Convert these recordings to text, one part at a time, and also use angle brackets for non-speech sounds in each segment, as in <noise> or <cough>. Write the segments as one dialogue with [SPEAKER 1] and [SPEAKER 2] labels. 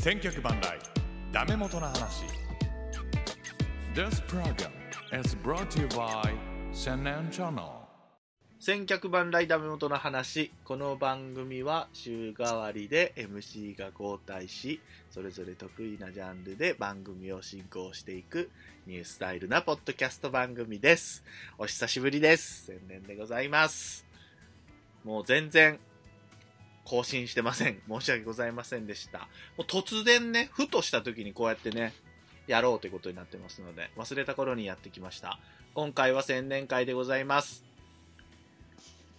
[SPEAKER 1] 千脚万来ダメ元の話 This program is brought to you by 千年チャンネル
[SPEAKER 2] 千客万来ダメ元の話この番組は週替わりで MC が交代しそれぞれ得意なジャンルで番組を進行していくニュースタイルなポッドキャスト番組ですお久しぶりです宣伝でございますもう全然更新してません申し訳ございませんでしたもう突然ねふとした時にこうやってねやろうということになってますので忘れた頃にやってきました今回は宣伝会でございます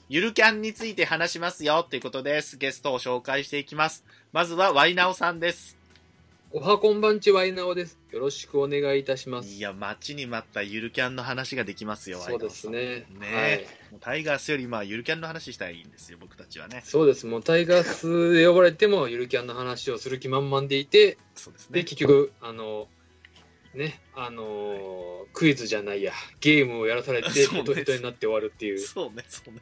[SPEAKER 2] ゆるキャンについて話しますよということです。ゲストを紹介していきます。まずはワイナオさんです。
[SPEAKER 3] おはこんばんちワイナオです。よろしくお願いいたします。
[SPEAKER 2] いや、待ちに待ったゆるキャンの話ができますよ、
[SPEAKER 3] そうです
[SPEAKER 2] ワイナオ
[SPEAKER 3] ね。
[SPEAKER 2] ねさん。もうタイガースよりまあゆるキャンの話したいんですよ、僕たちはね
[SPEAKER 3] はい。。そうです。もうタイガースで呼ばれても、ゆるキャンの話をする気満々でいて、
[SPEAKER 2] そうです
[SPEAKER 3] で、
[SPEAKER 2] ね。
[SPEAKER 3] 結局、あの、ね、あの、クイズじゃないや、ゲームをやらされて、
[SPEAKER 2] <laughs> そうです
[SPEAKER 3] ヘトヘトになって終わるっていう。
[SPEAKER 2] そうね、そうね。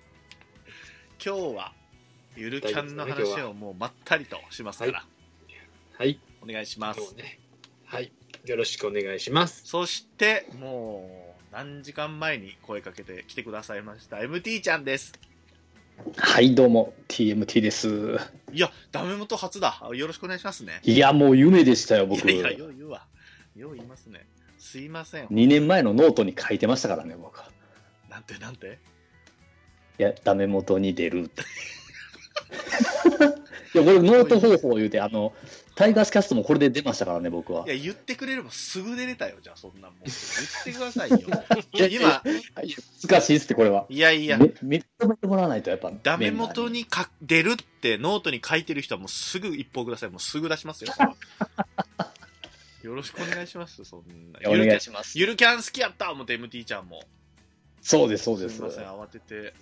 [SPEAKER 2] 今日はゆるキャンの話をもうまったりとしますから、
[SPEAKER 3] はい。
[SPEAKER 2] お願いします
[SPEAKER 3] そ。うね。はい。よろしくお願いします。
[SPEAKER 2] そして、もう何時間前に声かけて来てくださいました、MT ちゃんです。
[SPEAKER 4] はい、どうも、TMT です。
[SPEAKER 2] いや、ダメ元初だ。よろしくお願いしますね。
[SPEAKER 4] いや、もう夢でしたよ、僕。
[SPEAKER 2] いやいや、よ
[SPEAKER 4] 2
[SPEAKER 2] う言うわ。よう言いますね。すいません。
[SPEAKER 4] 年前のノートに書いてましたからね、僕。い
[SPEAKER 2] なんてなんて
[SPEAKER 4] や、ダメ元に出るって。 <laughs> いや、これノート方法言うて、あの、タイガースキャストもこれで出ましたからね、僕は。
[SPEAKER 2] い
[SPEAKER 4] いや
[SPEAKER 2] や、言ってくれればすぐ出れたよ。じゃあ、そんなもん。言ってください
[SPEAKER 4] <laughs>
[SPEAKER 2] よ。今、
[SPEAKER 4] 難しいっすって、これは。
[SPEAKER 2] いやいや、
[SPEAKER 4] め認めてもらわないと、やっぱ。
[SPEAKER 2] ダメ元
[SPEAKER 4] メン
[SPEAKER 2] にか出るってノートに書いてる人はもうすぐ一報ください。もうすぐ出しますよ。そ
[SPEAKER 4] <laughs>
[SPEAKER 2] れはよろしくお願いします。そんな。
[SPEAKER 4] バー
[SPEAKER 2] ゆ
[SPEAKER 4] に。お
[SPEAKER 2] る
[SPEAKER 4] 願
[SPEAKER 2] キャ
[SPEAKER 4] いします。
[SPEAKER 2] ゆるキャン好きやった思って MT ちゃんも。
[SPEAKER 4] そうです、そうですす
[SPEAKER 2] み。ません、慌てて。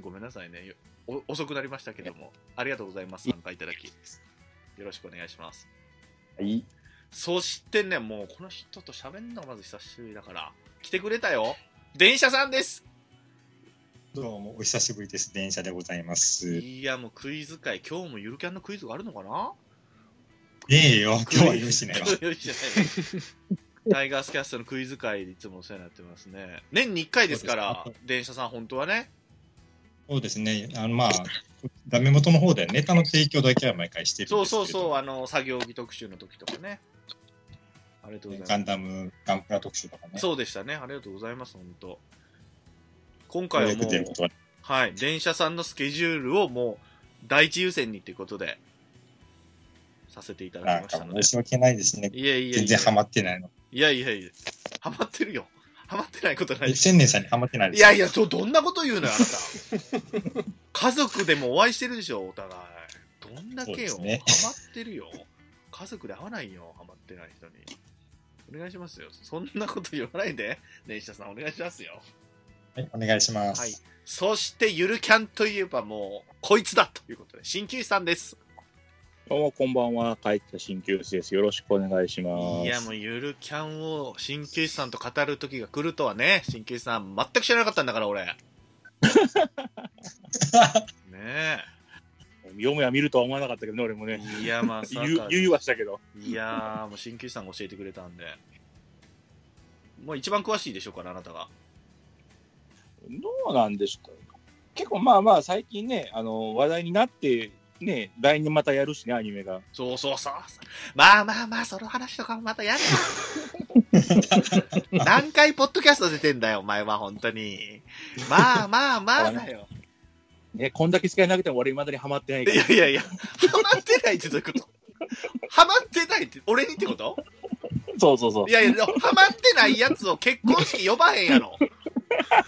[SPEAKER 2] ごめんなさいね。お遅くなりましたけども。ありがとうございます。参加いただき。よろしくお願いします。
[SPEAKER 4] はい
[SPEAKER 2] そしてね、もうこの人と喋んのがまず久しぶりだから、来てくれたよ。電車さんです。
[SPEAKER 5] どうも、お久しぶりです。電車でございます。ね
[SPEAKER 2] いや、もうクイズ会、今日もゆるキャンのクイズがあるのかな
[SPEAKER 5] えよ、今日は用意しない
[SPEAKER 2] <laughs>
[SPEAKER 5] わ
[SPEAKER 2] 今。日は用意してないわタイガースキャストのクイズ会でいつもお世話になってますね。年に1回ですから
[SPEAKER 5] そうで、
[SPEAKER 2] 電車さん、本当はね。
[SPEAKER 5] そうですね。あの、まあ、ダメ元の方ではネタの提供だけは毎回してるん
[SPEAKER 2] そう
[SPEAKER 5] ですけ
[SPEAKER 2] そ
[SPEAKER 5] れど。
[SPEAKER 2] うそう、あの、作業着特集の時とかね。ありがとうございます
[SPEAKER 5] ガ。ンダム、ガンプラ特集とかね。
[SPEAKER 2] そうでしたね。ありがとうございます、本当。今
[SPEAKER 5] よう
[SPEAKER 2] 回は
[SPEAKER 5] や
[SPEAKER 2] も
[SPEAKER 5] く出る
[SPEAKER 2] う
[SPEAKER 5] こ、とは
[SPEAKER 2] はい、電車さんのスケジュールをもう第一優先にということで、させていただき
[SPEAKER 5] なん
[SPEAKER 2] まし
[SPEAKER 5] か
[SPEAKER 2] たので
[SPEAKER 5] 申。し訳ないですね。
[SPEAKER 2] いやいや
[SPEAKER 5] 全
[SPEAKER 2] い
[SPEAKER 5] 然
[SPEAKER 2] や、
[SPEAKER 5] ハマってないの。
[SPEAKER 2] いやいやいや、ハマってるよ。ハマってないことないです。
[SPEAKER 5] 千年さんにハマってないで
[SPEAKER 2] い
[SPEAKER 5] す。
[SPEAKER 2] やいや、ど、どんなこと言うのよ、あなた。家族でもお会いしてるでしょ、お互い。どんだけよ、
[SPEAKER 5] そうですね
[SPEAKER 2] ハマってるよ。家族で会わないよ、ハマってない人に。お願いしますよ。そんなこと言わないで、電車さん、お願いしますよ。
[SPEAKER 5] はい、お願いします。
[SPEAKER 2] はいそして、ゆるキャンといえばもう、こいつだということで、鍼灸師さんです。
[SPEAKER 6] どうもこんばんは。帰った鍼灸師です。よろしくお願いします。
[SPEAKER 2] いや、もうゆるキャンを鍼灸師さんと語る時が来るとはね、鍼灸師さん、全く知らなかったんだから、俺。 <laughs> ねえ。
[SPEAKER 6] 読むや見るとは思わなかったけどね、俺もね。
[SPEAKER 2] いや、まあ、さ
[SPEAKER 6] 言う、言うはしたけど。
[SPEAKER 2] いやー、もう鍼灸師さんが教えてくれたんで。もう一番詳しいでしょうから、あなたが。
[SPEAKER 6] どうなんでした結構まあまあ、最近ね、あの、話題になって、ね、来年またやるしね、アニメが。
[SPEAKER 2] そうそうそう。まあまあまあ、その話とかもまたや
[SPEAKER 6] <laughs>
[SPEAKER 2] るな。何回ポッドキャスト出てんだよ、お前は、本当に。まあまあまあだ
[SPEAKER 6] <laughs>
[SPEAKER 2] よ。
[SPEAKER 6] ね、こんだけ使いなくても俺未だにハマってない
[SPEAKER 2] い
[SPEAKER 6] から。
[SPEAKER 2] やいやいや、ハマってないってどういうことハマってないって、俺にってこと
[SPEAKER 6] そうそうそう
[SPEAKER 2] い。やいや、ハマってないやつを結婚式呼ばへんや
[SPEAKER 6] <laughs>
[SPEAKER 2] ろ。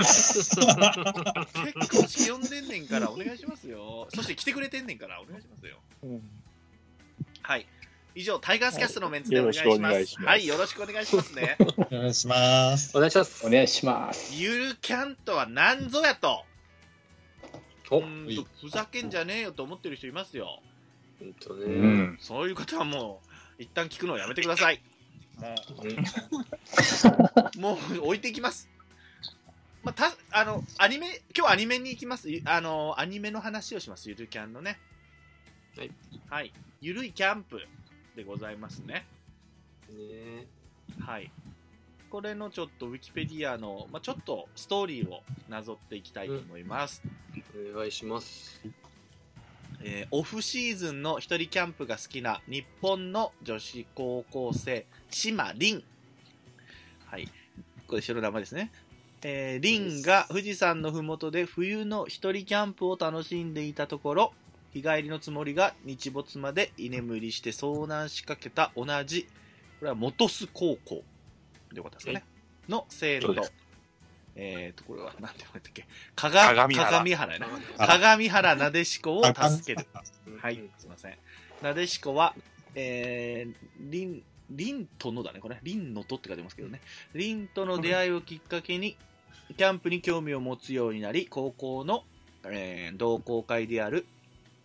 [SPEAKER 2] 結婚式呼んでんねんから、お願いしますよ。そして来てくれてんねんから、お願いしますよ。
[SPEAKER 6] うん
[SPEAKER 2] はい。以上、タイガースキャストのメンツでお願いし
[SPEAKER 6] よろしくお願い
[SPEAKER 2] ま
[SPEAKER 6] し
[SPEAKER 2] す。
[SPEAKER 6] ます
[SPEAKER 2] はい、よろしくお願いします
[SPEAKER 6] <laughs>
[SPEAKER 2] ね。
[SPEAKER 5] お願いします。
[SPEAKER 3] お願いします。
[SPEAKER 4] お願いします。
[SPEAKER 2] ゆるキャンとは何ぞやと。
[SPEAKER 3] お
[SPEAKER 2] うーんとふざけんじゃねえよと思ってる人いますよ。
[SPEAKER 3] うんと
[SPEAKER 4] う
[SPEAKER 3] ね。
[SPEAKER 4] ん。
[SPEAKER 2] そういう方はもう、一旦聞くのをやめてください。もう、もう置いていきます。まあ、た、あの、アニメ、今日アニメに行きます。いあの、アニメの話をします。ゆるキャンのね。
[SPEAKER 3] はい。
[SPEAKER 2] はい。ゆるいキャンプでございますね。
[SPEAKER 3] ね
[SPEAKER 2] はい。これのちょっとウィキペディアの、まあ、ちょっとストーリーをなぞっていきたいと思います。
[SPEAKER 3] お願いします。
[SPEAKER 2] えーオフシーズンの一人キャンプが好きな日本の女子高校生、島凛。はい。これ、白玉ですね。えー、凛が富士山のふもとで冬の一人キャンプを楽しんでいたところ、日帰りのつもりが日没まで居眠りして遭難しかけた同じ、これは元栖高校ということですかね。の生徒
[SPEAKER 6] そうで
[SPEAKER 2] と
[SPEAKER 6] す、
[SPEAKER 2] えーと、これは何て言われたっけかが
[SPEAKER 6] 鏡原
[SPEAKER 2] 鏡原やな。
[SPEAKER 5] あら
[SPEAKER 2] 鏡原なでしこを助ける。
[SPEAKER 3] うん
[SPEAKER 2] はい、すいません。なでしこは、えー、りん、りんとのだね、これ。りんのとって書いてますけどね。りんとの出会いをきっかけに、キャンプに興味を持つようになり、高校の、えー同好会である、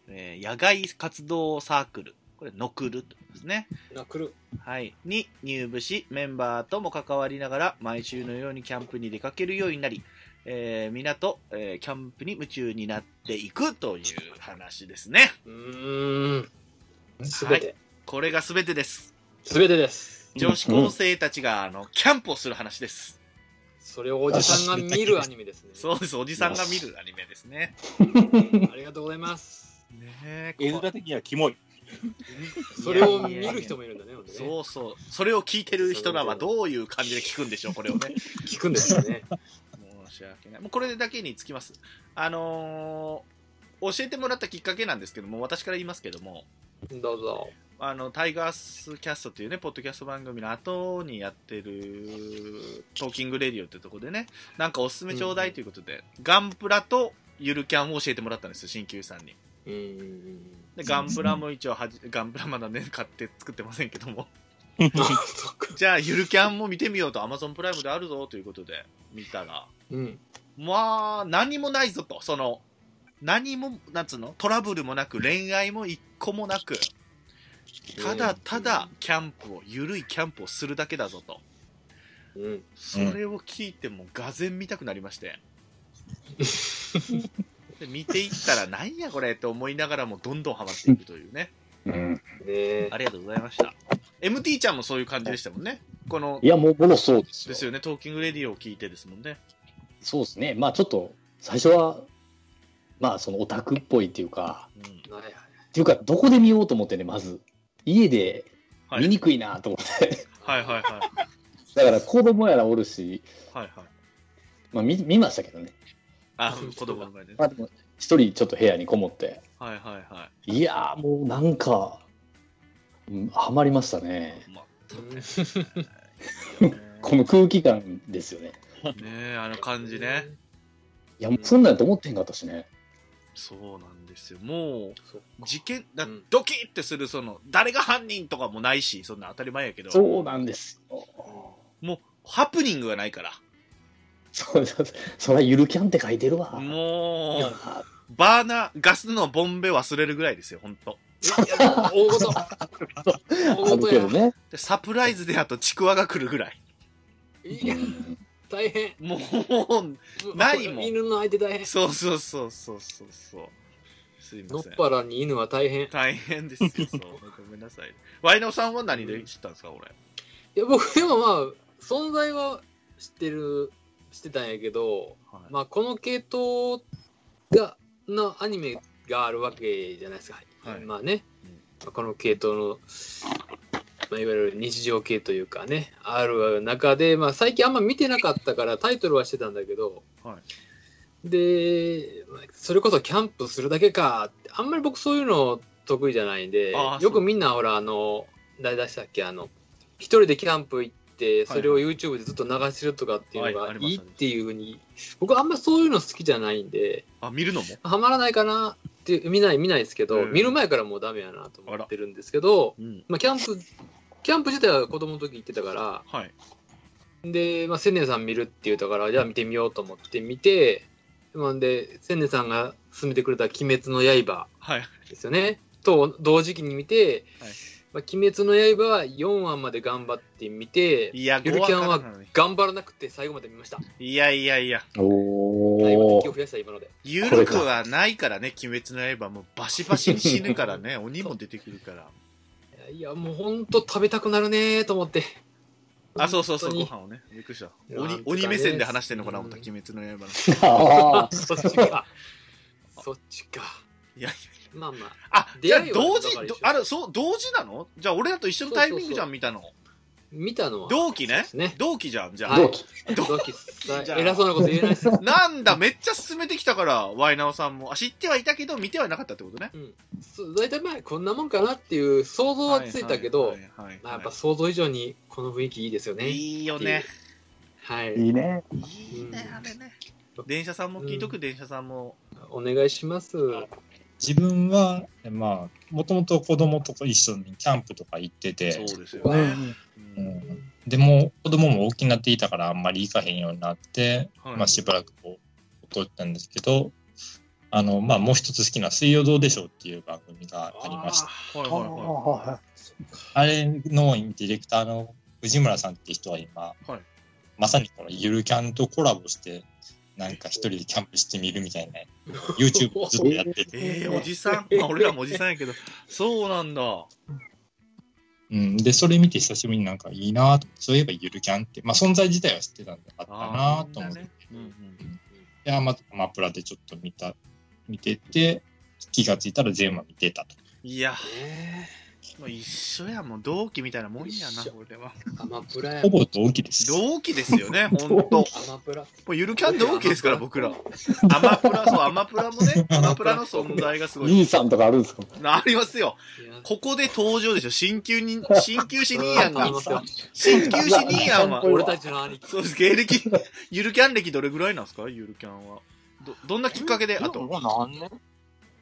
[SPEAKER 2] えー野外活動サークル。これ、ノクルと言いますね。
[SPEAKER 3] な来る。
[SPEAKER 2] はい、に入部しメンバーとも関わりながら毎週のようにキャンプに出かけるようになり、えー、皆と、えーキャンプに夢中になっていくという話ですね
[SPEAKER 3] うーん。す
[SPEAKER 2] は
[SPEAKER 3] べ
[SPEAKER 2] い
[SPEAKER 3] て。
[SPEAKER 2] これが全てです
[SPEAKER 3] すべてです。
[SPEAKER 2] 女子高生たちがあのキャンプをする話です
[SPEAKER 3] それをおじさんが見るアニメですね。
[SPEAKER 2] そうですおじさんが見るアニメですね
[SPEAKER 3] ありがとうございます。
[SPEAKER 2] ねえ
[SPEAKER 6] 絵面的にはキモい。
[SPEAKER 3] それを見る人もいるんだね。ほんでね
[SPEAKER 2] そうそうそれを聞いてる人らはどういう感じで聞くんでしょうこれをね
[SPEAKER 3] 聞くんですよね。
[SPEAKER 2] 申し訳ない。もうこれだけにつきます。あのー教えてもらったきっかけなんですけども、私から言いますけども、
[SPEAKER 3] どうぞ。
[SPEAKER 2] あの、タイガースキャストっていうね、ポッドキャスト番組の後にやってる、トーキングレディオってとこでね、なんかおすすめちょうだいということで、ガンプラとゆるキャンを教えてもらったんですよ、新旧さんに。
[SPEAKER 3] うーん。
[SPEAKER 2] で、ガンプラも一応はじ、ガンプラまだね、買って作ってませんけども、
[SPEAKER 3] そっか。
[SPEAKER 2] じゃあゆるキャンも見てみようと、アマゾンプライムであるぞということで、見たら、
[SPEAKER 3] うん。
[SPEAKER 2] まあ、何もないぞと、その、何も、なんつうの、トラブルもなく、恋愛も一個もなく、ただただキャンプを、ゆるいキャンプをするだけだぞと。
[SPEAKER 3] うん。
[SPEAKER 2] それを聞いても、がぜ見たくなりまして。で見ていったら、なんやこれって思いながらも、どんどんハマっていくというね。
[SPEAKER 4] うん。
[SPEAKER 3] ねえ
[SPEAKER 2] あ。りがとうございました。MT ちゃんもそういう感じでしたもんね。この
[SPEAKER 4] い、や、もう、もうそうです
[SPEAKER 2] で
[SPEAKER 4] よ
[SPEAKER 2] すよね、トーキングレディオを聞いてですもんね。
[SPEAKER 4] そうですね。まあ、ちょっと、最初は、まあ、そのオタクっぽいっていうか、
[SPEAKER 2] うん。
[SPEAKER 3] はいはい
[SPEAKER 4] っていうか、どこで見ようと思ってね、まず。家で
[SPEAKER 2] はい
[SPEAKER 4] 見にくいなと思って。
[SPEAKER 2] はいはいはい。
[SPEAKER 4] だから、子供やらおるし、
[SPEAKER 2] はいはい。
[SPEAKER 4] まあ、見見ましたけどね。
[SPEAKER 2] あ、子供の前でね。
[SPEAKER 4] まあ、でも、一人ちょっと部屋にこもって。
[SPEAKER 2] はいはいはい。
[SPEAKER 4] いやー、もうなんか、うんハマりましたね。
[SPEAKER 2] ま <laughs>
[SPEAKER 4] この空気感ですよね。
[SPEAKER 2] ねえあの感じね。
[SPEAKER 4] いや、もうそんなんと思ってへんかったしね。
[SPEAKER 2] そうなんですよも
[SPEAKER 3] そっか
[SPEAKER 2] う事件だ
[SPEAKER 3] うん
[SPEAKER 2] ドキッてするその誰が犯人とかもないしそんな当たり前やけど
[SPEAKER 4] そうなんですよ。
[SPEAKER 2] もうハプニングがないから
[SPEAKER 4] そうそうそら、ゆるキャンって書いてるわ。
[SPEAKER 2] も
[SPEAKER 4] いや
[SPEAKER 2] うバーナーガスのボンベ忘れるぐらいですよ本当
[SPEAKER 3] いや大事。
[SPEAKER 4] あ
[SPEAKER 3] 大
[SPEAKER 4] る
[SPEAKER 3] 事
[SPEAKER 4] け
[SPEAKER 3] や
[SPEAKER 4] ど。ね。
[SPEAKER 2] でサプライズであとちくわが来るぐらい
[SPEAKER 3] いや大変。
[SPEAKER 2] もうないもん
[SPEAKER 3] 犬の相手大変。
[SPEAKER 2] そうそうそうそうそうそうすい
[SPEAKER 3] の
[SPEAKER 2] ま
[SPEAKER 3] っ
[SPEAKER 2] せん
[SPEAKER 3] ぱらに犬は大変。い
[SPEAKER 2] 大変ですよそうごめんなさいワイナオさんは何で知ったんですか俺
[SPEAKER 3] や、僕でもまあ、存在は知ってる、知ってたんやけど、
[SPEAKER 2] はい
[SPEAKER 3] まあ、この系統が、のアニメがあるわけじゃないですか。
[SPEAKER 2] はい
[SPEAKER 3] まあね
[SPEAKER 2] うん、
[SPEAKER 3] まあこの系統の、まあ、いわゆる日常系というかね、ある中で、まあ、最近あんま見てなかったからタイトルはしてたんだけど、
[SPEAKER 2] は
[SPEAKER 3] で、まあそれこそキャンプするだけかって、あんまり僕そういうの得意じゃないんで
[SPEAKER 2] あ、ー
[SPEAKER 3] よ
[SPEAKER 2] そ
[SPEAKER 3] く
[SPEAKER 2] う
[SPEAKER 3] みんな、ほら、あの、誰出したっけ、あの、一人でキャンプ行って、それを YouTube でずっと流してるとかっていうの
[SPEAKER 2] はいあ
[SPEAKER 3] が
[SPEAKER 2] ります
[SPEAKER 3] いいっていうふうに、僕あんまそういうの好きじゃないんで、
[SPEAKER 2] あ見るのも
[SPEAKER 3] ハマらないかなって、見ない、見ないですけど、
[SPEAKER 2] うん
[SPEAKER 3] 見る前からもうダメやなと思ってるんですけど、
[SPEAKER 2] うん
[SPEAKER 3] まあ、キャンプ、キャンプ自体は子供の時行ってたか
[SPEAKER 2] はい
[SPEAKER 3] ら、で、まあ、千年さん見るって言うたから、じゃあ見てみようと思って見て、まあ、で、千年さんが勧めてくれた鬼滅の刃
[SPEAKER 2] はい
[SPEAKER 3] ですよね、と同時期に見て、
[SPEAKER 2] はい
[SPEAKER 3] まあ、鬼滅の刃は4話まで頑張って見て、
[SPEAKER 2] いや
[SPEAKER 3] ゆるキャン
[SPEAKER 2] 5話
[SPEAKER 3] は
[SPEAKER 2] からなのに
[SPEAKER 3] 頑張らなくて最後まで見ました。
[SPEAKER 2] いやいやいや
[SPEAKER 4] お
[SPEAKER 3] だいぶ
[SPEAKER 4] お
[SPEAKER 3] 敵を。増やした今ので。
[SPEAKER 2] ゆるくはないからね、鬼滅の刃もうバシバシに死ぬからね、鬼も出てくるから。
[SPEAKER 3] いややいや、もう本当食べたくなるねーと思って。
[SPEAKER 2] あ、そうそうそう、ご
[SPEAKER 3] 本当
[SPEAKER 2] 飯をね。びっくりした。
[SPEAKER 3] いや
[SPEAKER 2] 鬼
[SPEAKER 3] 本当だね
[SPEAKER 2] 鬼目線で話してんのかな、
[SPEAKER 3] うん
[SPEAKER 2] 思った鬼滅の刃の。
[SPEAKER 4] あ
[SPEAKER 3] にそっち
[SPEAKER 4] <laughs>
[SPEAKER 3] か。そっちか。
[SPEAKER 2] いやいや
[SPEAKER 3] まあまあ。
[SPEAKER 2] あ、じ
[SPEAKER 3] 出
[SPEAKER 2] ゃあ
[SPEAKER 3] 会いは
[SPEAKER 2] 同
[SPEAKER 3] だ
[SPEAKER 2] 時
[SPEAKER 3] から、一
[SPEAKER 2] ど
[SPEAKER 3] 緒
[SPEAKER 2] あれ、そう、同時なのじゃあ俺らと一緒のタイミングじゃん、見たの。
[SPEAKER 3] 見たのは。
[SPEAKER 2] 同期ね
[SPEAKER 3] そうですね
[SPEAKER 2] 同期じゃん、じゃ
[SPEAKER 4] あ、
[SPEAKER 2] あ。
[SPEAKER 4] 同期。
[SPEAKER 3] 同期
[SPEAKER 2] じゃあ
[SPEAKER 3] 偉そうなこと言えないです。
[SPEAKER 2] なんだ、めっちゃ進めてきたから、ワイナオさんも。あ、知ってはいたけど、見てはいなかったってことね。
[SPEAKER 3] そう大体まあこんなもんかなっていう想像はついたけ
[SPEAKER 2] は
[SPEAKER 3] ど
[SPEAKER 2] いはい、はいはい
[SPEAKER 3] まあやっぱ想像以上にこの雰囲気いいですよね。
[SPEAKER 2] いいよね。
[SPEAKER 3] はい。
[SPEAKER 4] いいね。
[SPEAKER 2] いいね、あれね。電車さんも聞いとく、電車さんも。
[SPEAKER 3] お願いします。
[SPEAKER 5] 自分は、まあ、もともと子供と一緒にキャンプとか行ってて、
[SPEAKER 2] そうですよ
[SPEAKER 3] う
[SPEAKER 2] ね。
[SPEAKER 3] ん
[SPEAKER 2] う
[SPEAKER 5] うんんでも子供も大きくなっていたからあんまり行かへんようになって、
[SPEAKER 2] はい
[SPEAKER 5] まあ、しばらくこう取ったんですけどあの、まあ、もう一つ好きな「水曜どうでしょう」っていう番組がありました
[SPEAKER 2] はい
[SPEAKER 4] あ
[SPEAKER 2] はいは
[SPEAKER 4] あ
[SPEAKER 5] あれのディレクターの藤村さんって人は今、
[SPEAKER 2] はい
[SPEAKER 5] まさにこのゆるキャンとコラボしてなんか一人でキャンプしてみるみ
[SPEAKER 2] <laughs>
[SPEAKER 5] たいな YouTube をずっとやって
[SPEAKER 2] い。
[SPEAKER 5] て、
[SPEAKER 2] ええおじさん。 <laughs> まあ、俺らもおじさんやけど。そうなんだ。
[SPEAKER 5] うん、でそれ見て久しぶりになんかいいなとそういえばゆるキャンって、まあ、存在自体は知ってたんであったなと思って。
[SPEAKER 2] うんうん。
[SPEAKER 5] で、アマアマプラでちょっと見た、見てて、気がついたら全話見てたと。
[SPEAKER 2] いや、
[SPEAKER 3] ね
[SPEAKER 2] もう一緒やもん。同期みたいなもんやな
[SPEAKER 3] 一、緒
[SPEAKER 2] 俺は。
[SPEAKER 3] えアマプラや
[SPEAKER 5] ほ。ぼ同期です。
[SPEAKER 2] 同期ですよ <laughs> ね、ほんと。も
[SPEAKER 3] アマプラ。
[SPEAKER 2] うゆるキャン同期ですから、僕ら。アマプラ、そう、アマプラもね、アマプラの存在がすごい。
[SPEAKER 4] 兄さんとかあるんですか
[SPEAKER 2] なありますよ。
[SPEAKER 3] いや
[SPEAKER 2] ここで登場でしょ。新旧に、新旧死兄やん
[SPEAKER 3] あ
[SPEAKER 2] が
[SPEAKER 3] りま。すよ
[SPEAKER 2] 新旧死兄やんは。
[SPEAKER 3] 俺たちの兄貴。
[SPEAKER 2] そうです。芸歴、 <laughs> ゆるキャン歴どれぐらいなんですかゆるキャンは。ど、どんなきっかけで、あと。
[SPEAKER 6] もう何年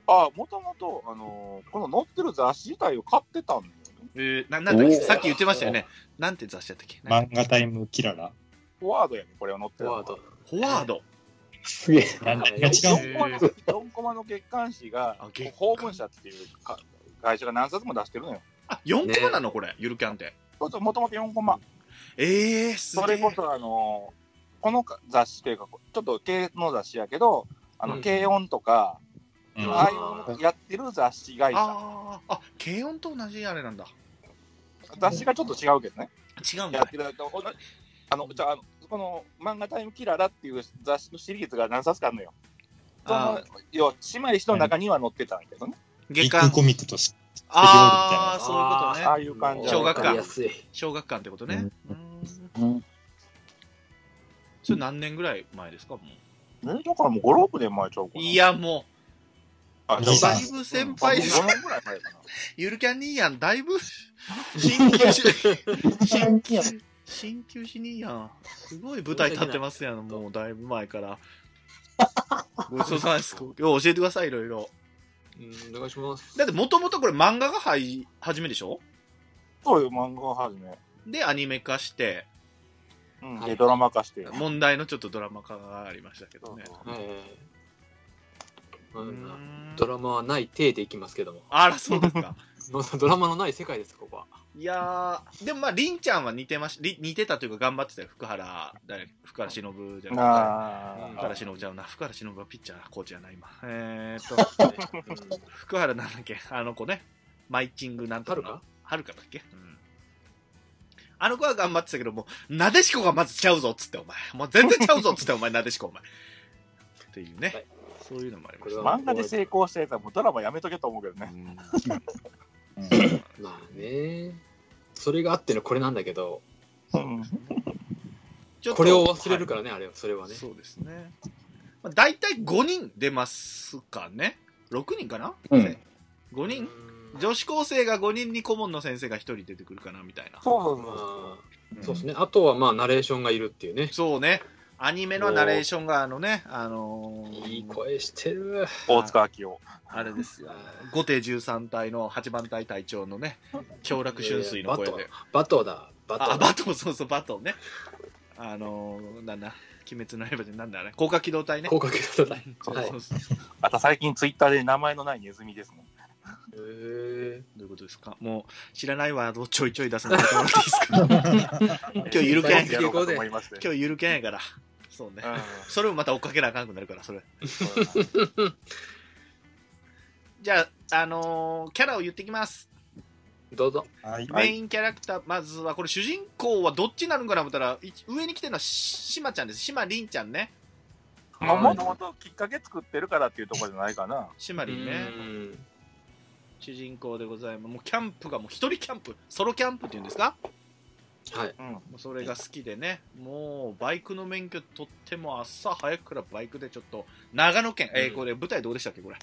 [SPEAKER 6] あもともと、あのーこの載ってる雑誌自体を買ってたんだよね。
[SPEAKER 2] えー、な、なんだっけ
[SPEAKER 4] おー
[SPEAKER 2] さっき言ってましたよね。なんて雑誌やったっけなんか
[SPEAKER 5] 漫画タイムキララ。
[SPEAKER 6] フォワードやね、これは載っ
[SPEAKER 3] フ
[SPEAKER 6] てる
[SPEAKER 3] ォ
[SPEAKER 6] の
[SPEAKER 3] ワード。
[SPEAKER 2] フォワード。
[SPEAKER 4] すげえ。
[SPEAKER 5] なん
[SPEAKER 3] は
[SPEAKER 5] だ
[SPEAKER 3] い
[SPEAKER 5] いや違う。
[SPEAKER 2] え
[SPEAKER 6] 4コマの4コマの月刊誌が
[SPEAKER 2] あ月刊、
[SPEAKER 6] 訪問者っていうか会社が何冊も出してるのよ。
[SPEAKER 2] あ、4コマなのこれ。ゆるキャンって。
[SPEAKER 6] もともと4コマ。
[SPEAKER 2] ええー、す
[SPEAKER 6] そ
[SPEAKER 2] げ
[SPEAKER 6] れ
[SPEAKER 2] え。
[SPEAKER 6] こそ、あのーこの雑誌というか、ちょっと系の雑誌やけど、あ
[SPEAKER 3] うん
[SPEAKER 6] の、軽音とか、
[SPEAKER 5] うん
[SPEAKER 6] ああいうのやってる雑誌会社。
[SPEAKER 2] ああ、あ、軽音と同じあれなんだ。
[SPEAKER 6] 雑誌がちょっと違うけどね。
[SPEAKER 2] 違うん
[SPEAKER 6] や
[SPEAKER 2] だ
[SPEAKER 6] っ。てる間同じあの、じゃあ、あのこの漫画タイムキララっていう雑誌のシリーズが何冊かあるのよ。そ
[SPEAKER 2] あ
[SPEAKER 6] の、要は、姉妹誌の中には載ってたんやけどね。
[SPEAKER 5] ビ
[SPEAKER 2] 月
[SPEAKER 5] ッグ
[SPEAKER 2] 刊。
[SPEAKER 5] コミックとして
[SPEAKER 2] ああ、
[SPEAKER 3] 料理みたい
[SPEAKER 2] そういうことね。
[SPEAKER 3] な
[SPEAKER 6] ああいう感じ
[SPEAKER 2] 小学館
[SPEAKER 3] わかりやすい。
[SPEAKER 2] 小学館ってことね。うーん
[SPEAKER 4] うん
[SPEAKER 2] それ何年ぐらい前ですかも
[SPEAKER 6] えだからもう5、6年前ちゃうか
[SPEAKER 2] う。
[SPEAKER 6] な。
[SPEAKER 2] い、や、も
[SPEAKER 6] あ
[SPEAKER 2] う、
[SPEAKER 5] 兄さ
[SPEAKER 2] だ
[SPEAKER 5] ん
[SPEAKER 2] いぶ先輩です。
[SPEAKER 6] 5年ぐらい前かな。
[SPEAKER 2] ゆるキャン兄やん、だい <laughs> ぶ、新旧し、新旧し、新旧し兄やん。すごい舞台立ってます <laughs> やん、もうだいぶ前から。ごちそうさまです。よう教えてください、いろいろ。
[SPEAKER 3] うん、お願いします。
[SPEAKER 2] だって、もともとこれ漫画が入、始めでしょ
[SPEAKER 6] そういう漫画をはじめ。
[SPEAKER 2] で、アニメ化して、
[SPEAKER 6] うん、
[SPEAKER 3] はい
[SPEAKER 6] で、ドラマ化して。
[SPEAKER 2] 問題のちょっとドラマ化がありましたけどね。
[SPEAKER 3] はいはいはい。
[SPEAKER 2] う
[SPEAKER 3] うん
[SPEAKER 2] ん
[SPEAKER 3] ドラマはない体でいきますけども。
[SPEAKER 2] あら、そうですか。 <laughs>
[SPEAKER 3] ドラマのない世界です、ここは。
[SPEAKER 2] いやー、でもまあ、りんちゃんは似てまし、り似てたというか、頑張ってたよ。福原、誰、福原忍じゃな
[SPEAKER 6] あ
[SPEAKER 2] くて。福
[SPEAKER 6] あ
[SPEAKER 2] 原忍じゃな、福原忍はピッチャー、コーチじゃない、今。えーっと、
[SPEAKER 3] <laughs>
[SPEAKER 2] 福原なんだっけ、あの子ね。マイチングなんと
[SPEAKER 3] は
[SPEAKER 2] か
[SPEAKER 3] る
[SPEAKER 2] の。
[SPEAKER 3] か
[SPEAKER 2] はるかだっけうん。あの子は頑張ってたけど、もう、なでしこがまずちゃうぞっつって、お前。もう全然ちゃうぞっつって、お前、
[SPEAKER 3] <laughs>
[SPEAKER 2] なでしこ、お前。っていうね。
[SPEAKER 3] はい
[SPEAKER 2] そういうのもありました。
[SPEAKER 3] これは
[SPEAKER 6] 漫画で成功したやつはもうドラマやめとけと思うけどね。
[SPEAKER 3] まあね。それがあってのこれなんだけど、
[SPEAKER 6] うん
[SPEAKER 2] ちょっと
[SPEAKER 3] これを忘れるからね、あれは、それはね。
[SPEAKER 2] そうですね。まあ、大体5人出ますかね。6人かな、
[SPEAKER 4] うん、
[SPEAKER 2] ?5 人女子高生が5人に顧問の先生が1人出てくるかなみたいな。
[SPEAKER 6] そうそう
[SPEAKER 3] ま
[SPEAKER 6] そう。
[SPEAKER 3] あそうですね。あとは、まあ、ナレーションがいるっていうね。
[SPEAKER 2] そうね。アニメのナレーションがあのね、あのー
[SPEAKER 3] いい声してる。
[SPEAKER 6] 大塚明夫。
[SPEAKER 2] あれですよ。後手13隊の8番隊隊長のね、強楽春水の声で。
[SPEAKER 3] バトだ。バ
[SPEAKER 2] あ、バ
[SPEAKER 3] トだ。
[SPEAKER 2] トン、そうそう、バトンね。あのー、なんだ、鬼滅の刃でなんだあれ、高架機動隊ね。
[SPEAKER 3] 効果けどだ。はい
[SPEAKER 2] そうそう
[SPEAKER 6] あと最近ツイッターで名前のないネズミですね。
[SPEAKER 3] へー
[SPEAKER 2] どういうことですかもう、知らないワードをちょいちょい出さないともらっていいですか
[SPEAKER 3] <laughs>
[SPEAKER 2] 今日ゆるキャン
[SPEAKER 6] やろうかと思いま <laughs> して。
[SPEAKER 2] 今日ゆるけんやから。そうね。
[SPEAKER 6] う
[SPEAKER 2] それもまた追っかけなあかんくなるから、それ。
[SPEAKER 6] ん
[SPEAKER 2] じゃあ、あのーキャラを言ってきます。
[SPEAKER 3] どうぞ。
[SPEAKER 5] はい。
[SPEAKER 2] メインキャラクター、まずはこれ主人公はどっちになるんかな思ったら、い上に来てるのはしまちゃんです。しまりんちゃんね。
[SPEAKER 6] まあ、もともときっかけ作ってるからっていうところじゃないかな。
[SPEAKER 2] しまりんね。
[SPEAKER 3] うん
[SPEAKER 2] 主人公でございます。もうキャンプがもう一人キャンプ、ソロキャンプっていうんですか
[SPEAKER 3] はい。
[SPEAKER 6] うん。
[SPEAKER 2] もうそれが好きでね、もうバイクの免許取っても朝早くからバイクでちょっと、長野県、え
[SPEAKER 3] う
[SPEAKER 2] ー
[SPEAKER 3] ん
[SPEAKER 2] これ舞台どうでしたっけこれ。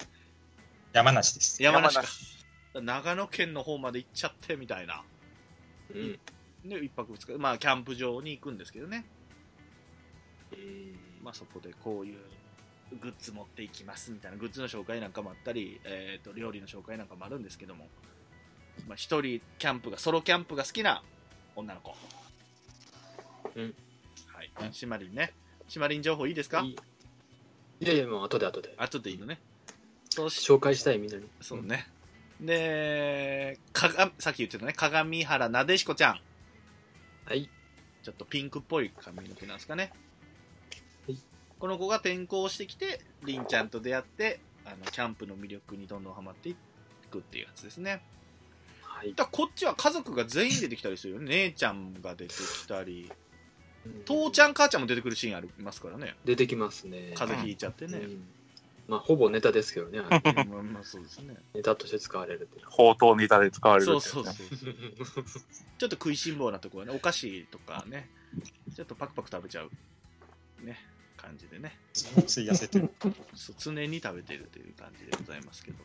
[SPEAKER 5] 山梨です。
[SPEAKER 2] 山梨か
[SPEAKER 6] 山。
[SPEAKER 2] 長野県の方まで行っちゃってみたいな。
[SPEAKER 3] うん
[SPEAKER 2] で、一泊二日、まあキャンプ場に行くんですけどね。まあ、そこでこういうグッズ持っていきますみたいなグッズの紹介なんかもあったり、えー、と料理の紹介なんかもあるんですけどもまあ、一人キャンプがソロキャンプが好きな女の子
[SPEAKER 3] うん
[SPEAKER 2] はいシマリンねシマリン情報いいですか
[SPEAKER 3] いいいやいや、もう後で後で。
[SPEAKER 2] 後でいいのねそうし
[SPEAKER 3] 紹介したい、みんなに。
[SPEAKER 2] そうねでかがさっき言ってたね鏡原なでしこちゃん
[SPEAKER 3] はい。
[SPEAKER 2] ちょっとピンクっぽい髪の毛なんですかね、
[SPEAKER 3] はい
[SPEAKER 2] この子が転校してきてりんちゃんと出会ってあのキャンプの魅力にどんどんハマっていくっていうやつですね
[SPEAKER 3] はい。
[SPEAKER 2] だからこっちは家族が全員出てきたりするよね姉ちゃんが出てきたり父ち
[SPEAKER 3] ゃん。
[SPEAKER 2] ゃん母ちゃんも出てくるシーンありますからね
[SPEAKER 3] 出てきますね。
[SPEAKER 2] 風邪ひいちゃってね
[SPEAKER 3] う、んまあ、ほぼネタですけどね。あれ
[SPEAKER 2] まあまあそうですね
[SPEAKER 3] ネタとして使われるっていう
[SPEAKER 2] <laughs>
[SPEAKER 3] のは
[SPEAKER 6] 宝刀ネタで使われる
[SPEAKER 2] そ
[SPEAKER 6] や
[SPEAKER 2] う
[SPEAKER 6] つね
[SPEAKER 2] そうそうちょっと食いしん坊なところねお菓子とかねちょっとパクパク食べちゃうね感じでね
[SPEAKER 5] 吸い痩せ
[SPEAKER 2] <laughs>
[SPEAKER 5] てる。
[SPEAKER 2] そう常に食べてるという感じでございますけど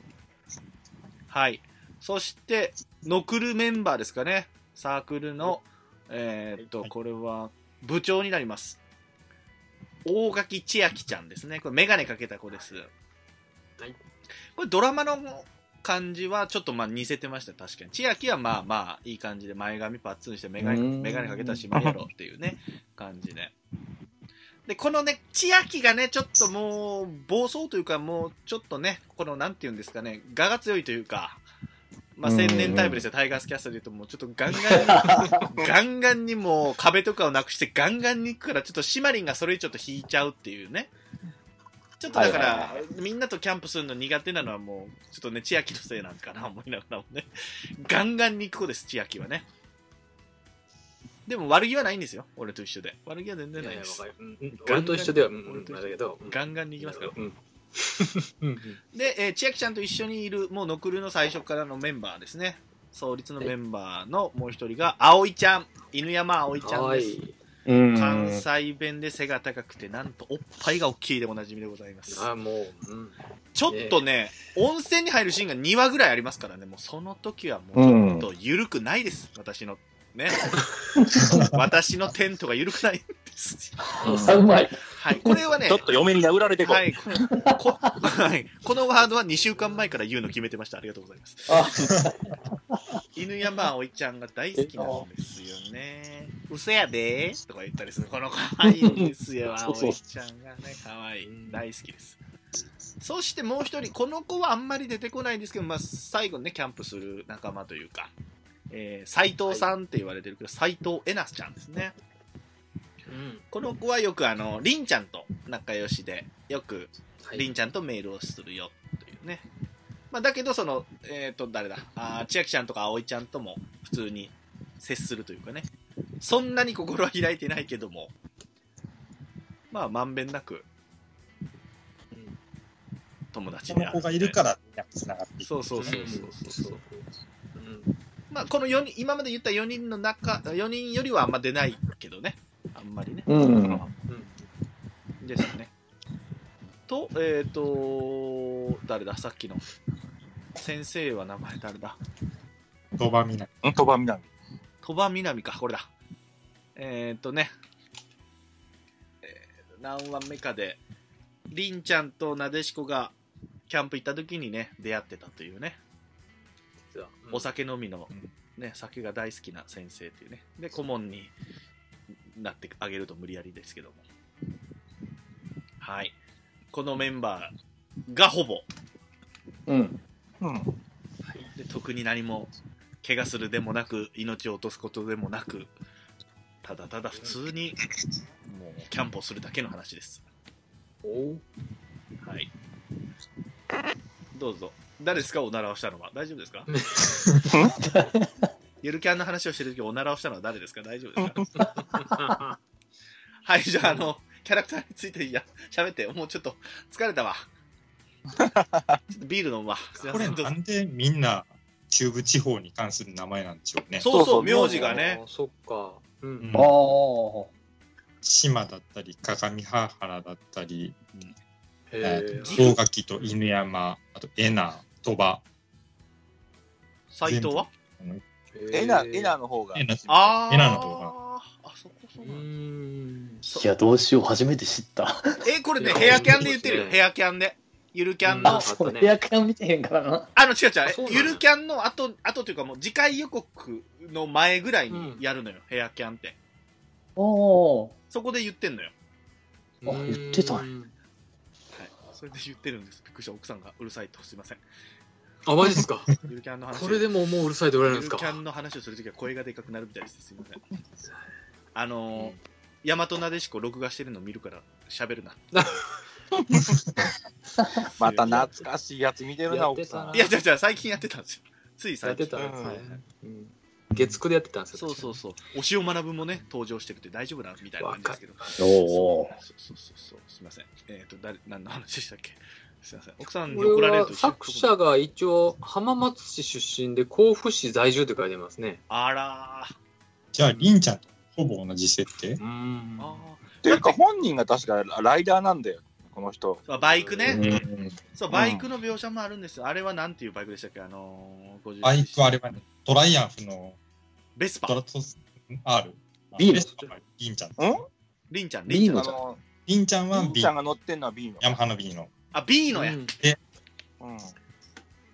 [SPEAKER 2] はいそしてノクルメンバーですかねサークルのえーっと
[SPEAKER 5] はい
[SPEAKER 2] これは部長になります大垣千秋ちゃんですねこれ眼鏡かけた子です、
[SPEAKER 3] い
[SPEAKER 2] これドラマの感じはちょっとまあ似せてました確かに千秋はまあまあいい感じで前髪パッツンして眼
[SPEAKER 4] う
[SPEAKER 2] 鏡
[SPEAKER 4] ん
[SPEAKER 2] 眼鏡かけたしまりやろっていうね感じでで、このね、千秋がね、ちょっともう、暴走というか、もう、ちょっとね、この、なんていうんですかね、我が強いというか、まあ、
[SPEAKER 4] うん
[SPEAKER 2] 青年タイプですよ、タイガースキャストで言うと、もう、ちょっとガンガ
[SPEAKER 4] <laughs>
[SPEAKER 2] ンに、ガンガンにもう、壁とかをなくして、ガンガンに行くから、ちょっとシマリンがそれちょっと引いちゃうっていうね。ちょっとだから、
[SPEAKER 4] はいはい
[SPEAKER 2] みんなとキャンプするの苦手なのはもう、ちょっとね、千秋のせいなんかな、思いながらもね。ガンガンに行く子です、千秋はね。でも悪気はないんですよ、俺と一緒で。悪気は全然
[SPEAKER 3] い
[SPEAKER 2] な
[SPEAKER 3] や
[SPEAKER 2] い
[SPEAKER 3] いや
[SPEAKER 2] です
[SPEAKER 3] わ。かるうんうん俺と一緒では、うんう
[SPEAKER 2] 俺
[SPEAKER 3] ん
[SPEAKER 2] と一緒
[SPEAKER 3] あれだけど。うん
[SPEAKER 2] ガンガンに行きますから。
[SPEAKER 3] うん。
[SPEAKER 2] <laughs>
[SPEAKER 3] うん
[SPEAKER 2] で、えー千秋ちゃんと一緒にいる、もうノクルの最初からのメンバーですね。創立のメンバーのもう一人が、葵ちゃん。犬山葵ち
[SPEAKER 3] か
[SPEAKER 2] ゃん
[SPEAKER 3] わ
[SPEAKER 2] で
[SPEAKER 3] い
[SPEAKER 2] す。
[SPEAKER 3] い。
[SPEAKER 4] うん
[SPEAKER 2] 関西弁で背が高くて、なんとおっぱいが大きいでおなじみでございます。
[SPEAKER 3] ああ、もう、うん。
[SPEAKER 2] ちょっとね、温泉に入るシーンが2話ぐらいありますからね、もうその時はもうちょっと緩くないです、私の。ね。私のテントが緩くないんです。
[SPEAKER 4] あうまい。
[SPEAKER 2] はい、これはね、
[SPEAKER 6] ちょっと嫁に殴られてこい。
[SPEAKER 2] はい、ここ <laughs> はいこのワードは2週間前から言うの決めてました。ありがとうございます。
[SPEAKER 4] あ
[SPEAKER 2] 犬山葵ちゃんが大好きなんですよね。嘘やでーとか言ったりする。この子可愛いんですよ、
[SPEAKER 4] <laughs> そうそう
[SPEAKER 2] 葵ちゃんがね。可愛い大好きです。そしてもう一人、この子はあんまり出てこないんですけど、まあ、最後ね、キャンプする仲間というか、えー、斎藤さんって言われてるけど、斎藤えなちゃんですね。
[SPEAKER 3] うん
[SPEAKER 2] この子はよくあの、りんちゃんと仲良しで、よく
[SPEAKER 3] は
[SPEAKER 2] りん
[SPEAKER 3] い。
[SPEAKER 2] ちゃんとメールをするよというね、まあ、だけどそのえっ、と誰だあー千秋ちゃんとか葵ちゃんとも普通に接するというかねそんなに心は開いてないけどもまあまんべんなく
[SPEAKER 3] うん
[SPEAKER 2] 友達
[SPEAKER 5] こ
[SPEAKER 2] で
[SPEAKER 5] の
[SPEAKER 2] あ
[SPEAKER 5] 子がいるから、みんな繋がっていく。
[SPEAKER 2] そうそうそうそうそうそう
[SPEAKER 3] うん
[SPEAKER 2] まあこの4人今まで言った4人の中4人よりはあんま出ないけどねあんまりね
[SPEAKER 4] うん。
[SPEAKER 3] うん
[SPEAKER 2] ですね。と、えっ、と、誰だ、さっきの。先生は名前誰だ
[SPEAKER 5] ドーバーミナ
[SPEAKER 6] うん、鳥羽みなみ。
[SPEAKER 2] 鳥羽みなみか、これだ。えっ、とね、えー何話目かで、りんちゃんとなでしこがキャンプ行った時にね、出会ってたというね、
[SPEAKER 3] 実はうん
[SPEAKER 2] お酒飲みの
[SPEAKER 5] うん、
[SPEAKER 2] ね、酒が大好きな先生っていうね、で、顧問になってあげると無理やりですけども。はい。このメンバーがほぼ、
[SPEAKER 4] うん。
[SPEAKER 6] うん。
[SPEAKER 2] で特に何も怪我するでもなく命を落とすことでもなくただただ普通にもうキャンプをするだけの話です
[SPEAKER 3] おう
[SPEAKER 2] はいどうぞ誰ですかおならをしたのは大丈夫です <laughs> かゆるキャンの話をしてるときおならをしたのは誰ですか大丈夫ですかはいじゃああのキャラクターについていや喋ってもうちょっと疲れた <laughs> わちょっとビール飲むわすい
[SPEAKER 5] こ
[SPEAKER 2] ませ
[SPEAKER 5] れ
[SPEAKER 2] んどう
[SPEAKER 5] な
[SPEAKER 2] ぞ
[SPEAKER 5] んでみんな中部地方に関する名前なんでしょうね。
[SPEAKER 2] そうそう
[SPEAKER 6] そうそう
[SPEAKER 2] 名字がね
[SPEAKER 3] あーそっか。うん。
[SPEAKER 5] うん
[SPEAKER 4] ああ。
[SPEAKER 5] 島だったり、鏡ヶ原だったり、
[SPEAKER 3] へ
[SPEAKER 5] え
[SPEAKER 3] え
[SPEAKER 5] ー。と大垣と犬山、あと恵那、鳥羽。
[SPEAKER 2] 斎藤は
[SPEAKER 6] エナ、エナ
[SPEAKER 3] の。
[SPEAKER 6] の方が。
[SPEAKER 5] エナ
[SPEAKER 6] あ
[SPEAKER 2] あ
[SPEAKER 5] エ
[SPEAKER 2] ー
[SPEAKER 5] ナの動
[SPEAKER 2] あそこそうう
[SPEAKER 3] ー
[SPEAKER 2] なんだ
[SPEAKER 3] ん。
[SPEAKER 4] いや、どうしよう、初めて知った。
[SPEAKER 2] えこれね
[SPEAKER 3] いや
[SPEAKER 2] ヘアキャンで言ってるよ
[SPEAKER 3] 面白い
[SPEAKER 2] ヘアキャンでゆるキャン
[SPEAKER 3] うん
[SPEAKER 2] の
[SPEAKER 4] あ、そう、
[SPEAKER 3] ね
[SPEAKER 4] ヘアカン見てへんからな。
[SPEAKER 2] あの、違う
[SPEAKER 3] あ
[SPEAKER 2] 違
[SPEAKER 3] そう
[SPEAKER 2] う
[SPEAKER 3] な、んや
[SPEAKER 2] ゆるキャンの後、後というかもう次回予告の前ぐらいにやるのよ、ヘアキャンって。
[SPEAKER 4] おー。
[SPEAKER 2] そこで言ってんのよ。
[SPEAKER 4] あ言ってたんや
[SPEAKER 3] うん
[SPEAKER 2] はい。それで言ってるんです。びっくりした、奥さんがうるさいと、すいません。
[SPEAKER 3] あ、マジですか。
[SPEAKER 2] <laughs> ゆるキャンの話。
[SPEAKER 3] これでももううるさいと言われ
[SPEAKER 2] ゆ
[SPEAKER 3] る
[SPEAKER 2] る
[SPEAKER 3] んです
[SPEAKER 2] キ
[SPEAKER 3] か。
[SPEAKER 2] ャンの話をするときは声がでかくなるみたいです。すいません。あのー、大和なでしこ録画してるの見るから喋る
[SPEAKER 3] <laughs>
[SPEAKER 2] な。
[SPEAKER 6] <laughs> また懐かしいやつ見てるな、
[SPEAKER 3] やって
[SPEAKER 6] 奥
[SPEAKER 3] た
[SPEAKER 6] さ
[SPEAKER 3] なん
[SPEAKER 2] い。や、じゃじゃ最近やってたんですよ。つい
[SPEAKER 3] や
[SPEAKER 2] 最
[SPEAKER 3] って
[SPEAKER 2] 近。
[SPEAKER 3] たんです
[SPEAKER 2] はい
[SPEAKER 3] ね。うん月9でやってたんですよ。。
[SPEAKER 2] そうそううそう。推しを学ぶもね、登場してくて大丈夫なみたいな感じですけど。
[SPEAKER 4] おー。
[SPEAKER 2] そうそうそうそう、すみません。えっ、と、誰、何の話でしたっけすみません。奥さんに怒
[SPEAKER 3] これ
[SPEAKER 2] られる
[SPEAKER 3] は
[SPEAKER 2] と一緒
[SPEAKER 3] 作者が一応浜松市出身で甲府市在住って書いてますね。
[SPEAKER 2] あらー。
[SPEAKER 5] じゃあ、りんちゃんとほぼ同じ設定
[SPEAKER 3] うん
[SPEAKER 2] あ
[SPEAKER 6] っていうか、本人が確かライダーなんだよ、この人。
[SPEAKER 2] ーバイクね、
[SPEAKER 5] うん
[SPEAKER 2] そう、バイクの描写もあるんですよ。あれはなんていうバイクでしたっけあのー、50cc
[SPEAKER 5] バイクあれはね、トライアンフの
[SPEAKER 2] ベス
[SPEAKER 5] ドラ
[SPEAKER 2] パ。
[SPEAKER 5] トス R。
[SPEAKER 4] ビーム
[SPEAKER 5] レストはビームちゃん。
[SPEAKER 2] リンちゃん、リ
[SPEAKER 4] リ
[SPEAKER 2] ン
[SPEAKER 4] ン
[SPEAKER 2] ちゃん。
[SPEAKER 4] のじゃん。
[SPEAKER 6] あの、
[SPEAKER 5] リンちゃんは
[SPEAKER 6] りん
[SPEAKER 5] ビ
[SPEAKER 6] ちゃん
[SPEAKER 5] ー
[SPEAKER 6] が乗ってんのは B の。
[SPEAKER 5] ヤマハのビーの。
[SPEAKER 2] あ、B のや。
[SPEAKER 3] うん
[SPEAKER 6] うん。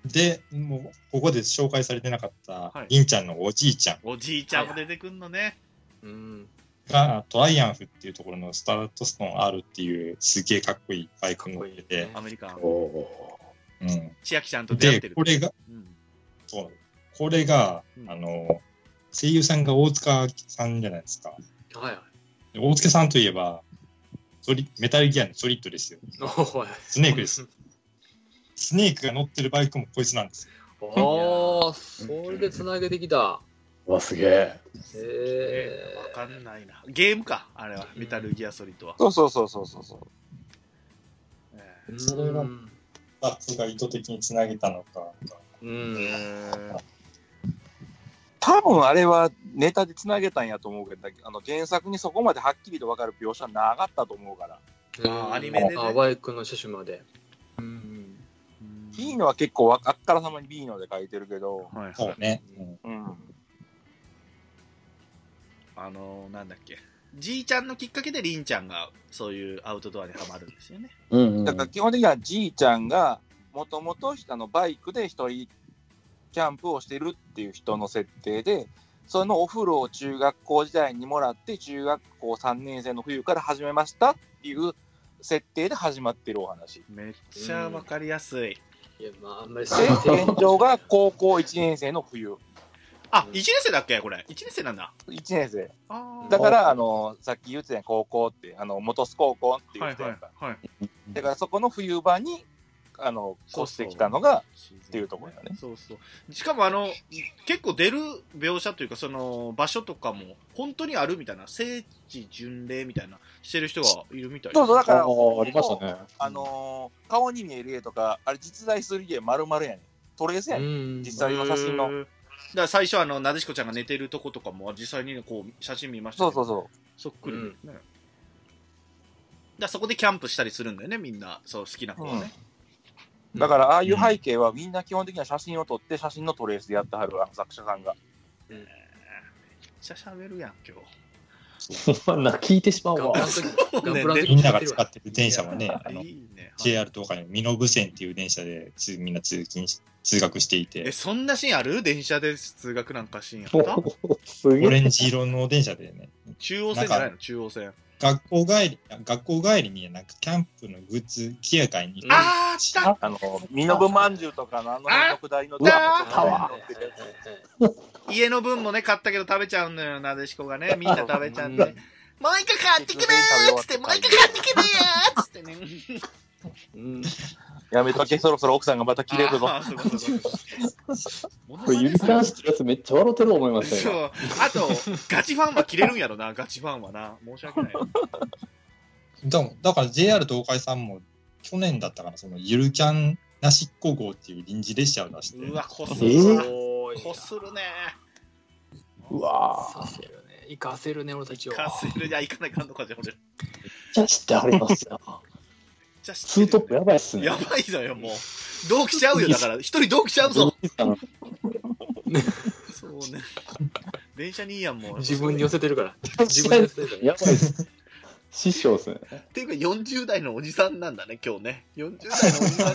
[SPEAKER 5] で、もうここで紹介されてなかった
[SPEAKER 2] はい
[SPEAKER 5] リンちゃんのおじいちゃん
[SPEAKER 2] おじいちゃんも出てくんのね。
[SPEAKER 3] うん。
[SPEAKER 5] がトライアンフっていうところのスタートストーン R っていうすげえかっこいいバイク乗ってて
[SPEAKER 3] か、
[SPEAKER 2] アメリカン。
[SPEAKER 4] お
[SPEAKER 2] 千秋ちゃんと
[SPEAKER 5] うん、
[SPEAKER 2] 出会っ
[SPEAKER 5] で
[SPEAKER 2] てる。
[SPEAKER 5] これが
[SPEAKER 2] うん
[SPEAKER 5] そうこれが、
[SPEAKER 2] うん
[SPEAKER 5] あの声優さんが大塚さんじゃないですか
[SPEAKER 3] はいはい。
[SPEAKER 5] で大塚さんといえばソリメタルギアのソリッドですよ
[SPEAKER 3] おーはい
[SPEAKER 5] スネークです。スネークが乗ってるバイクもこいつなんですよ
[SPEAKER 3] ああ、それでつなげてきた。
[SPEAKER 4] うわ、すげえ。
[SPEAKER 3] へ
[SPEAKER 2] わかんないな。ゲームか、あれは。メタルギアソリッドは。
[SPEAKER 6] そうそうそうそうそうそう。
[SPEAKER 2] え
[SPEAKER 3] え。
[SPEAKER 5] それがスタッツが意図的につなげたのか
[SPEAKER 3] うん。
[SPEAKER 2] ー
[SPEAKER 6] 多分あれはネタでつなげたんやと思うけど、あの原作にそこまではっきりと分かる描写はなかったと思うから。
[SPEAKER 2] あーアニメでね
[SPEAKER 3] あバイクの車種まで。うん。
[SPEAKER 2] うん
[SPEAKER 6] ビーノは結構わあっからさまにビーノで書いてるけど、
[SPEAKER 2] はい
[SPEAKER 5] そうね、うん
[SPEAKER 6] うん。
[SPEAKER 2] あのーなんだっけじいちゃんのきっかけでりんちゃんがそういうアウトドアにハマるんですよね
[SPEAKER 4] うん、うん。
[SPEAKER 6] だから基本的にはじいちゃんがもともとあのバイクで一人キャンプをしてるっていう人の設定で、そのお風呂を中学校時代にもらって、中学校3年生の冬から始めましたっていう設定で始まってるお話。
[SPEAKER 2] めっちゃわかりやすい、
[SPEAKER 3] いや、まあ、あんまり
[SPEAKER 6] <laughs> で、
[SPEAKER 2] <laughs>
[SPEAKER 6] 現状が高校1年生の冬。
[SPEAKER 2] あ一1年生だっけこれ1年生なんだ
[SPEAKER 6] 1年生。
[SPEAKER 2] あ
[SPEAKER 6] だから、あの、さっき言ってたやん高校って、あの、元栖高校って言
[SPEAKER 2] は
[SPEAKER 6] っ
[SPEAKER 2] い
[SPEAKER 6] てた
[SPEAKER 2] は
[SPEAKER 6] や
[SPEAKER 2] い
[SPEAKER 6] んか。
[SPEAKER 2] はい
[SPEAKER 6] だからそこの冬場に、あの、越してきたのが、っていうところだね
[SPEAKER 2] そうそうしかもあの結構出る描写というかその場所とかも本当にあるみたいな聖地巡礼みたいなしてる人がいるみたい
[SPEAKER 6] そうそう、だから、
[SPEAKER 5] ありましたね
[SPEAKER 6] あのー顔に見える絵とか、あれ実在する絵丸々やねん。トレースや
[SPEAKER 3] う
[SPEAKER 6] ねん。
[SPEAKER 3] ん。
[SPEAKER 6] 実際の写真
[SPEAKER 2] へ
[SPEAKER 6] の。
[SPEAKER 2] ーだから最初あのなでしこちゃんが寝てるとことかも実際にこう写真見ましたけど
[SPEAKER 6] そうそうそ
[SPEAKER 2] そっくりだよね、だからそこでキャンプしたりするんだよねみんなそう好きな子はね、
[SPEAKER 6] う。だから、ああいう背景はみんな基本的には写真を撮って、写真のトレースでやってはる、あの作者さんが。
[SPEAKER 2] めっちゃ喋るやん今日
[SPEAKER 4] ほんまな、聞いて <laughs> しまう
[SPEAKER 3] ガン
[SPEAKER 4] わ
[SPEAKER 3] プ。ラの時、ガンプラの時
[SPEAKER 5] みんなが使ってる電車はねあの
[SPEAKER 2] いいね
[SPEAKER 5] JR 東海の身延線っていう電車でつみんな通勤し通学してい
[SPEAKER 2] え
[SPEAKER 5] て、
[SPEAKER 2] そんなシーンある電車で通学なんかシーンあった
[SPEAKER 4] す
[SPEAKER 5] オ
[SPEAKER 4] げ
[SPEAKER 5] レ
[SPEAKER 4] え。
[SPEAKER 5] ンジ色の電車でね、
[SPEAKER 2] 中央線じゃないの中央線
[SPEAKER 5] 学校帰り、あ学校帰りになんかキャンプのグッズ、木屋買いに行っ
[SPEAKER 2] あーあったあっ
[SPEAKER 6] あの、身延まんじゅうとかのあの辺の下りの
[SPEAKER 2] あった
[SPEAKER 4] タワ
[SPEAKER 3] はいはいはいはい
[SPEAKER 2] た家の分もね買ったけど食べちゃうのよなでしこがねみんな食べちゃうんで
[SPEAKER 3] うん
[SPEAKER 2] もう一回買ってきなーっつってもう一回買ってきなーっつってね
[SPEAKER 6] うん、やめとけ、そろそろ奥さんがまた切れるぞ。
[SPEAKER 2] あーそうかそうかそうか
[SPEAKER 4] これゆりかんしてるやつめっちゃ笑ってる思いました
[SPEAKER 2] そ
[SPEAKER 4] よ。
[SPEAKER 2] う。あと、ガチファンは切れるんやろな、ガチファンはな。申し訳ない。
[SPEAKER 5] だもだから JR 東海さんも去年だったかな、そのゆるキャンなしっこ号っていう臨時列車を出して、
[SPEAKER 2] うわ、こす
[SPEAKER 4] え
[SPEAKER 2] るな。
[SPEAKER 3] お
[SPEAKER 2] こするね。
[SPEAKER 4] うわ
[SPEAKER 3] させるね。行かせるね、俺たちを。
[SPEAKER 2] かするじゃ行かないかんのかじゃ、ほんじゃ。めっ
[SPEAKER 4] ー、めっちゃ知ってありますよ。
[SPEAKER 2] ちゃ知
[SPEAKER 4] ツートップやばいっすね。
[SPEAKER 2] やばいのよ、もう。同期ちゃうよ、だから。一人同期ちゃうぞ。そうね。電車にいいやん、もう。
[SPEAKER 3] 自分に寄せてるから。自
[SPEAKER 4] 自
[SPEAKER 3] 分
[SPEAKER 4] 分
[SPEAKER 3] に寄
[SPEAKER 4] で
[SPEAKER 3] せてるから。
[SPEAKER 4] やばいっす。師匠っすね。
[SPEAKER 2] っていうか、40代のおじさんなんだね、今日ね。40代のおじさん。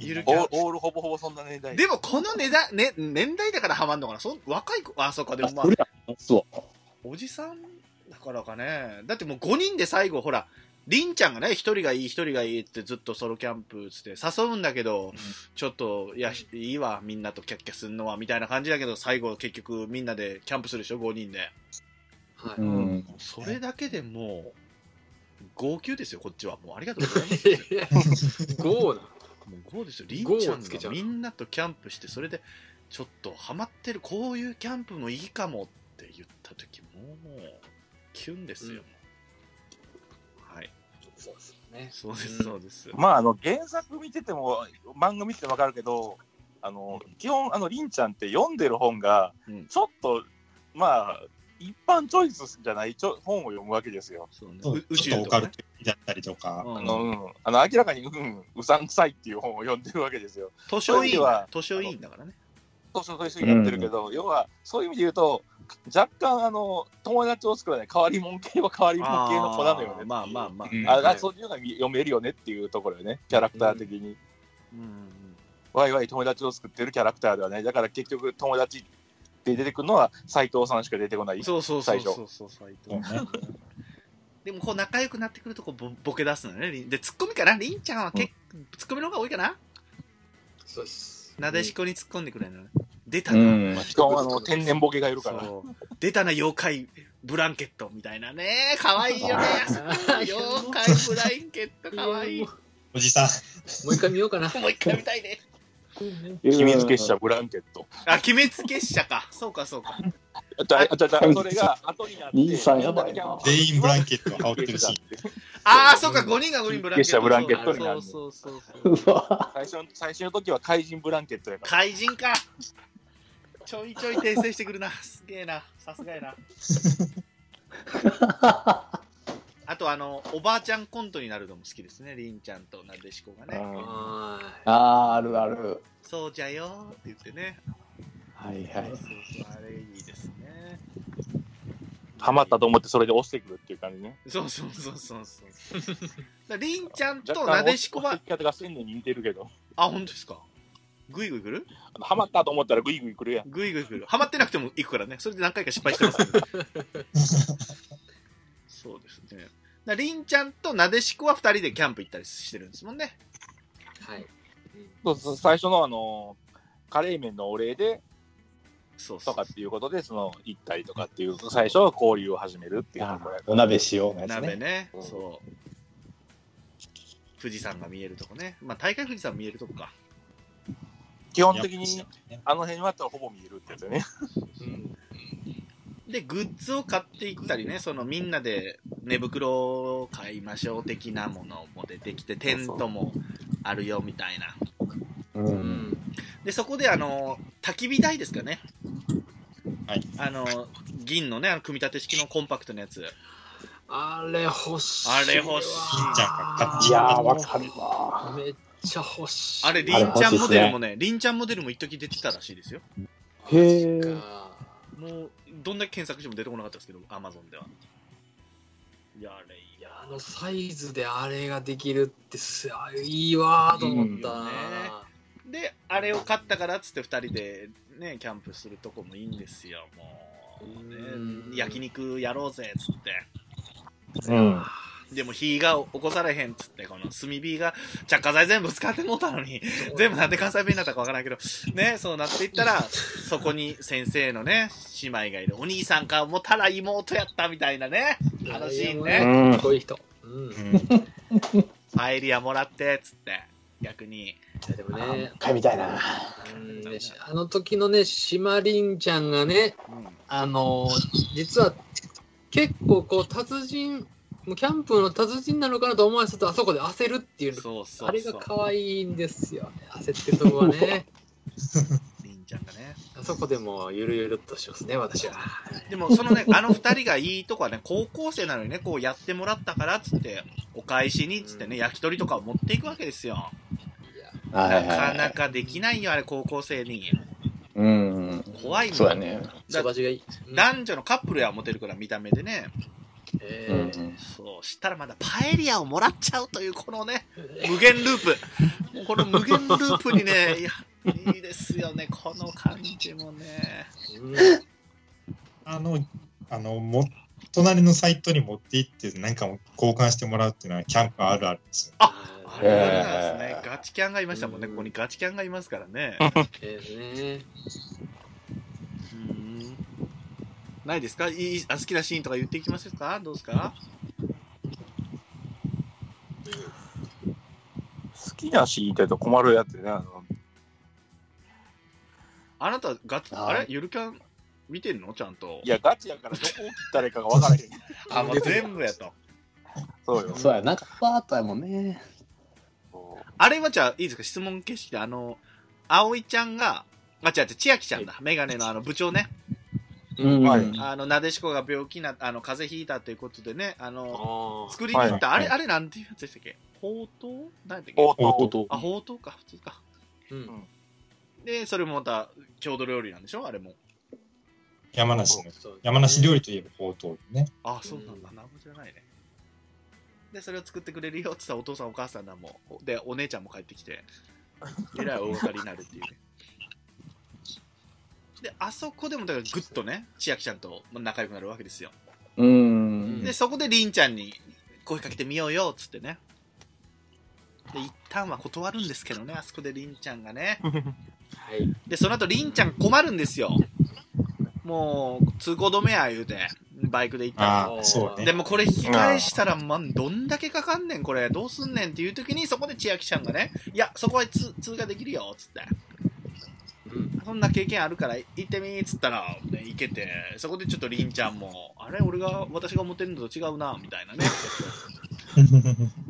[SPEAKER 2] ゆるキ
[SPEAKER 6] オ
[SPEAKER 2] ャ
[SPEAKER 6] ールオールほぼほぼそんな年代。
[SPEAKER 2] でも、この値段、ね、年代だからハマんのかな。そん若い子、あ、そうか、で
[SPEAKER 4] あ、
[SPEAKER 2] もまあ
[SPEAKER 4] そ、れや。そう。
[SPEAKER 2] おじさんだからかね。だってもう5人で最後、ほら、りんちゃんがね、一人がいい、一人がいいってずっとソロキャンプつって誘うんだけど、ちょっと、いや、いいわ、みんなとキャッキャすんのは、みたいな感じだけど、最後結局みんなでキャンプするでしょ、5人で。
[SPEAKER 3] は
[SPEAKER 4] う
[SPEAKER 3] い
[SPEAKER 4] ん。
[SPEAKER 2] それだけでもう、号泣ですよ、こっちは。もうありがとうございます。
[SPEAKER 3] ゴーな。
[SPEAKER 2] もう5ですよ。りんち
[SPEAKER 3] 5
[SPEAKER 2] ゃ
[SPEAKER 3] を
[SPEAKER 2] ん
[SPEAKER 3] つけちゃ
[SPEAKER 2] が
[SPEAKER 3] う
[SPEAKER 2] みんなとキャンプして、それで、ちょっとハマってる、こういうキャンプもいいかもって言った時もう、もう、キュンですよ。はい。
[SPEAKER 3] そうですよね。
[SPEAKER 2] そうです、そうです。
[SPEAKER 6] まあ、あの、原作見てても、漫画見ててわかるけど、あの、基本、あの、りんちゃんって読んでる本が
[SPEAKER 2] うん、
[SPEAKER 6] ちょっと、まあ、一般チョイスじゃないちょ本を読むわけですよ。
[SPEAKER 2] そうね
[SPEAKER 5] そう
[SPEAKER 2] う宇
[SPEAKER 5] ちょ
[SPEAKER 2] 宙
[SPEAKER 5] っとオ
[SPEAKER 2] とか、
[SPEAKER 5] カル
[SPEAKER 2] ね。
[SPEAKER 5] トだったりとか、
[SPEAKER 2] う
[SPEAKER 6] あ
[SPEAKER 2] ん
[SPEAKER 6] の、うん。あの、明らかに、うん、うさんくさいっていう本を読んでるわけですよ。
[SPEAKER 2] 図書
[SPEAKER 6] そういう意
[SPEAKER 2] 委
[SPEAKER 6] 味で
[SPEAKER 2] 員
[SPEAKER 6] は、
[SPEAKER 2] 図書委員だからね。
[SPEAKER 6] そうそう、そういう人やってるけど、要は、そういう意味で言うと、若干、あの、友達を作らない変わり者系は変わり者系の子なのよねって
[SPEAKER 2] あー
[SPEAKER 6] いう。
[SPEAKER 2] まあまあまあ。
[SPEAKER 5] うん
[SPEAKER 6] あ、
[SPEAKER 2] は
[SPEAKER 6] あ
[SPEAKER 2] い
[SPEAKER 6] そういうのが読めるよねっていうところよね、キャラクター的に。
[SPEAKER 2] うんうん
[SPEAKER 6] わいわい友達を作ってるキャラクターではない。だから結局、友達って出てくるのは斎藤さんしか出てこな
[SPEAKER 2] う
[SPEAKER 6] い
[SPEAKER 2] ん。そうそうそう
[SPEAKER 6] 最初
[SPEAKER 2] そうそう、斎
[SPEAKER 5] そう
[SPEAKER 2] 藤。
[SPEAKER 5] ね
[SPEAKER 2] でもこう仲良くなってくるとこうぼボケ出すのね。りんで、ツッコミかなりんちゃんは結構、ツッコミの方が多いかな
[SPEAKER 3] そうです。
[SPEAKER 2] なでしこに突っ込んでくれるのね。出た
[SPEAKER 4] う
[SPEAKER 2] な。
[SPEAKER 4] ん。
[SPEAKER 6] しかもあの天然ボケがいるから。
[SPEAKER 2] そう出たな妖怪ブランケットみたいなね可愛いよね妖怪ブランケット可愛い
[SPEAKER 3] も
[SPEAKER 2] も
[SPEAKER 5] おじさん、
[SPEAKER 3] う一回見ようかな。
[SPEAKER 2] う一回見たいね
[SPEAKER 6] 秘密結社ブランケット。
[SPEAKER 2] あ鬼滅結社かそうか
[SPEAKER 6] <laughs>
[SPEAKER 2] そうか
[SPEAKER 6] あじゃあ、じゃあじゃあそれが後になって。
[SPEAKER 4] 兄さんやばいな
[SPEAKER 5] 全員ブランケットを羽織ってるシーン。
[SPEAKER 2] ああそうか5人が5人ブランケット
[SPEAKER 6] 結社ブランケッ
[SPEAKER 3] ト
[SPEAKER 6] になる
[SPEAKER 2] そうそうそうそう
[SPEAKER 4] うわ
[SPEAKER 6] 最初の最初の時は怪人ブランケットやから。
[SPEAKER 2] 怪人かちょいちょい訂正してくるなすげえなさすが
[SPEAKER 6] <laughs>
[SPEAKER 2] やなあとあのおばあちゃんコントになるのも好きですねりんちゃんとなでしこがね
[SPEAKER 6] うん
[SPEAKER 3] は
[SPEAKER 4] あー、あるある。
[SPEAKER 2] そうじゃよーって言ってね
[SPEAKER 4] はいは
[SPEAKER 2] そうそ
[SPEAKER 4] い。
[SPEAKER 2] うそうあれいいですね
[SPEAKER 6] ハマったと思ってそれで押してくるっていう感じね。
[SPEAKER 2] そうそうそうそうそう。だりんちゃん
[SPEAKER 6] 若
[SPEAKER 2] と
[SPEAKER 6] 干
[SPEAKER 2] なでしこは
[SPEAKER 6] 押、し方が千年に似てるけど。
[SPEAKER 2] あ、本当ですか。ぐいぐい来る
[SPEAKER 6] あのハマったと思ったらグイグイ来るやん。
[SPEAKER 2] ぐいぐい来る。ハマってなくても行くからね。それで何回か失敗してますけど。そうですね。だりんちゃんとなでしこは2人でキャンプ行ったりしてるんですもんね。
[SPEAKER 3] い。はい。
[SPEAKER 6] そうそう最初のあのカレー麺のお礼で
[SPEAKER 2] そうそ
[SPEAKER 6] と
[SPEAKER 2] う
[SPEAKER 6] かっていうことでその行ったりとかっていう最初は交流を始めるっていうところや
[SPEAKER 4] お鍋しようのやつ
[SPEAKER 2] 鍋
[SPEAKER 4] ね。
[SPEAKER 2] ね。
[SPEAKER 3] うん
[SPEAKER 2] そう。富士山が見えるとこね。まあ、大会富士山見えるとこか。
[SPEAKER 6] 基本的に
[SPEAKER 5] やっぱりね
[SPEAKER 6] あの辺はったらほぼ見えるってやつよね。
[SPEAKER 3] うん。
[SPEAKER 2] で、グッズを買っていったりね、そのみんなで寝袋を買いましょう的なものも出てきて、テントもあるよみたいな。
[SPEAKER 3] う
[SPEAKER 4] う。
[SPEAKER 3] んん。
[SPEAKER 2] で、そこであの、焚き火台ですかね。
[SPEAKER 5] はい。
[SPEAKER 2] あの、銀のね、あの組み立て式のコンパクトのやつ。
[SPEAKER 3] あれ欲しい。
[SPEAKER 2] あれ欲しい
[SPEAKER 5] じゃん買っ
[SPEAKER 4] いやー、わかるわ。
[SPEAKER 3] めっちゃ欲しい。
[SPEAKER 2] あれ、り
[SPEAKER 4] あれ
[SPEAKER 2] ん
[SPEAKER 4] 欲
[SPEAKER 2] ち
[SPEAKER 4] しい
[SPEAKER 2] ゃ
[SPEAKER 4] っす
[SPEAKER 2] ん
[SPEAKER 4] ね
[SPEAKER 2] モデルもね、りんちゃんモデルも一時出てたらしいですよ。
[SPEAKER 4] へー
[SPEAKER 3] か
[SPEAKER 2] もう、どんだけ検索しても出てこなかったですけど、アマゾンでは。いや、あれ、い
[SPEAKER 3] い
[SPEAKER 2] や
[SPEAKER 3] や、あのサイズであれができるってすあいいわーと思ったな、
[SPEAKER 2] で、あれを買ったからっつって2人でね、キャンプするとこもいいんですよ、もう。
[SPEAKER 3] うん
[SPEAKER 2] ね、焼肉やろうぜっつって。
[SPEAKER 4] うん。
[SPEAKER 2] でも火が起こされへんっつって、この炭火が着火剤全部使ってもうたのに、全部なんで関西弁になったかわからんけど、ね、そうなっていったら、そこに先生のね、姉妹がいる。お兄さんかもたら妹やったみたいなね、
[SPEAKER 3] あれ
[SPEAKER 2] 楽しい
[SPEAKER 4] うん
[SPEAKER 2] ね。
[SPEAKER 4] ん
[SPEAKER 3] かっこいい人。うん。
[SPEAKER 5] うん
[SPEAKER 2] パエリアもらってっつって逆に
[SPEAKER 3] いやでも
[SPEAKER 4] あーもう
[SPEAKER 3] ね
[SPEAKER 4] 一回見たいな。
[SPEAKER 3] うんねあの時のねシマリンちゃんがね
[SPEAKER 2] うん
[SPEAKER 3] あの実は結構こう達人もうキャンプの達人なのかなと思わせるとあそこで焦るっていう
[SPEAKER 2] そうそうそう
[SPEAKER 3] あれが可愛いんですよね焦ってるとこ
[SPEAKER 2] <laughs>
[SPEAKER 3] はね
[SPEAKER 2] りんちゃんがね
[SPEAKER 3] あそこでもゆるゆるっとしますね私は
[SPEAKER 2] でもそのねあの二人がいいとこはね高校生なのにねこうやってもらったからっつってお返しにっつってね焼き鳥とかを持っていくわけですよ
[SPEAKER 4] は
[SPEAKER 2] ない
[SPEAKER 4] はい
[SPEAKER 2] か
[SPEAKER 4] は。
[SPEAKER 2] ないかできないよあれ高校生に
[SPEAKER 4] うんうん。
[SPEAKER 2] 怖いもん
[SPEAKER 4] そうやね。
[SPEAKER 3] そばじがいい、うん
[SPEAKER 2] 男女のカップルやモテるから見た目でね
[SPEAKER 3] え
[SPEAKER 4] うん
[SPEAKER 3] ー
[SPEAKER 4] うん。
[SPEAKER 2] そうしたらまだパエリアをもらっちゃうというこのね無限ループこの無限ループにねいやいいですよねこの感じもね
[SPEAKER 3] うん
[SPEAKER 5] あの、あの、も、隣のサイトに持って行って、なんかを交換してもらうっていうのは、キャンプあるあるですよ。
[SPEAKER 2] あ
[SPEAKER 3] あ
[SPEAKER 2] れ
[SPEAKER 3] れ
[SPEAKER 2] なん
[SPEAKER 3] は
[SPEAKER 2] ですね、
[SPEAKER 4] えー
[SPEAKER 2] ガチキャンがいましたもんね
[SPEAKER 3] うん
[SPEAKER 2] ここにガチキャンがいますからね
[SPEAKER 3] えーね
[SPEAKER 2] うんないですかいいあ好きなシーンとか言っていきますかどうですか
[SPEAKER 6] 好きなシーンだと困るやつね。あの
[SPEAKER 2] あなたガチあ
[SPEAKER 4] はい
[SPEAKER 2] れゆるキャン見てんのちゃんと
[SPEAKER 6] いや、ガチやからどこを切ったらいいかが分からへん。
[SPEAKER 2] あもう全部やと
[SPEAKER 6] そうよ。
[SPEAKER 4] そうや、なんかふわーっとやもんね。
[SPEAKER 2] あれはじゃあ、いいですか質問形式で、あの、葵ちゃんが、あ、違う違う、千秋ちゃんだ。メガネのあの部長ね。
[SPEAKER 4] うん。
[SPEAKER 6] はい
[SPEAKER 2] あの、なでしこが病気な、あの、風邪ひいたということでね、あ
[SPEAKER 3] あ
[SPEAKER 2] の、
[SPEAKER 3] ー
[SPEAKER 2] 作りに行った、
[SPEAKER 5] はい
[SPEAKER 2] あれ、あれなんていうやつでしたっけほうとう何だっけ
[SPEAKER 6] おっと、
[SPEAKER 4] と
[SPEAKER 2] あ、ほうとうか、普通か。
[SPEAKER 3] うん
[SPEAKER 2] で、それもまた、郷土料理なんでしょあれも。
[SPEAKER 5] 山梨の。
[SPEAKER 3] そう
[SPEAKER 5] 山梨料理といえば、ほうとうね。
[SPEAKER 2] あ、そうなんだ。なんもじゃないね。で、それを作ってくれるよって言ったらお父さんお母さんだもん。で、お姉ちゃんも帰ってきて、えらい大掛かりになるっていうね。で、あそこでもだからぐっとね、千秋ちゃんと仲良くなるわけですよ。
[SPEAKER 4] うん。
[SPEAKER 2] で、そこで凛ちゃんに声かけてみようよっつってね。で、一旦は断るんですけどね、あそこで凛ちゃんがね。
[SPEAKER 3] はい
[SPEAKER 2] で、その後凛ちゃん困るんですよ。もう、通行止めや言うて、バイクで行ったら。
[SPEAKER 5] ああ、そうね。
[SPEAKER 2] でもこれ引き返したら、まん、どんだけかかんねん、これ、どうすんねんっていう時に、そこで千秋ちゃんがね、いや、そこは通通過できるよ、つって。
[SPEAKER 3] うん
[SPEAKER 2] そんな経験あるから、行ってみー、つったら、ね、行けて、そこでちょっとりんちゃんも、あれ、俺が、私が思ってるのと違うな、みたいなね。 <laughs>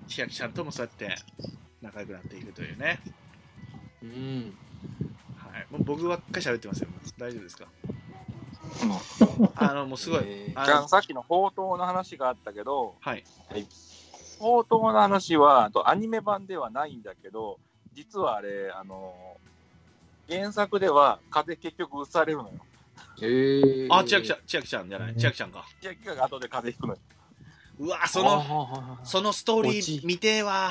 [SPEAKER 2] 千秋ちゃんともそうやって、仲良くなっていくというね。
[SPEAKER 3] うん
[SPEAKER 2] はい。もう僕ばっかり喋ってますよ。大丈夫ですか
[SPEAKER 6] うん
[SPEAKER 2] あの、もうすごい。
[SPEAKER 3] えー
[SPEAKER 2] あ
[SPEAKER 6] じゃあ
[SPEAKER 2] の、
[SPEAKER 6] さっきの宝刀の話があったけど、
[SPEAKER 2] はい。
[SPEAKER 6] 宝刀の話はあとアニメ版ではないんだけど、実はあれ、あの原作では風結局うされるのよ。
[SPEAKER 3] えー
[SPEAKER 2] あ、千秋ちゃん、千秋ちゃんじゃない。千秋ちゃんか。
[SPEAKER 6] 千秋が後で風邪ひくのよ。
[SPEAKER 2] うわ、そ
[SPEAKER 3] あ
[SPEAKER 2] の、
[SPEAKER 3] ー
[SPEAKER 2] そのストーリ
[SPEAKER 3] おじ
[SPEAKER 2] ー見てえわ。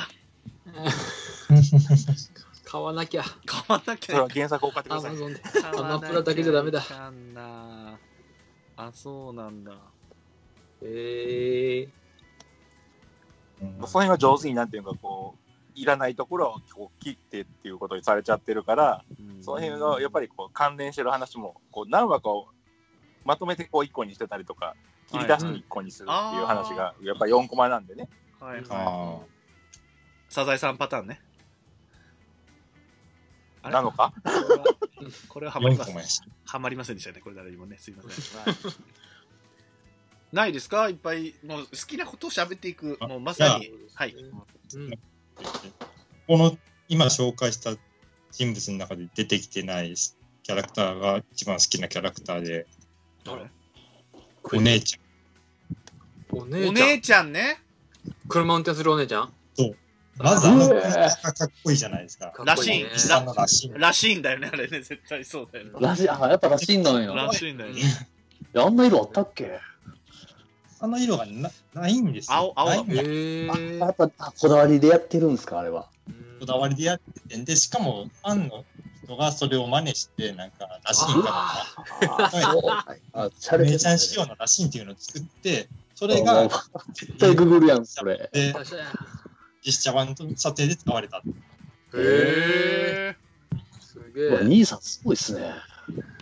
[SPEAKER 3] 買わなきゃ
[SPEAKER 2] 買わなき
[SPEAKER 6] それ
[SPEAKER 2] ゃ
[SPEAKER 6] は原作を買ってく
[SPEAKER 3] ア
[SPEAKER 6] ださ
[SPEAKER 3] マ
[SPEAKER 6] い。
[SPEAKER 3] ゾンで
[SPEAKER 2] 買わなきゃ
[SPEAKER 3] アマプラだけじゃダメだ
[SPEAKER 2] いかんなあそうなんだ
[SPEAKER 3] え
[SPEAKER 5] うん
[SPEAKER 6] その辺は上手になんていうか、こう、いらないところはこう切ってっていうことにされちゃってるから、その辺がやっぱ
[SPEAKER 2] り
[SPEAKER 6] りこう関連してる話も、こう何話かをまとめてこう1個にしてたりとか、切り出して1個にするっていう話が、やっぱり4コマなんでね。
[SPEAKER 2] はいは
[SPEAKER 5] あ
[SPEAKER 2] いサザエさんパターンねあれ
[SPEAKER 6] なのか
[SPEAKER 2] これはこれは
[SPEAKER 5] あ、
[SPEAKER 2] ハマり
[SPEAKER 5] 4
[SPEAKER 2] ま
[SPEAKER 5] 個
[SPEAKER 2] せん
[SPEAKER 5] もやし。
[SPEAKER 2] ハマりませんでしたねこれ誰にもねすいませんないですかいっぱいもう好きなことを喋っていく
[SPEAKER 5] あ
[SPEAKER 2] もうまさに
[SPEAKER 3] ー
[SPEAKER 2] はい
[SPEAKER 3] うん
[SPEAKER 5] この、今紹介した人物の中で出てきてないキャラクターが一番好きなキャラクターで、
[SPEAKER 2] どれ
[SPEAKER 5] お姉ちゃん。
[SPEAKER 3] お
[SPEAKER 2] お
[SPEAKER 3] 姉ちゃん
[SPEAKER 2] 姉ちゃんね
[SPEAKER 3] 車運転するお姉ちゃん
[SPEAKER 5] まずあの子がかっこいいじゃないですか。
[SPEAKER 3] かっ
[SPEAKER 2] ら
[SPEAKER 3] こ
[SPEAKER 2] しい
[SPEAKER 3] ね
[SPEAKER 5] 岸さんのらしい。
[SPEAKER 2] らしいんだよねあれね絶対そうだよね
[SPEAKER 4] らしい、あ、やっぱらしいんだよ。
[SPEAKER 2] らしいんだよね
[SPEAKER 4] いやあんな色あったっけ
[SPEAKER 5] あの色がなないんですよ。
[SPEAKER 2] 青青
[SPEAKER 5] ないんだ
[SPEAKER 3] えー
[SPEAKER 4] やっぱあこだわりでやってるんですか、あれは。
[SPEAKER 5] こだわりでやってて、で、しかもファンの人がそれを真似して、なんか、らしい
[SPEAKER 3] あ
[SPEAKER 5] か
[SPEAKER 3] ー
[SPEAKER 5] ら、は
[SPEAKER 4] あ、チャ
[SPEAKER 5] い、
[SPEAKER 4] レン
[SPEAKER 5] 姉
[SPEAKER 4] ジ。
[SPEAKER 5] ちゃん仕様のらしいっていうのを作って、それが、
[SPEAKER 4] 絶対ググるやん、それ。
[SPEAKER 5] で、
[SPEAKER 3] 達者や
[SPEAKER 5] 実写版の査定で使われた。
[SPEAKER 3] へ
[SPEAKER 2] え
[SPEAKER 3] えーすげ
[SPEAKER 4] うわ
[SPEAKER 3] え
[SPEAKER 4] 兄さんすごいっすね。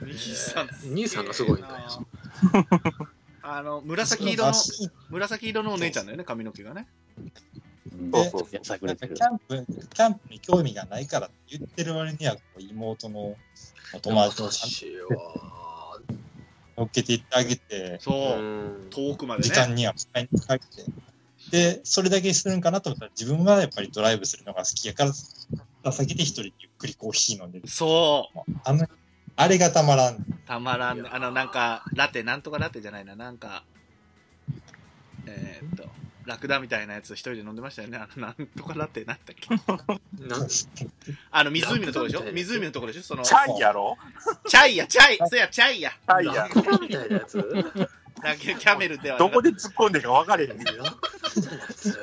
[SPEAKER 2] 兄さんすげえな
[SPEAKER 3] 兄さんがすごいんだよ
[SPEAKER 2] あの紫色の
[SPEAKER 5] らしい
[SPEAKER 2] 紫色のお姉ちゃんだよね髪の毛がね
[SPEAKER 4] うん
[SPEAKER 6] そう
[SPEAKER 5] で
[SPEAKER 6] そうそう
[SPEAKER 4] 炸
[SPEAKER 5] な
[SPEAKER 4] 裂す
[SPEAKER 5] んかキ
[SPEAKER 4] る。
[SPEAKER 5] ャンプ、キャンプに興味がないからって言ってる割には、こう妹のお友達をちゃんと
[SPEAKER 3] 話は
[SPEAKER 5] 乗っけていってあげて、
[SPEAKER 2] そうう、
[SPEAKER 3] ん
[SPEAKER 2] 遠くまで
[SPEAKER 5] 時
[SPEAKER 2] ね。
[SPEAKER 5] 間には使いにかけて。で、それだけするんかなと思ったら、自分はやっぱりドライブするのが好きやから、先で一人でゆっくりコーヒー飲んでる。
[SPEAKER 2] そ
[SPEAKER 5] もうあの、あれがたまらん。
[SPEAKER 2] う、たまらんね。あの、なんか、ラテ、なんとかラテじゃないな、なんか、えーっと、ラクダみたいなやつ一人で飲んでましたよね。あの、なんとかラテ、なんだっけ。
[SPEAKER 3] なん
[SPEAKER 2] あの、湖のところでし
[SPEAKER 3] ラクダ
[SPEAKER 2] ょ
[SPEAKER 3] みたいなやつ
[SPEAKER 2] 湖のところでしょその、
[SPEAKER 6] チャイやろ
[SPEAKER 2] チャイや、チャイそや、チャイや
[SPEAKER 6] チャイや
[SPEAKER 3] ラ。クダみたいなやつラク
[SPEAKER 2] だけキャメルではな
[SPEAKER 6] ど
[SPEAKER 2] か
[SPEAKER 6] こ
[SPEAKER 2] っ
[SPEAKER 6] で突っ込んでるか分かれへん。
[SPEAKER 3] ダみたいなやつ
[SPEAKER 2] た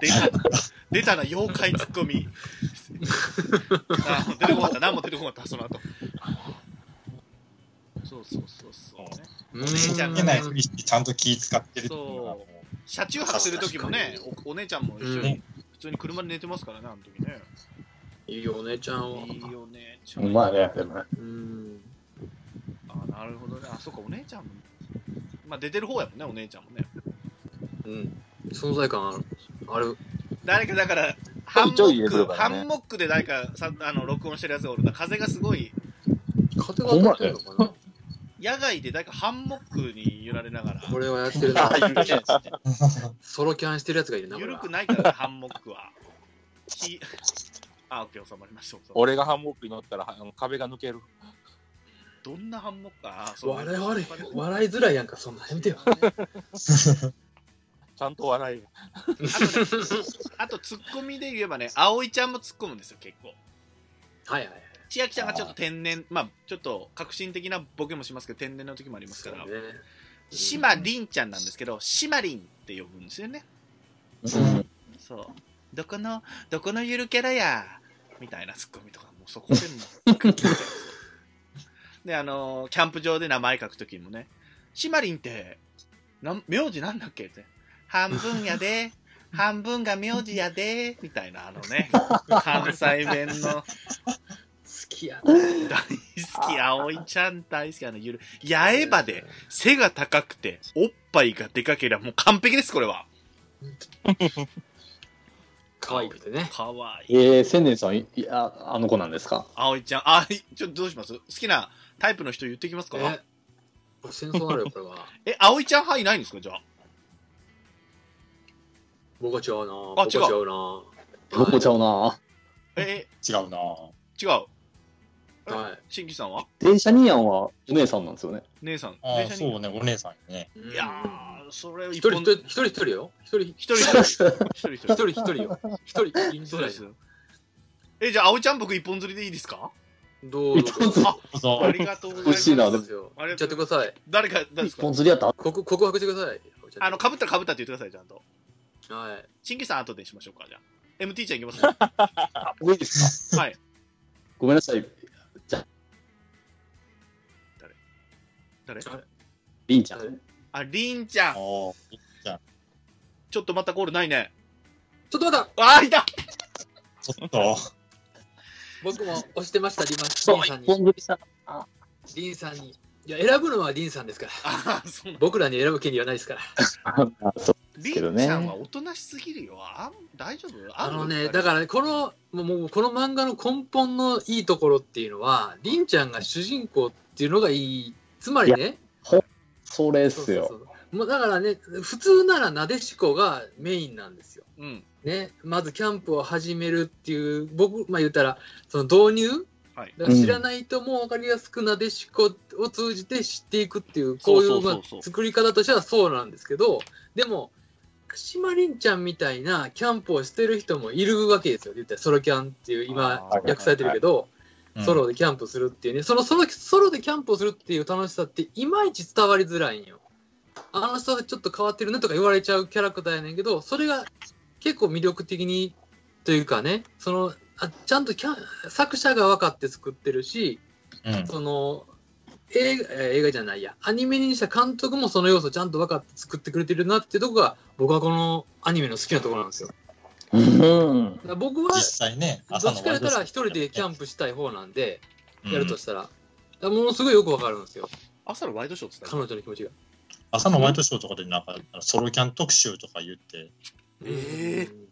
[SPEAKER 2] 出た、出たな、妖怪ツッコミ。あもう出てこなかった、何も出てこなかった、その後。そうそうそうそう、ね。
[SPEAKER 3] う
[SPEAKER 2] 姉ちゃんが
[SPEAKER 5] 見えない
[SPEAKER 2] ね
[SPEAKER 5] ふりしてちゃんと気使ってるっていうのがもう
[SPEAKER 2] 車中泊する時もねお、お姉ちゃんも一緒
[SPEAKER 3] う
[SPEAKER 2] に、普通に車で寝てますからね、あの時ね。
[SPEAKER 3] いいよお姉ちゃんはい
[SPEAKER 2] いよね、ち
[SPEAKER 4] うまいね、でもね。
[SPEAKER 3] うん
[SPEAKER 2] あ、なるほどね。あ、そっか、お姉ちゃんも。まあ、出てる方やもんね、お姉ちゃんもね。
[SPEAKER 3] うん存在感あるある
[SPEAKER 2] 誰かだから、
[SPEAKER 6] ち
[SPEAKER 2] ハン
[SPEAKER 6] ょいちょ
[SPEAKER 2] モ
[SPEAKER 6] い入れ
[SPEAKER 2] ッ
[SPEAKER 6] てる
[SPEAKER 2] ク、
[SPEAKER 6] から
[SPEAKER 2] ハ
[SPEAKER 6] ね
[SPEAKER 2] ンモックで誰かさあの録音してるやつがおるな。風がすごい、
[SPEAKER 3] 風が当たってるのかな
[SPEAKER 2] 野外で誰かハンモックに揺られながら、
[SPEAKER 3] これはやってる
[SPEAKER 6] あ
[SPEAKER 3] な
[SPEAKER 6] あいうね
[SPEAKER 3] ソロキャンしてるやつがいるなこれ
[SPEAKER 2] 緩くないからね、ハンモックは。ひあ、オッケー、収まりました。収まり
[SPEAKER 6] 俺がハンモックに乗ったらあの壁が抜ける。
[SPEAKER 2] どんなハンモックか、あ、そう
[SPEAKER 3] 我々笑いづらいやんかそんなんやめてよ
[SPEAKER 6] ちゃんと笑える。
[SPEAKER 2] あとね、あとツッコミで言えばね、葵ちゃんも突っ込むんですよ、結構。
[SPEAKER 3] はいはいはい
[SPEAKER 2] 千秋ちゃんがちょっと天然、まあ、ちょっと革新的なボケもしますけど、天然の時もありますから
[SPEAKER 3] そう、ね
[SPEAKER 2] シマリンちゃんなんですけど、シマリンって呼ぶんですよね。
[SPEAKER 4] うん
[SPEAKER 2] そう。どこの、どこのゆるキャラやみたいなツッコミとか、もうそこでもうグッときてますよ。で、あのーキャンプ場で名前書くときもね、シマリンって、なん名字なんだっけって。半分やで、半分が名字やで、みたいな、あのね、関西弁の
[SPEAKER 3] 好きやな
[SPEAKER 2] 大好き、葵ちゃん大好き、あのゆる、八重歯で、背が高くて、おっぱいがでかければもう完璧です、これは。
[SPEAKER 3] 可愛くてね
[SPEAKER 2] かわいい。
[SPEAKER 4] えー、千年さん、いいや、あの子なんですか
[SPEAKER 2] 葵ちゃん、あ、 <laughs> いちょっとどうします好きなタイプの人言ってきますか
[SPEAKER 3] えこれ戦争あるよこれは
[SPEAKER 2] え、葵ちゃん範囲ないんですかじゃあ。
[SPEAKER 3] 僕は違うな
[SPEAKER 2] あ
[SPEAKER 3] 僕は違うな
[SPEAKER 4] 僕こちゃうな。
[SPEAKER 2] え、
[SPEAKER 5] 違うなぁ。
[SPEAKER 2] 違う。え
[SPEAKER 3] はい
[SPEAKER 2] 新規さんは
[SPEAKER 4] 電車ニアンはお姉さんなんですよね。
[SPEAKER 2] 姉さん。
[SPEAKER 5] ああ、
[SPEAKER 2] 姉さん
[SPEAKER 5] そうね、お姉さんにね。
[SPEAKER 3] うん
[SPEAKER 2] いやー、それ
[SPEAKER 3] 一
[SPEAKER 2] 一
[SPEAKER 3] 人
[SPEAKER 2] 本
[SPEAKER 3] 一人一人一人よ一人一
[SPEAKER 2] 一人一人。一人一
[SPEAKER 3] 人
[SPEAKER 2] 人。
[SPEAKER 3] 一人よ一人言い
[SPEAKER 2] そ
[SPEAKER 3] づ
[SPEAKER 2] う
[SPEAKER 3] ら
[SPEAKER 2] で
[SPEAKER 3] いじ
[SPEAKER 2] す
[SPEAKER 3] ゃん。
[SPEAKER 2] え、じゃあ、葵ちゃん僕一本釣りでいいですか
[SPEAKER 3] どう
[SPEAKER 4] 一本
[SPEAKER 2] り
[SPEAKER 4] 釣
[SPEAKER 5] どうぞ
[SPEAKER 2] ありがとうございます。
[SPEAKER 4] 欲しいな
[SPEAKER 3] で
[SPEAKER 4] で
[SPEAKER 3] も
[SPEAKER 4] も
[SPEAKER 2] あ
[SPEAKER 3] 言
[SPEAKER 2] れ
[SPEAKER 3] っちゃってください
[SPEAKER 2] 誰か、誰です
[SPEAKER 4] 一
[SPEAKER 2] か
[SPEAKER 4] 本釣りやった
[SPEAKER 3] 告告白してください
[SPEAKER 2] あの、かぶったらかぶったって言ってください、ちゃんと。
[SPEAKER 3] はい
[SPEAKER 2] 新規さん後でしましょうか、じゃあ。MT ちゃんいきますは
[SPEAKER 4] 多いです
[SPEAKER 2] い。
[SPEAKER 4] かごめんなさい。
[SPEAKER 2] 誰
[SPEAKER 4] りんちゃん。
[SPEAKER 3] はい
[SPEAKER 2] あ、りんちゃん。
[SPEAKER 5] おー
[SPEAKER 2] ちょっとまたゴールないね。
[SPEAKER 3] ちょっと待った
[SPEAKER 2] あー、いた
[SPEAKER 5] ちょ
[SPEAKER 3] <laughs>
[SPEAKER 5] っと、
[SPEAKER 3] 僕も押してましたリン
[SPEAKER 4] そう、
[SPEAKER 3] さんに
[SPEAKER 4] 一本釣り <laughs> した。
[SPEAKER 3] リンさんにいや選ぶのはリンさんですから
[SPEAKER 2] あー、そうなん
[SPEAKER 3] 僕らに選ぶ権利はないですから
[SPEAKER 4] そう
[SPEAKER 2] りん
[SPEAKER 4] けどね
[SPEAKER 2] ちゃんはおとなしすぎるよ。あん大丈夫
[SPEAKER 3] あのね、だ
[SPEAKER 2] ら。
[SPEAKER 3] からね、この、もうもう、この漫画の根本のいいところっていうのは、りんちゃんが主人公っていうのがいい。つまりね、
[SPEAKER 4] それっ
[SPEAKER 3] そうそ
[SPEAKER 4] す
[SPEAKER 3] うそ
[SPEAKER 4] よ。
[SPEAKER 3] うもうだからね、普通ならなでしこがメインなんですよ。
[SPEAKER 2] うん。
[SPEAKER 3] ね、まずキャンプを始めるっていう、僕、まあ言ったら、その導入、
[SPEAKER 2] はい
[SPEAKER 3] だから知らないともう分かりやすくなでしこを通じて知っていくっていう、こうい
[SPEAKER 2] そう
[SPEAKER 3] う
[SPEAKER 2] そう
[SPEAKER 3] ま
[SPEAKER 2] そう
[SPEAKER 3] あ
[SPEAKER 2] そう
[SPEAKER 3] 作り方としてはそうなんですけど、でも、しまりんちゃんみたいなキャンプをしてる人もいるわけですよ、言ったらソロキャンっていう、今
[SPEAKER 2] あー、
[SPEAKER 3] 訳されてるけど、
[SPEAKER 5] うん
[SPEAKER 3] ソロでキャンプするっていうね、そのソロソロでキャンプをするっていう楽しさって、いまいち伝わりづらいんよ。あの人ちょっと変わってるねとか言われちゃうキャラクターやねんけど、それが結構魅力的にというかね、そのあちゃんとキャン作者が分かって作ってるし、
[SPEAKER 5] うん
[SPEAKER 3] その映画えー映画じゃないや、アニメにした監督もその要素ちゃんと分かって作ってくれてるなっていうとこが、僕はこのアニメの好きなところなんですよ。だか
[SPEAKER 4] うん。
[SPEAKER 3] ら僕は
[SPEAKER 5] 実際ね、
[SPEAKER 3] どっちか言ったら一人でキャンプしたい方なんで、やるとしたら。だからものすごいよくわかるんですよ。
[SPEAKER 2] 朝のワイドショーって言った
[SPEAKER 3] 彼
[SPEAKER 2] ら。
[SPEAKER 3] 女の気持ちが。
[SPEAKER 5] 朝のワイドショーとかでなんかソロキャン特集とか言って、
[SPEAKER 2] え
[SPEAKER 3] うん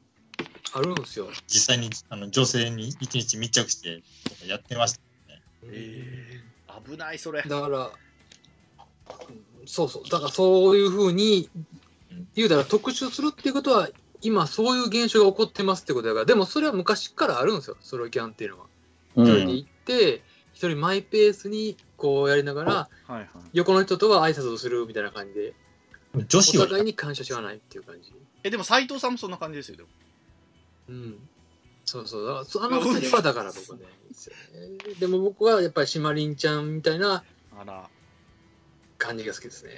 [SPEAKER 3] あるんですよ。
[SPEAKER 5] 実際にあの女性に一日密着してとかやってました。
[SPEAKER 2] えー、危ないそれ
[SPEAKER 3] だから、うんそうそう、だからそういうふうに
[SPEAKER 5] うん
[SPEAKER 3] 言うたら特集するっていうことは、今そういう現象が起こってますってことだから、でもそれは昔からあるんですよ、ソロキャンっていうのは。
[SPEAKER 4] う
[SPEAKER 3] 一人で
[SPEAKER 4] ん。
[SPEAKER 3] 行って、一人マイペースにこうやりながら、
[SPEAKER 2] はいはい
[SPEAKER 3] 横の人とは挨拶をするみたいな感じで、
[SPEAKER 5] 女子
[SPEAKER 3] お
[SPEAKER 5] よ
[SPEAKER 3] 互い
[SPEAKER 5] り
[SPEAKER 3] に感謝し合わないっていう感じ。
[SPEAKER 2] えでも斎藤さんもそんな感じですよでも
[SPEAKER 3] うん。そうそう。だからそあの二人はだから僕ね。いいですよねでも僕はやっぱりシマリンちゃんみたいな
[SPEAKER 2] あら
[SPEAKER 3] 感じが好きですね。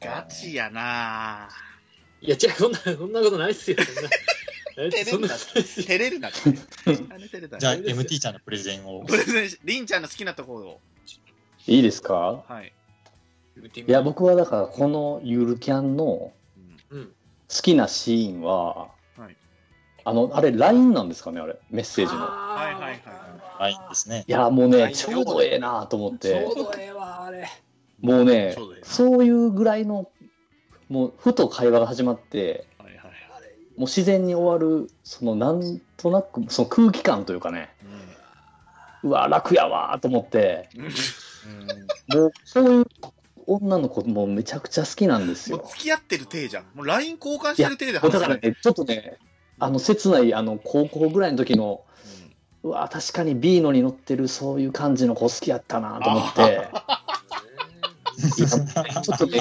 [SPEAKER 2] ガチや
[SPEAKER 3] <laughs>
[SPEAKER 2] なぁ
[SPEAKER 3] いや、違う、そんな、そんなことないっすよ。そんなないっすそんなことないっすよ
[SPEAKER 2] 照れるな
[SPEAKER 3] <laughs>
[SPEAKER 2] ってあれ照れた
[SPEAKER 5] じゃあ
[SPEAKER 2] ね
[SPEAKER 3] あれですよ
[SPEAKER 5] MT ちゃんのプレゼンを
[SPEAKER 2] プレゼンしりんちゃんの好きなところを
[SPEAKER 4] いいですか
[SPEAKER 2] はい、
[SPEAKER 4] いや、僕はだから、このゆるキャンの
[SPEAKER 2] うん
[SPEAKER 3] うん。
[SPEAKER 4] 好きなシーンは、
[SPEAKER 2] はい
[SPEAKER 4] あの、あれ、LINE なんですかね、あれ、メッセージの。
[SPEAKER 3] はい
[SPEAKER 2] はいはい
[SPEAKER 5] はいですね
[SPEAKER 4] い。や、もうね、
[SPEAKER 6] LINE
[SPEAKER 4] ちょうどええなと思っ
[SPEAKER 3] ち
[SPEAKER 4] て
[SPEAKER 3] ょ、うどええわ、あれ。
[SPEAKER 4] もうね
[SPEAKER 2] ちょうどええ、な
[SPEAKER 4] そういうぐらいの、もう、ふと会話が始まって、
[SPEAKER 2] はいはい
[SPEAKER 3] あれ
[SPEAKER 4] もう自然に終わる、その、なんとなく、その空気感というかね、うわ、楽やわと思って、
[SPEAKER 2] うん、も
[SPEAKER 5] うん
[SPEAKER 4] もう、そういう女の子もめちゃくちゃ好きなんですよ
[SPEAKER 2] う。付き合ってる体じゃんもう LINE 交換してる体で
[SPEAKER 4] も
[SPEAKER 2] 話
[SPEAKER 4] うだ
[SPEAKER 2] さ
[SPEAKER 4] か
[SPEAKER 2] な
[SPEAKER 4] ら
[SPEAKER 2] い、
[SPEAKER 4] ね、ちょっとね、あの、切ない、あの、高校ぐらいの時の、
[SPEAKER 2] うん
[SPEAKER 4] うわ、確かにビーノに乗ってる、そういう感じの子好きやったなと思って、いやちょっとね、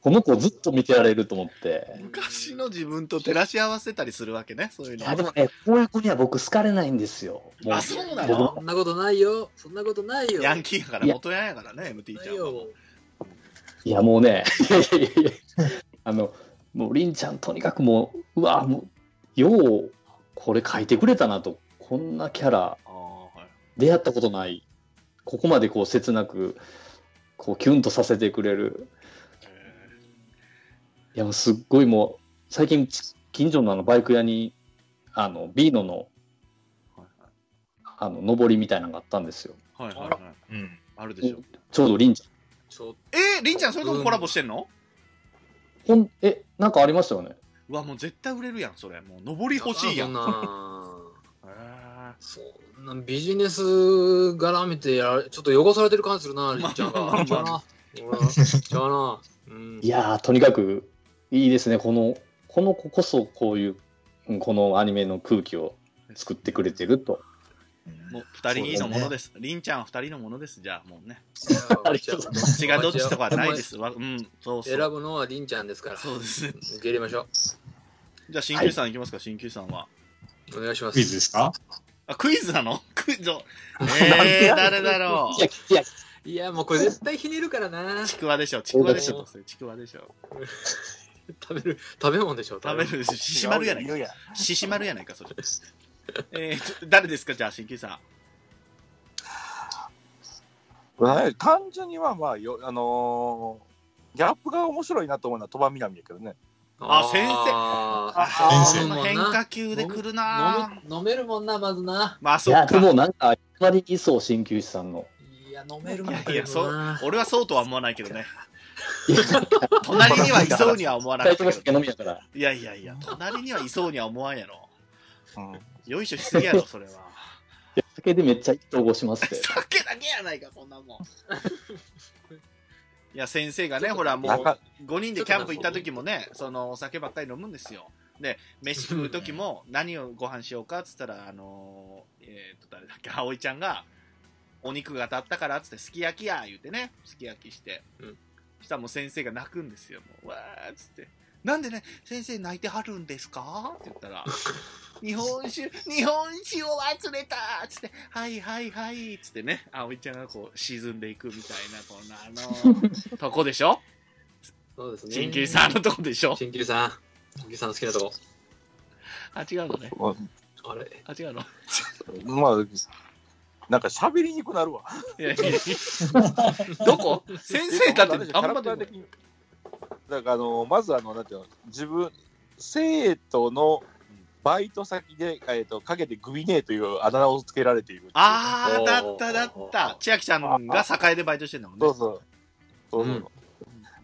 [SPEAKER 4] この子ずっと見てられると思って。
[SPEAKER 2] 昔の自分と照らし合わせたりするわけねそういう
[SPEAKER 4] い
[SPEAKER 2] の
[SPEAKER 4] や、でもね、こういう子には僕好かれないんですよ。も
[SPEAKER 2] あそうな
[SPEAKER 4] 僕
[SPEAKER 2] の
[SPEAKER 3] そんなことないよ。そんなことないよ。
[SPEAKER 2] ヤンキーやから
[SPEAKER 4] いや
[SPEAKER 2] 元ヤンやからね MT
[SPEAKER 3] な
[SPEAKER 2] ちゃ
[SPEAKER 3] い
[SPEAKER 2] んは
[SPEAKER 3] よ。
[SPEAKER 4] いや、もうね、いやいやいやいやあの、もう、りんちゃん、とにかくもう、うわ、もう、よう、これ書いてくれたなと、こんなキャラ、
[SPEAKER 2] あーはい
[SPEAKER 4] 出会ったことない、ここまでこう、切なく、こう、キュンとさせてくれる。
[SPEAKER 2] え
[SPEAKER 4] いや、もうすっごいもう、最近、ち近所のあのバイク屋に、あの、ビーノの、
[SPEAKER 2] ーはい
[SPEAKER 4] あの、上りみたいなのがあったんですよ。
[SPEAKER 2] はいはいはいはい
[SPEAKER 5] <laughs> うん
[SPEAKER 2] あるでしょ
[SPEAKER 4] ちょうどりんちゃん。
[SPEAKER 3] ちょっ
[SPEAKER 2] えー、りんちゃんそれともコラボしてんの
[SPEAKER 4] ほん、え、なんかありましたよね。
[SPEAKER 2] うわもう絶対売れるやんそれもう上り
[SPEAKER 3] と
[SPEAKER 2] 欲しいやん
[SPEAKER 3] そな
[SPEAKER 2] へー
[SPEAKER 3] そんなビジネス絡めてやられちょっと汚されてる感じするな、りっちゃん
[SPEAKER 2] まあまあまあ
[SPEAKER 3] が。ちゃうな。俺はちゃうな。うん
[SPEAKER 4] いやー、とにかく、いいですね。この、この子こそ、こういう、うんこのアニメの空気を作ってくれてると。
[SPEAKER 2] もう二人のものです。りんちゃんは二人のものです。じゃあも <laughs> うね。
[SPEAKER 4] ありがとうございま
[SPEAKER 2] 違うどっちとかはないです。わうん、そうそ
[SPEAKER 3] 選
[SPEAKER 2] う。
[SPEAKER 3] ぶのはりんちゃんですから。
[SPEAKER 2] そうですね。
[SPEAKER 3] 受け入れましょ
[SPEAKER 2] じゃあ、新旧さんいきますか、新旧さんは。
[SPEAKER 3] う。お願いしま
[SPEAKER 5] クイズ
[SPEAKER 3] す。
[SPEAKER 5] ですか
[SPEAKER 2] あ、クイズなのク <laughs> イズ。えー、誰だろ
[SPEAKER 4] い
[SPEAKER 2] <laughs>
[SPEAKER 4] や
[SPEAKER 2] う。、
[SPEAKER 4] いや、
[SPEAKER 3] いや、もうこれ絶対ひねるからな。
[SPEAKER 2] ちくわでしょ、ちくわでしょ。それちくわでしょ。
[SPEAKER 3] 食べる、食べ物でしょ。
[SPEAKER 2] 食べる、ししまるやないか。
[SPEAKER 6] いや
[SPEAKER 2] ししまるやないか、それ。えー、誰ですか、じゃあ、新旧さ
[SPEAKER 6] はい単純にはまあよあのーギャップが面白いなと思うのは鳥羽南やけどね。
[SPEAKER 2] あ先生ん。
[SPEAKER 3] あ
[SPEAKER 2] あ
[SPEAKER 5] 先生
[SPEAKER 2] ー、もう変化球で来るなぁ
[SPEAKER 3] ー飲む飲めるもんな、まずな。
[SPEAKER 2] まあ、
[SPEAKER 4] い
[SPEAKER 2] そ
[SPEAKER 4] や
[SPEAKER 2] っ
[SPEAKER 4] で
[SPEAKER 2] か。
[SPEAKER 4] もなんか、あまりいそう、鍼灸師さんの。
[SPEAKER 3] いや、飲めるもんな。
[SPEAKER 2] いやいやそう俺はそうとは思わないけどね。
[SPEAKER 4] いや、
[SPEAKER 2] 隣にはいそうには思わなかっ
[SPEAKER 4] 二人
[SPEAKER 2] た
[SPEAKER 4] と
[SPEAKER 2] け
[SPEAKER 4] も
[SPEAKER 2] ど。
[SPEAKER 4] 酒飲みやから。
[SPEAKER 2] いやいやいや、隣にはいそうには思わんやろ。
[SPEAKER 6] うん
[SPEAKER 2] よいしょしす
[SPEAKER 3] <laughs>
[SPEAKER 2] ぎやろ、それは。
[SPEAKER 4] 酒でめっちゃ一投合します
[SPEAKER 2] <laughs>
[SPEAKER 4] って。
[SPEAKER 2] 酒だけやないか、こんなもん。いや、先生がね、ほら、も
[SPEAKER 6] 中
[SPEAKER 2] う、5人でキャンプ行った時もね、その、お酒ばっかり飲むんですよ。で、飯食う時も、何をご飯しようかっつったら、あのー、えっ、と、誰だっけ、葵ちゃんが、お肉が当たったからっつって、すき焼きや、言うてね、すき焼きして。
[SPEAKER 3] うん
[SPEAKER 2] したらもう先生が泣くんですよ、もう、わーっつって。なんでね、先生泣いてはるんですかって言った <laughs> ら、日本酒、日本酒を忘れたっつって、はいはいはいっつってね、葵ちゃんがこう沈んでいくみたいな、このあの、とこでしょ
[SPEAKER 3] そうですね。
[SPEAKER 2] 鍼灸師さんのとこでしょ
[SPEAKER 3] 鍼灸師さん。鍼灸師さんの好きなとこ。
[SPEAKER 2] あ、違うのね。
[SPEAKER 3] あれ
[SPEAKER 2] あ、
[SPEAKER 3] <laughs>
[SPEAKER 2] 違うの。
[SPEAKER 6] まあなんか喋りにくくなるわ。
[SPEAKER 2] いやいやいやどこ先生だってあんま
[SPEAKER 6] キャラクター
[SPEAKER 2] で
[SPEAKER 6] 的にだからあのまずあのなんていうの自分生徒のバイト先で、えー、とかけてグビネーというあだ名をつけられているっていう
[SPEAKER 2] あー、だっただった。千秋ちゃんが栄でバイトしてんだもんね
[SPEAKER 6] そう。そうそうそう、
[SPEAKER 3] うん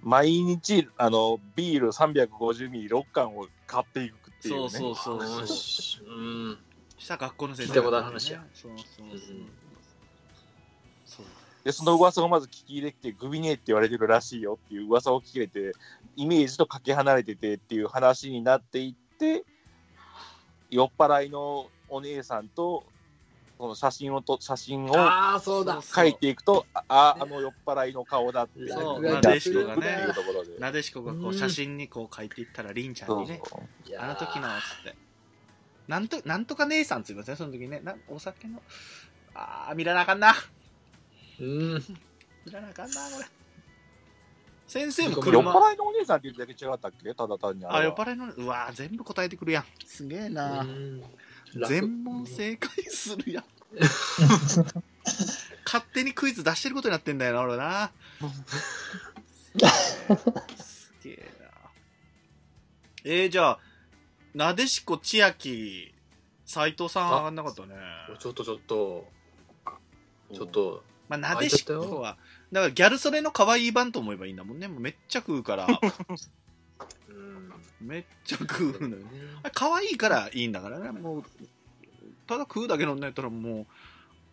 [SPEAKER 6] 毎日あのビール350ミリ6缶を買っていくっていうね。
[SPEAKER 2] そうそうそうそう
[SPEAKER 3] よしうん
[SPEAKER 2] した学校の先生
[SPEAKER 3] 聞いたことある話や
[SPEAKER 2] そうそうそうそう
[SPEAKER 6] で、その噂をまず聞き入れて、グビネって言われてるらしいよっていう噂を聞き入れて、イメージとかけ離れててっていう話になっていって、酔っ払いのお姉さんと、この写真をと、写真を
[SPEAKER 3] ああそうだ
[SPEAKER 6] 書いていくと、あ、ああの酔っ払いの顔だって、
[SPEAKER 2] そう
[SPEAKER 6] な
[SPEAKER 2] な
[SPEAKER 6] って
[SPEAKER 2] で
[SPEAKER 6] い
[SPEAKER 2] しこがね
[SPEAKER 6] うところで。
[SPEAKER 2] なでしこがこ
[SPEAKER 3] う
[SPEAKER 2] うん写真にこう書いていったらりんちゃん
[SPEAKER 6] そ
[SPEAKER 2] に
[SPEAKER 6] う
[SPEAKER 2] ね
[SPEAKER 6] そう
[SPEAKER 3] いやー
[SPEAKER 2] あの時のっつってなんとなんとか姉さんついませんその時ねなお酒のああ見らなあかんな
[SPEAKER 3] うん
[SPEAKER 2] 見らなあかんなこれ先生も
[SPEAKER 3] なんか
[SPEAKER 6] 酔っ
[SPEAKER 2] 車
[SPEAKER 6] 払いのお姉さんって言うだけ違ったっけただ単に
[SPEAKER 2] あ、
[SPEAKER 6] れ
[SPEAKER 2] 酔
[SPEAKER 6] は
[SPEAKER 2] っ払いの、うわー全部答えてくるやん。すげえな、
[SPEAKER 3] うん
[SPEAKER 2] 全問正解するやん。勝手にクイズ出してることになってんだよな、俺な。すげえな。えー、じゃあ、なでしこ千秋、斎藤さん上がんなかったね。
[SPEAKER 3] 楽ちょっとちょっとちょっと
[SPEAKER 2] まあ、なでしこは、だからギャルソレの可愛い版と思えばいいんだもんね。もうめっちゃ食うから、
[SPEAKER 3] うん
[SPEAKER 2] めっちゃ食うのよ。
[SPEAKER 3] ね
[SPEAKER 2] あれ可愛いからいいんだからねもうただ食うだけの女やったらも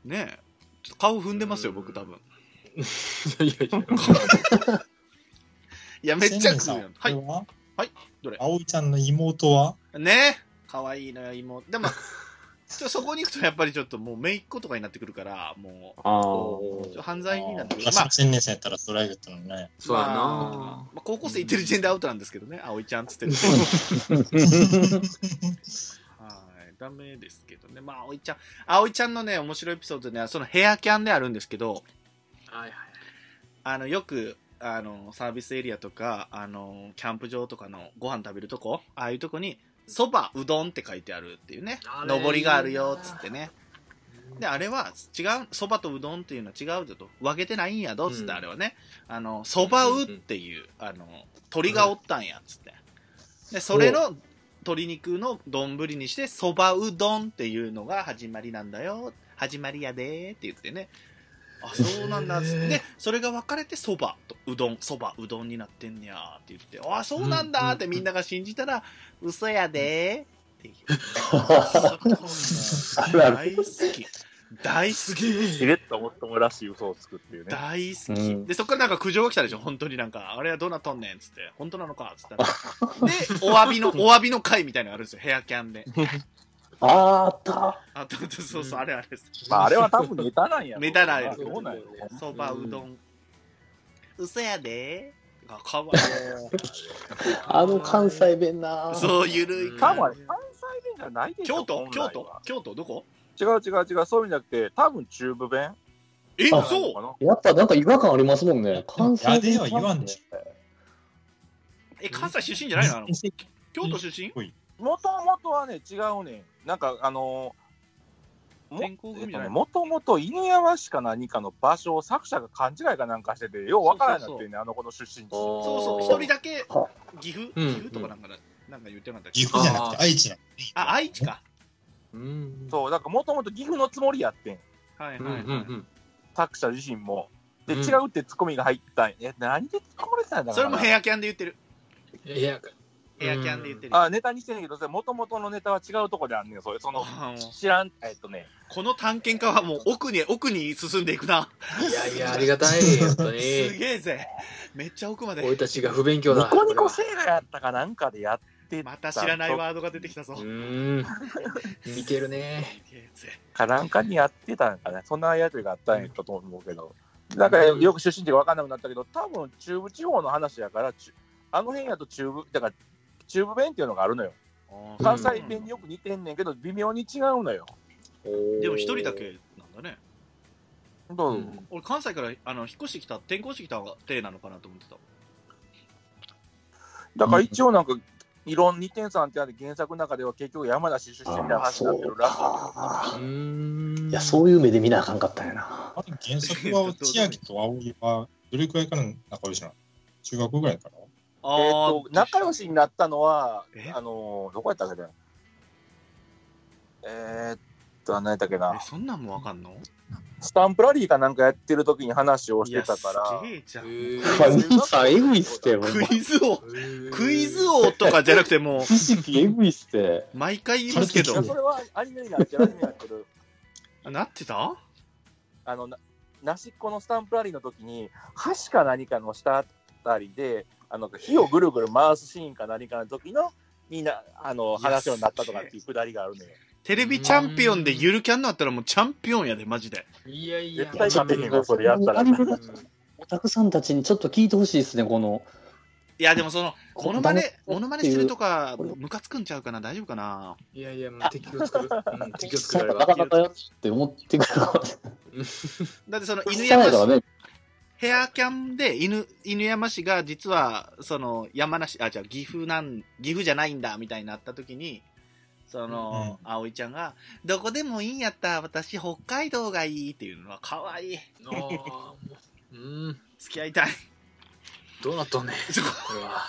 [SPEAKER 2] うねえちょっと顔踏んでますよ
[SPEAKER 3] うん
[SPEAKER 2] 僕多分
[SPEAKER 3] いやいやいや
[SPEAKER 2] いやめっちゃ食うよは
[SPEAKER 5] はいい。
[SPEAKER 2] はい。どれ
[SPEAKER 5] 葵ちゃんの妹は
[SPEAKER 2] ねえ可愛いのよ妹でもちょそこに行くとやっぱりちょっともう姪っ子とかになってくるからもう
[SPEAKER 4] ああ。
[SPEAKER 2] ちょっと犯罪になってくる
[SPEAKER 5] 昔
[SPEAKER 2] まあ
[SPEAKER 5] の新年生やったらストライクってのにね。
[SPEAKER 3] そうや
[SPEAKER 2] ま
[SPEAKER 3] な、
[SPEAKER 2] あまあ高校生イテリジェンでアウトなんですけどね葵ちゃんっつってるはいダメですけどねまあ葵ちゃん葵ちゃんのね面白いエピソードねそのヘアキャンであるんですけど
[SPEAKER 3] はいはい
[SPEAKER 2] あの、よく、あの、サービスエリアとか、あの、キャンプ場とかのご飯食べるとこ、ああいうとこに、そば、うどんって書いてあるっていうね
[SPEAKER 3] あ、れ
[SPEAKER 2] 上りがあるよ、つってね。で、あれは、違う、そばとうどんっていうのは違うぞと、分けてないんやど、つっ
[SPEAKER 3] うん
[SPEAKER 2] て、あれはね、あの、そばうっていう、あの、鳥がおったんや、つって。で、それの、鶏肉の丼にして、そばうどんっていうのが始まりなんだよ、始まりやでーって言ってね。あ、そうなんだ、つって。
[SPEAKER 3] へー
[SPEAKER 2] で、それが分かれて、そばとうどん、そばうどんになってんねや、って言って、あ、そうなんだってみんなが信じたら、嘘やでーっていう。 <laughs>
[SPEAKER 4] あるあ
[SPEAKER 2] 大好き。大好き。
[SPEAKER 6] しれっともっともらしい嘘をつくっていうね。
[SPEAKER 2] 大好き、 <laughs>
[SPEAKER 4] うん
[SPEAKER 2] でそこからなんか苦情が来たでしょ本当になんかあれはどうなっとんねんっつって本当なのかっつったらでお詫 <laughs> びのお詫びの会みたいなのがあるんですよヘアキャンで
[SPEAKER 4] ああ、あった。
[SPEAKER 2] あととそうそう、
[SPEAKER 3] うん
[SPEAKER 2] あれあれです
[SPEAKER 6] まあ、あれは多分ネタなんやろうな。
[SPEAKER 2] ネタなんやろ
[SPEAKER 6] そうなんやろうな
[SPEAKER 2] そばうどん、嘘やであかわ
[SPEAKER 4] あの関西弁な。
[SPEAKER 2] いそうゆるい
[SPEAKER 6] 多
[SPEAKER 2] 感
[SPEAKER 6] 分あれ関西弁じゃないで
[SPEAKER 2] じ
[SPEAKER 6] しょ
[SPEAKER 2] 京都
[SPEAKER 6] 本来
[SPEAKER 2] 京
[SPEAKER 6] は
[SPEAKER 2] 都京都どこ
[SPEAKER 6] 違う違う違うそういうんじゃなくて多分中部弁
[SPEAKER 2] え
[SPEAKER 4] あ
[SPEAKER 6] なの
[SPEAKER 2] そ
[SPEAKER 6] か
[SPEAKER 2] う
[SPEAKER 6] な
[SPEAKER 4] やっぱなんか違和感ありますもんね。関西
[SPEAKER 5] やでは言わんでし
[SPEAKER 2] え関西出身じゃないのあの京都出身
[SPEAKER 6] もともとはね違うねんなんかあのーも
[SPEAKER 2] 転校組じゃない
[SPEAKER 6] もともと犬山市か何かの場所を作者が勘違いかなんかしててようわからんようになってんねんあの子の出身地
[SPEAKER 3] そ
[SPEAKER 2] そうそう一人だけ岐阜
[SPEAKER 3] うん
[SPEAKER 2] 岐阜とかなんかな,、なんか言ってなかったっけ
[SPEAKER 5] 岐阜じゃなくて愛知なの
[SPEAKER 2] あ愛知か
[SPEAKER 3] うん
[SPEAKER 6] そうだからもともと岐阜のつもりやってん
[SPEAKER 2] はい
[SPEAKER 3] うん
[SPEAKER 2] はいはい、
[SPEAKER 3] うん
[SPEAKER 6] 作者自身もで、
[SPEAKER 3] うん
[SPEAKER 6] 違うってツッコミが入ったんえ何でツッコまれてたんだ
[SPEAKER 2] それもヘ
[SPEAKER 6] ア
[SPEAKER 2] アキャンで言ってる
[SPEAKER 3] うんいや
[SPEAKER 2] ヘアキャンで言ってる
[SPEAKER 6] あネタにしてんねんけどもともとのネタは違うとこであんねんそれその
[SPEAKER 2] あもう
[SPEAKER 6] 知らんえっとね
[SPEAKER 2] この探検家はもう奥に奥に進んでいくな。
[SPEAKER 3] いやいやありがたい本当に
[SPEAKER 2] すげえぜ。めっちゃ奥まで。
[SPEAKER 3] 俺たちが不勉強
[SPEAKER 6] ニ
[SPEAKER 3] だ
[SPEAKER 6] コニコセーラやったかなんかでやっ
[SPEAKER 2] また知らないワードが出てきたぞ。
[SPEAKER 3] う
[SPEAKER 2] す
[SPEAKER 3] ん似てるね
[SPEAKER 2] げえぜ。
[SPEAKER 6] かなんかにやってたんかね、そんなやつがあったんやったと思うけど、なんかよく出身地が分かんなくなったけど、多分中部地方の話やから、ちゅあの辺やと中部、だから中部弁っていうのがあるのよ。
[SPEAKER 3] ー
[SPEAKER 6] 関西弁によく似てんねんけど、微妙に違うのよ。
[SPEAKER 2] でも一人だけなんだね。
[SPEAKER 6] どう
[SPEAKER 3] うん
[SPEAKER 2] 俺関西からあの引っ越してきた転校してきた体なのかなと思ってた。
[SPEAKER 6] だから一応なんか、いろん2点3点あって原作の中では結局山梨出身で
[SPEAKER 4] ああ、
[SPEAKER 6] 話にな
[SPEAKER 4] そ
[SPEAKER 6] ってる
[SPEAKER 4] う
[SPEAKER 6] らしい。
[SPEAKER 4] か。
[SPEAKER 3] うん
[SPEAKER 4] いや、そういう目で見なあかんかったんやな。
[SPEAKER 5] あれ原作は千秋と葵はどれくらいから仲良しなの中学ぐらいから
[SPEAKER 2] あ
[SPEAKER 6] え
[SPEAKER 2] ー
[SPEAKER 6] っと、仲良しになったのは
[SPEAKER 2] え、
[SPEAKER 6] あのー、どこやったっけなえーっと、何やったっけな
[SPEAKER 2] え。そんなんもわかんの？
[SPEAKER 6] スタンプラリーかなんかやってる時に話をしてたから
[SPEAKER 2] すげえじゃん
[SPEAKER 3] へー
[SPEAKER 4] カニさん、エグいっすって、ほんま
[SPEAKER 2] クイズ王
[SPEAKER 3] ー
[SPEAKER 2] クイズ王とかじゃなくてもう
[SPEAKER 4] 知識エグいっすって。
[SPEAKER 2] 毎回言いますけ
[SPEAKER 6] いやそ
[SPEAKER 2] ど
[SPEAKER 6] れはアニメになってる、アニメになってる。
[SPEAKER 2] なってた
[SPEAKER 6] あの、ななしっこのスタンプラリーの時に、箸か何かの下あたりで、あの、火をぐるぐる回すシーンか何かの時の、みんな、あの、
[SPEAKER 2] いや
[SPEAKER 6] 話すようになったとかっていうくだりがあるのよ。
[SPEAKER 2] テレビチャンピオンでゆるキャンなったらもうチャンピオンやでマジで
[SPEAKER 3] いやいや。
[SPEAKER 6] 絶対勝てへんわ、それやったら。
[SPEAKER 3] うん
[SPEAKER 4] オタクさんたちにちょっと聞いてほしいですね、この。
[SPEAKER 2] いやでもそのモノマネモノマネしてるとか
[SPEAKER 4] これ
[SPEAKER 2] ムカつくんちゃうかな大丈夫かない
[SPEAKER 3] やいや、もう敵を作る。うん、敵を作
[SPEAKER 4] そ
[SPEAKER 3] ら
[SPEAKER 4] う
[SPEAKER 3] れ
[SPEAKER 4] か、
[SPEAKER 3] る
[SPEAKER 4] な
[SPEAKER 3] わ
[SPEAKER 4] かなかやって思ってくる。
[SPEAKER 2] だってその
[SPEAKER 4] 汚
[SPEAKER 2] 犬
[SPEAKER 4] い
[SPEAKER 2] 山
[SPEAKER 4] <laughs> か
[SPEAKER 2] 市
[SPEAKER 4] らね。
[SPEAKER 2] ヘアキャンで犬、犬山氏が実は、その、山梨、あ、じゃあ岐阜なん、岐阜じゃないんだ、みたいになった時に、その、葵ちゃんが、どこでもいいんやった、私、北海道がいいっていうのは、可愛い。
[SPEAKER 3] あーもううん、
[SPEAKER 2] 付き合いたい。 <laughs>
[SPEAKER 3] どうなっとんねん、
[SPEAKER 2] そこ
[SPEAKER 3] これは。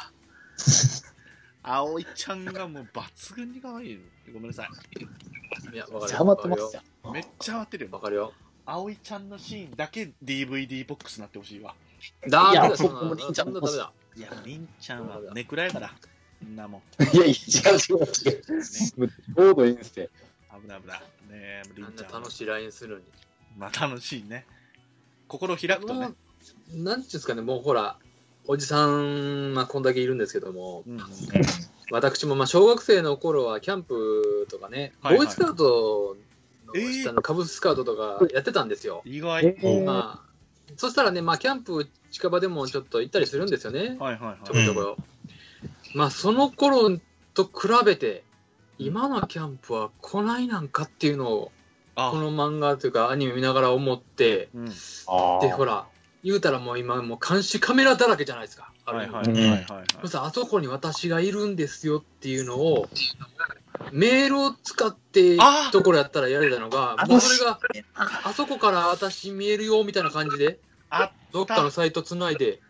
[SPEAKER 2] 葵ちゃんがもう抜群に可愛い。ごめんなさい。
[SPEAKER 3] いや、わかるよ。
[SPEAKER 4] ハマってますよ。
[SPEAKER 2] めっちゃ合ってる
[SPEAKER 3] わ
[SPEAKER 2] よ。
[SPEAKER 3] かるよ。
[SPEAKER 2] 葵ちゃんのシーンだけ DVD ボックスになってほしいわ。
[SPEAKER 3] だ
[SPEAKER 4] いや
[SPEAKER 3] ー、そんな
[SPEAKER 4] 僕もりんちゃん
[SPEAKER 3] そんなダメだ。
[SPEAKER 2] いや、りんちゃんはネクラやから。そんなもん。
[SPEAKER 4] いやいや、違う違う違う。もうちょうどいいんですって。
[SPEAKER 2] 危ない危ない。ねえ、り
[SPEAKER 3] あん
[SPEAKER 2] んち
[SPEAKER 3] な
[SPEAKER 2] ゃんは
[SPEAKER 3] 楽。しい LINE するのに。
[SPEAKER 2] まあ楽しいね。心を開くとね。
[SPEAKER 3] もうなんていうんですかね、もうほら、おじさん、まあ、こんだけいるんですけども、
[SPEAKER 2] うんうん
[SPEAKER 3] 私もまあ小学生の頃はキャンプとかね、
[SPEAKER 2] はいはい
[SPEAKER 3] ボーイスカウトの
[SPEAKER 2] えー
[SPEAKER 3] 下の株スカウトとかやってたんですよ。
[SPEAKER 2] 意外。
[SPEAKER 4] え
[SPEAKER 5] うん
[SPEAKER 4] ー
[SPEAKER 3] まあ、そしたらね、まあ、キャンプ近場でもちょっと行ったりするんですよね、
[SPEAKER 2] はいはいはい
[SPEAKER 3] ちょこちょこ。まあ、その頃と比べて、今のキャンプは来ないなんかっていうのを、こ
[SPEAKER 2] あ、
[SPEAKER 3] の漫画というかアニメ見ながら思って、
[SPEAKER 2] うん。はい
[SPEAKER 4] あー
[SPEAKER 3] でほら言うたらもう今もう監視カメラだらけじゃないですか、ある
[SPEAKER 2] はい
[SPEAKER 3] 意味
[SPEAKER 2] はいはいはい。
[SPEAKER 3] そしたらあそこに私がいるんですよっていうのをメールを使って
[SPEAKER 2] あ
[SPEAKER 3] ところやったらやれたのがもうそれがあそこから私見えるよみたいな感じで
[SPEAKER 2] あった
[SPEAKER 3] どっかのサイトつないで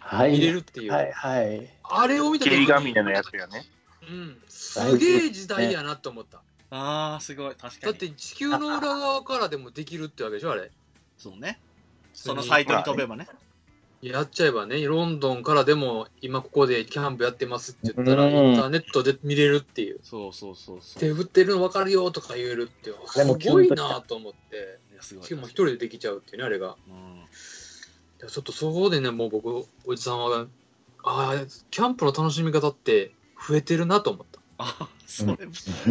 [SPEAKER 4] はい。
[SPEAKER 3] 入れるっていう、
[SPEAKER 4] はいはい。
[SPEAKER 3] あれを見た時
[SPEAKER 6] 霧
[SPEAKER 3] に、
[SPEAKER 6] ヶ峰のやつよね。
[SPEAKER 3] うん、すげえ時代やなと思った
[SPEAKER 2] あー、すごい。確か
[SPEAKER 3] だっ
[SPEAKER 2] に。
[SPEAKER 3] て地球の裏側からでもできるってわけでしょあれ
[SPEAKER 2] そうね。そのサイトに飛べばね。
[SPEAKER 3] やっちゃえばね、ロンドンからでも今ここでキャンプやってますって言ったら、
[SPEAKER 4] うん
[SPEAKER 3] インターネットで見れるっていう。
[SPEAKER 2] そうそうそうそう。
[SPEAKER 3] 手
[SPEAKER 2] い
[SPEAKER 3] 振ってるの分かるよとか言えるっていう。
[SPEAKER 4] ですも
[SPEAKER 3] ごいなと思って。
[SPEAKER 2] やすごい。
[SPEAKER 3] しかも一
[SPEAKER 2] う
[SPEAKER 3] 人でできちゃうっていうね、あれが。
[SPEAKER 2] ん。
[SPEAKER 3] でちょっとそこでね、もう僕、おじさんは、ああ、キャンプの楽しみ方って増えてるなと思った。
[SPEAKER 2] あ、それ。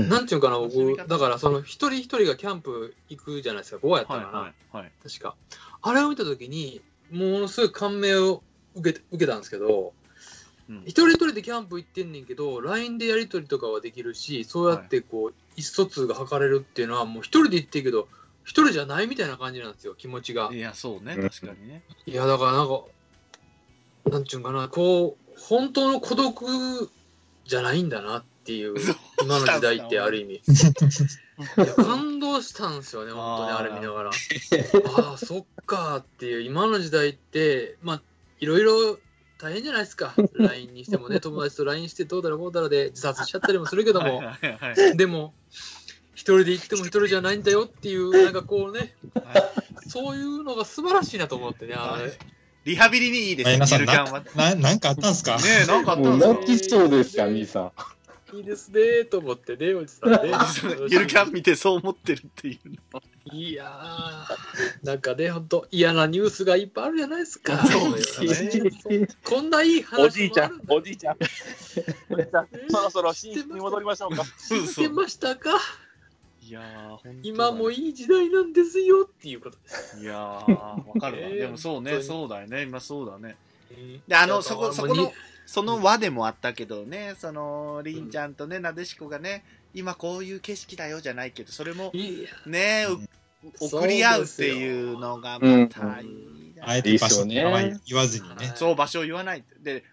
[SPEAKER 3] なんていうかな、
[SPEAKER 2] 楽しみ
[SPEAKER 3] 僕、
[SPEAKER 2] 方
[SPEAKER 3] だからその一人一人がキャンプ行くじゃないですか、5やった
[SPEAKER 2] は
[SPEAKER 3] か
[SPEAKER 2] い
[SPEAKER 3] な、
[SPEAKER 2] はいはい。
[SPEAKER 3] 確か。あれを見たときに、ものすごい感銘を受けて受けたんですけど、
[SPEAKER 2] うん
[SPEAKER 3] 一人一人でキャンプ行ってんねんけど LINE でやり取りとかはできるしそうやってこう、意思疎通が図れるっていうのはもう一人で行ってるけど一人じゃないみたいな感じなんですよ気持ちが
[SPEAKER 2] いや、そうね。
[SPEAKER 4] うん
[SPEAKER 2] 確かにね。
[SPEAKER 3] いやだからなんかなんちゅうんかなこう本当の孤独じゃないんだなっていう
[SPEAKER 2] そう
[SPEAKER 3] 今の時代ってある意味いや感動したんですよね本当に
[SPEAKER 2] あー
[SPEAKER 3] あれ見ながらああそっかーっていう今の時代ってまあいろいろ大変じゃないですか LINE にし
[SPEAKER 2] <laughs>
[SPEAKER 3] てもね友達と LINE してどうだろうこうだろうで自殺しちゃったりもするけど
[SPEAKER 2] はい
[SPEAKER 3] も
[SPEAKER 2] はいはいはい。
[SPEAKER 3] でも一人で行っても一人じゃないんだよっていうなんかこうねそういうのが素晴らしいなと思ってねあのね
[SPEAKER 2] リハビリにいいです。
[SPEAKER 5] え皆さ
[SPEAKER 2] ゆ
[SPEAKER 5] ん
[SPEAKER 2] るキャンは。ね <laughs>
[SPEAKER 5] ななんかあったんすか
[SPEAKER 2] え、なんかあった
[SPEAKER 4] もうん
[SPEAKER 2] です
[SPEAKER 4] 泣
[SPEAKER 2] か
[SPEAKER 4] きそうですか、兄さ
[SPEAKER 3] いいですねーと思ってねおじさ
[SPEAKER 2] <laughs>
[SPEAKER 3] んね
[SPEAKER 2] ゆるキャン見てそう思ってるっていうね。
[SPEAKER 3] いやーなんかね本当嫌なニュースがいっぱいあるじゃないですか
[SPEAKER 2] そうです
[SPEAKER 4] ん。
[SPEAKER 2] ね
[SPEAKER 3] こんないい話も
[SPEAKER 6] おじいちゃ
[SPEAKER 3] ある
[SPEAKER 6] ん
[SPEAKER 3] だ、
[SPEAKER 6] おじ
[SPEAKER 3] <laughs>
[SPEAKER 6] いちゃん。おじいちゃん <laughs> そろそろシーンに戻りましょ
[SPEAKER 2] <laughs>
[SPEAKER 6] うか。
[SPEAKER 3] 気づけましたか
[SPEAKER 2] いやー、本当だね
[SPEAKER 3] 今もいい時代なんですよっていうことです。
[SPEAKER 2] いやー、わか <laughs> るわ。
[SPEAKER 3] えー
[SPEAKER 2] でもそう
[SPEAKER 3] 本当
[SPEAKER 2] ね、
[SPEAKER 3] に
[SPEAKER 2] そうだよね。今そうだね。で、あの、そこ、そこの、その輪でもあったけどね、その、りんちゃんとね、なでしこがね、今こういう景色だよじゃないけど、それも
[SPEAKER 3] いや
[SPEAKER 2] ね、
[SPEAKER 1] うん
[SPEAKER 2] う送り合うっていうのがまたいいな
[SPEAKER 5] あえて場所名前言わずにね。
[SPEAKER 2] そう、場所を言わない。で、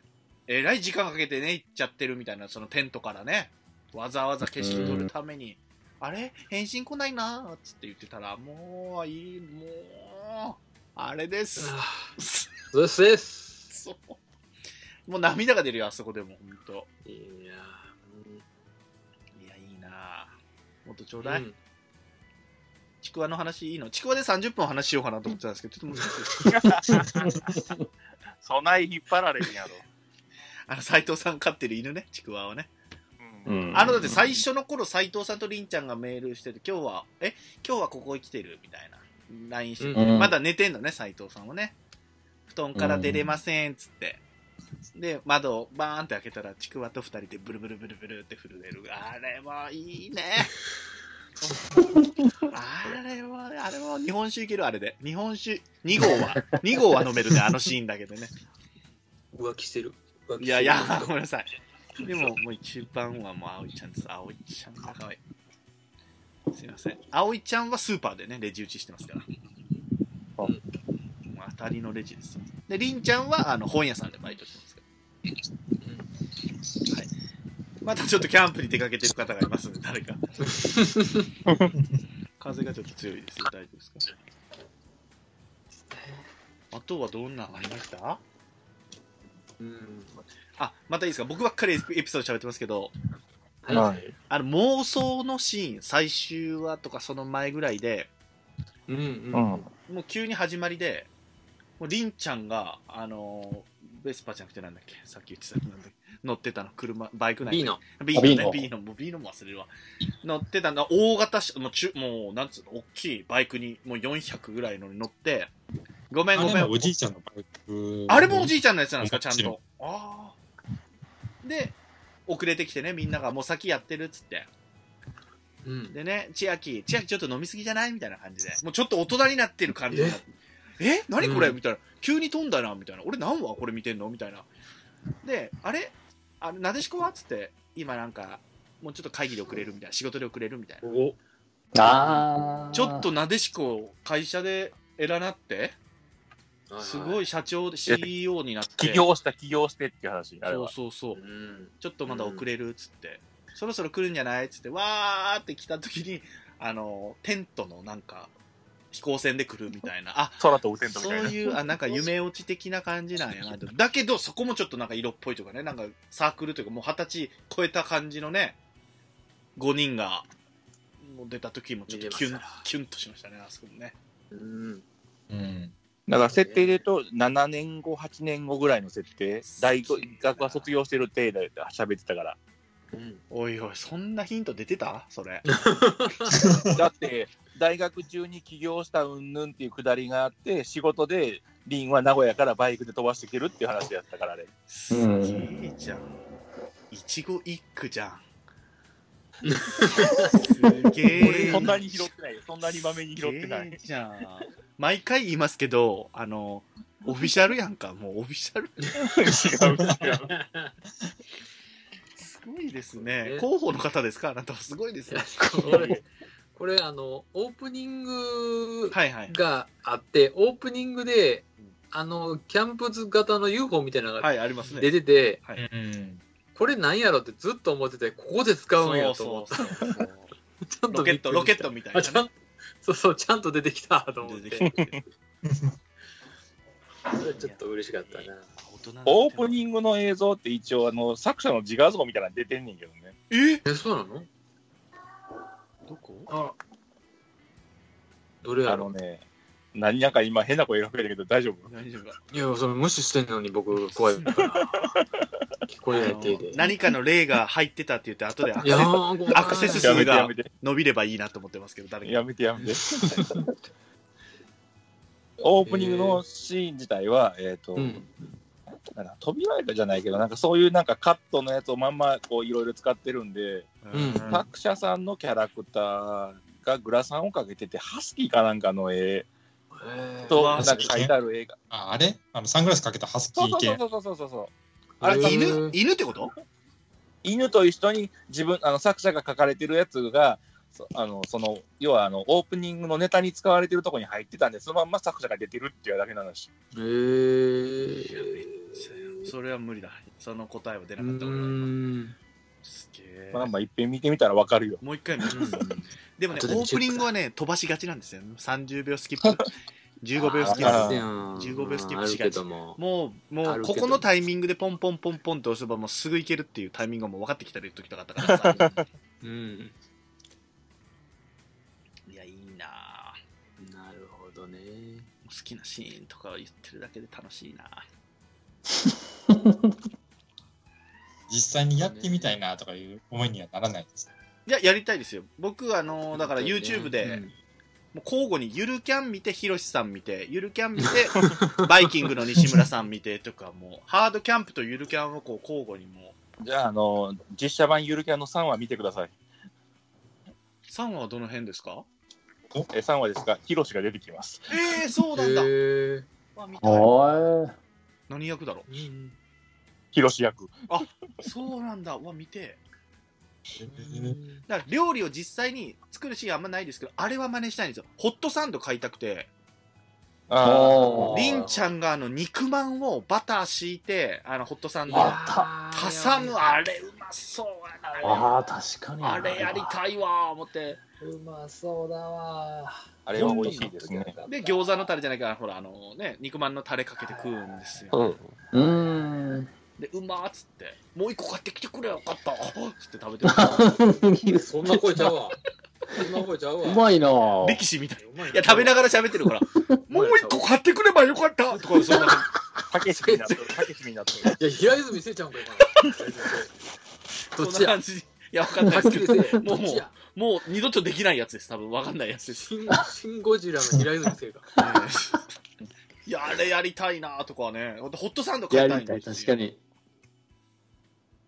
[SPEAKER 2] えらい時間かけてね、行っちゃってるみたいな、そのテントからね、わざわざ景色撮るために、あれ返信来ないなーっつって言ってたら、もう、いい、もう、あれです。 <laughs>
[SPEAKER 3] あーそうですです。
[SPEAKER 2] そう。もう涙が出るよ、あそこでも、ほんと。
[SPEAKER 3] いや
[SPEAKER 2] いや、いいなぁもっとちょう
[SPEAKER 3] ー
[SPEAKER 2] だい。
[SPEAKER 3] うん
[SPEAKER 2] ちくわの話いいのちくわで30分お話しようかなと思ってたんですけど、ちょっと難しいです。
[SPEAKER 7] そない引っ張られるんやろ。
[SPEAKER 2] あの、斎藤さん飼ってる犬ね、ちくわをね。
[SPEAKER 7] うん
[SPEAKER 4] ん
[SPEAKER 2] あの、だって最初の頃、斎藤さんとりんちゃんがメールしてて、今日は、え、今日はここへ来てるみたいな。LINE してて、
[SPEAKER 4] うん
[SPEAKER 2] まだ寝てんのね、斎藤さんはね。布団から出れません、つって。で、窓をバーンって開けたら、ちくわと二人でブルブルブルブルって震える。あれもいいね。あれは、あれは日本酒いける、あれで。日本酒、2号は、2号は飲めるね、あのシーンだけでね。
[SPEAKER 3] 浮気してる。浮気してる
[SPEAKER 2] いやいや、ごめんなさい。でも、もう一番はもう葵ちゃんです。葵ちゃんが可愛い。すいません。葵ちゃんはスーパーでね、レジ打ちしてますから。もう当たりのレジですよ。で、りんちゃんはあの本屋さんでバイトしてますけど。はい。またちょっとキャンプに出かけてる方がいますんで、誰 <laughs> か。風がちょっと強いですよ。大丈夫ですかあとはどんなのありました
[SPEAKER 3] うん。
[SPEAKER 2] あ、またいいですか僕ばっかりエピソード喋ってますけど、
[SPEAKER 3] はい。
[SPEAKER 6] はい
[SPEAKER 2] あの、妄想のシーン、最終話とかその前ぐらいで、
[SPEAKER 3] うんうん。
[SPEAKER 6] うん
[SPEAKER 2] もう急に始まりで、もうりんちゃんが、あのーベスパじゃなくてなんだっけさっき言ってた、なんだっけ乗ってたの、車、バイク内
[SPEAKER 3] いい
[SPEAKER 2] で。
[SPEAKER 3] の。
[SPEAKER 2] ビーノね。
[SPEAKER 4] あ
[SPEAKER 2] ビ
[SPEAKER 4] ビ
[SPEAKER 2] ーノも、ビーノも忘れるわ。乗ってたのが、大型車、もう中、もう、なんつうの、大きいバイクに、もう400ぐらいのに乗って、ごめん
[SPEAKER 5] あ
[SPEAKER 2] ご
[SPEAKER 5] れ
[SPEAKER 2] めん
[SPEAKER 5] も。おじいちゃんのバイク。
[SPEAKER 2] あれもおじいちゃんのやつなんですか、ちゃん
[SPEAKER 5] もちろん
[SPEAKER 2] と。ああ。で、遅れてきてね、みんながもう先やってるっつって。
[SPEAKER 3] うん。
[SPEAKER 2] でね、千秋、千秋ちょっと飲みすぎじゃないみたいな感じで。もうちょっと大人になってる感じで。え何これ、
[SPEAKER 3] うん
[SPEAKER 2] みたいな。急に飛んだな、みたいな。俺何話これ見てんのみたいな。で、あれあれ、なでしこはつって、今なんか、もうちょっと会議で遅れるみたいな。仕事で遅れるみたいな。
[SPEAKER 3] お
[SPEAKER 4] あー
[SPEAKER 2] ちょっとなでしこ、会社で偉なって、すご
[SPEAKER 3] い。
[SPEAKER 2] い社長で CEO になって。
[SPEAKER 6] 起業した起業してっていう話あれ
[SPEAKER 2] そう
[SPEAKER 6] は
[SPEAKER 2] そうそう
[SPEAKER 3] う。ん。
[SPEAKER 2] ちょっとまだ遅れるっつって、そろそろ来るんじゃないっつって、わーって来た時に、あの、テントのなんか、飛行船で来るみたいな。あ、
[SPEAKER 6] 空飛ぶテントみ
[SPEAKER 2] そう
[SPEAKER 6] たいな
[SPEAKER 2] いう、あ、なんか夢落ち的な感じなん
[SPEAKER 6] <laughs>
[SPEAKER 2] やなと。だけど、そこもちょっとなんか色っぽいというかね、なんかサークルというか、もう二十歳超えた感じのね、5人が、もう出た時もちょっとキ
[SPEAKER 3] 見
[SPEAKER 2] ュ
[SPEAKER 3] れ
[SPEAKER 2] ン
[SPEAKER 3] ました、
[SPEAKER 2] キュンとしましたね、あそこもね。
[SPEAKER 3] うん。
[SPEAKER 5] うん。
[SPEAKER 6] だから設定で言うと7年後8年後ぐらいの設定大学は卒業してる程度で喋って
[SPEAKER 2] <laughs>
[SPEAKER 6] たから
[SPEAKER 3] うん。
[SPEAKER 2] おいおい、そんなヒント出てたそれ。
[SPEAKER 6] だって大学中に起業したうんぬんっていうくだりがあって仕事でリンは名古屋からバイクで飛ばしてきてるっていう話やったからね
[SPEAKER 2] すげえじゃん。一期一句じゃん。すげえ。
[SPEAKER 6] そんなに拾ってないよそんなにまめに拾ってな
[SPEAKER 2] すげえ
[SPEAKER 6] い
[SPEAKER 2] じゃん。毎回言いますけど、あの、オフィシャルやんか、もうオフィシャル。 <laughs> すごいですね
[SPEAKER 3] ね。
[SPEAKER 2] 候補の方ですかあなたはすごいです
[SPEAKER 3] いや
[SPEAKER 2] ね。
[SPEAKER 3] これ、これ、あの、オープニング
[SPEAKER 2] はいはい。
[SPEAKER 3] があって、オープニングで、あの、キャンプズ型の UFO みたいなのが
[SPEAKER 2] はい、ありますね。
[SPEAKER 3] 出てて、
[SPEAKER 5] うん。
[SPEAKER 3] これなんやろってずっと思ってて、ここで使うんやと思っ
[SPEAKER 2] そうそうそう
[SPEAKER 3] て、ちゃん
[SPEAKER 2] ロ
[SPEAKER 3] と
[SPEAKER 2] ケ
[SPEAKER 3] び
[SPEAKER 2] ッ
[SPEAKER 3] っく
[SPEAKER 2] ト、
[SPEAKER 3] り
[SPEAKER 2] ロケ
[SPEAKER 3] し
[SPEAKER 2] ッ
[SPEAKER 3] た
[SPEAKER 2] トみたい
[SPEAKER 3] あちゃ
[SPEAKER 2] なん
[SPEAKER 3] そうそう、ちゃんと出てきたと思っ
[SPEAKER 2] ね。
[SPEAKER 3] て、
[SPEAKER 2] 出てきて
[SPEAKER 5] <laughs>
[SPEAKER 3] それちょっと嬉しかったな。
[SPEAKER 2] 大人になっても
[SPEAKER 6] オープニングの映像って一応あの作者の自画像みたいなの出てんねんけどね
[SPEAKER 2] え
[SPEAKER 3] え、そうなの
[SPEAKER 2] どこ
[SPEAKER 3] あどれや
[SPEAKER 6] あ
[SPEAKER 3] ろ
[SPEAKER 6] のね何なんか今変な声が増えたけど大丈夫
[SPEAKER 2] 大丈夫か
[SPEAKER 3] いや、それ無視してんのに僕、怖いから。聞こえない手で。
[SPEAKER 2] <laughs> 何かの例が入ってたって言って、後でアク
[SPEAKER 3] い
[SPEAKER 2] セ
[SPEAKER 3] や
[SPEAKER 2] ス
[SPEAKER 3] ーごめん
[SPEAKER 2] アクセス
[SPEAKER 6] や
[SPEAKER 2] 数
[SPEAKER 6] めてや
[SPEAKER 2] が
[SPEAKER 6] めて
[SPEAKER 2] 伸びればいいなと思ってますけど、誰か。
[SPEAKER 6] やめてや
[SPEAKER 3] <laughs>
[SPEAKER 6] めてオープニングのシーン自体は、えっ、と、
[SPEAKER 3] うん。
[SPEAKER 6] なんか扉絵じゃないけど、なんかそういうなんかカットのやつをまんまこういろいろ使ってるんで、
[SPEAKER 3] うん
[SPEAKER 6] 作者さんのキャラクターがグラサンをかけてて、ハスキーかなんかの絵
[SPEAKER 3] えー
[SPEAKER 6] と、
[SPEAKER 2] う
[SPEAKER 6] な
[SPEAKER 2] わ
[SPEAKER 6] んか書いてある映画。
[SPEAKER 5] あ、あれあの、サングラスかけたハスキ
[SPEAKER 6] そ
[SPEAKER 5] ー
[SPEAKER 6] うそう
[SPEAKER 5] 系。
[SPEAKER 6] そうそうそうそう。
[SPEAKER 2] あ
[SPEAKER 3] え
[SPEAKER 2] れ、
[SPEAKER 3] ー
[SPEAKER 2] 犬犬ってこと
[SPEAKER 6] 犬と一緒に自分、あの作者が書かれてるやつが、そあのその要はあのオープニングのネタに使われてるとこに入ってたんで、そのまんま作者が出てるっていうだけの話。
[SPEAKER 3] えー
[SPEAKER 2] それは無理だ。その答えは出
[SPEAKER 3] う
[SPEAKER 2] なかった俺は今
[SPEAKER 3] ーん。
[SPEAKER 2] すげえ。
[SPEAKER 6] まあまあ、いっぺん見てみたらわかるよ。
[SPEAKER 2] もう一回見ます。でもね、
[SPEAKER 3] 後で
[SPEAKER 2] オー
[SPEAKER 3] 見
[SPEAKER 2] プ
[SPEAKER 3] チェックだ
[SPEAKER 2] ニングはね、飛ばしがちなんですよ。30秒ス
[SPEAKER 3] <laughs>
[SPEAKER 2] キップ、15秒スキッ
[SPEAKER 6] あら
[SPEAKER 2] プ。
[SPEAKER 3] 15
[SPEAKER 2] 15秒スキッ
[SPEAKER 3] あ
[SPEAKER 2] プし
[SPEAKER 3] る
[SPEAKER 2] が
[SPEAKER 3] け
[SPEAKER 2] ち
[SPEAKER 3] ども。
[SPEAKER 2] もう、も
[SPEAKER 3] あ
[SPEAKER 2] う、
[SPEAKER 3] るけ
[SPEAKER 2] こ
[SPEAKER 3] ど
[SPEAKER 2] このタイミングでポンポンポンポンって押せば、もうすぐいけるっていうタイミングがもう分かってきたり時とかあったからさ。
[SPEAKER 3] うん。
[SPEAKER 2] いや、いいな
[SPEAKER 3] なるほどね。
[SPEAKER 2] 好きなシーンとかを言ってるだけで楽しいな
[SPEAKER 5] 実際にやってみたいなとかいう思いにはならないです。
[SPEAKER 2] いややりたいですよ僕あのだから YouTube で、
[SPEAKER 3] うん
[SPEAKER 2] もう交互にゆるキャン見てひろしさん見てゆるキャン見てバイキングの西村さん見てとかもうハードキャンプとゆるキャンをこう交互にも
[SPEAKER 6] じゃあ、あの、実写版ゆるキャンの3話見てください。
[SPEAKER 2] う3話はどの辺ですか
[SPEAKER 6] え、3話ですかヒロシが出てきます。
[SPEAKER 2] ええそうなんだ、
[SPEAKER 3] へえ。
[SPEAKER 2] わ見たい
[SPEAKER 4] は
[SPEAKER 2] 何役だろ
[SPEAKER 3] うん
[SPEAKER 6] ヒロシ役。
[SPEAKER 2] うそうなんだうわ見て
[SPEAKER 3] うん
[SPEAKER 2] だから料理を実際に作るシーンあんまないですけどあれは真似したいんですよホットサンド買いたくて
[SPEAKER 4] あ
[SPEAKER 6] あ
[SPEAKER 4] ー
[SPEAKER 2] りんちゃんがあの肉まんをバター敷いてあのホットサンドに
[SPEAKER 4] あ
[SPEAKER 2] 挟むあれうまそうやな
[SPEAKER 4] ああ確かに
[SPEAKER 2] あれやりたいわ思って
[SPEAKER 3] うまそうだわ。
[SPEAKER 6] あれは美味しいですね。
[SPEAKER 2] で餃子のタレじゃないからほらあのね肉まんのタレかけて食うんですよ
[SPEAKER 8] うん。
[SPEAKER 4] うーん
[SPEAKER 2] でうまーっつってもう一個買ってきてくれよかったっつって食べてる
[SPEAKER 3] そんな声ちゃうわ。そんな声
[SPEAKER 2] <laughs>
[SPEAKER 3] ちゃうわ。
[SPEAKER 4] うまいなぁ
[SPEAKER 2] 歴史みたい
[SPEAKER 3] いうまい
[SPEAKER 2] いや食べながら喋ってるから <laughs> もう一個買ってくればよかったとかそんな
[SPEAKER 6] たけしみになってる。たけしみになって
[SPEAKER 3] <laughs>
[SPEAKER 6] る。
[SPEAKER 3] いや、平泉せいちゃうんか、今
[SPEAKER 2] <laughs> そ
[SPEAKER 3] の。
[SPEAKER 2] ん
[SPEAKER 3] ど
[SPEAKER 2] な
[SPEAKER 3] っちや
[SPEAKER 2] 感じいや分かんないですけども
[SPEAKER 3] ど
[SPEAKER 2] う
[SPEAKER 3] っ
[SPEAKER 2] も
[SPEAKER 3] ちや
[SPEAKER 2] うもう二度とできないやつです多分分かんないやつです <laughs>
[SPEAKER 3] シンシン・ゴジラの平泉せいか。
[SPEAKER 2] いやあれやりたいなとかねホットサンド買
[SPEAKER 4] や
[SPEAKER 2] いたい
[SPEAKER 4] り
[SPEAKER 2] ん
[SPEAKER 4] た
[SPEAKER 2] で
[SPEAKER 4] い
[SPEAKER 2] すよ
[SPEAKER 4] 確かに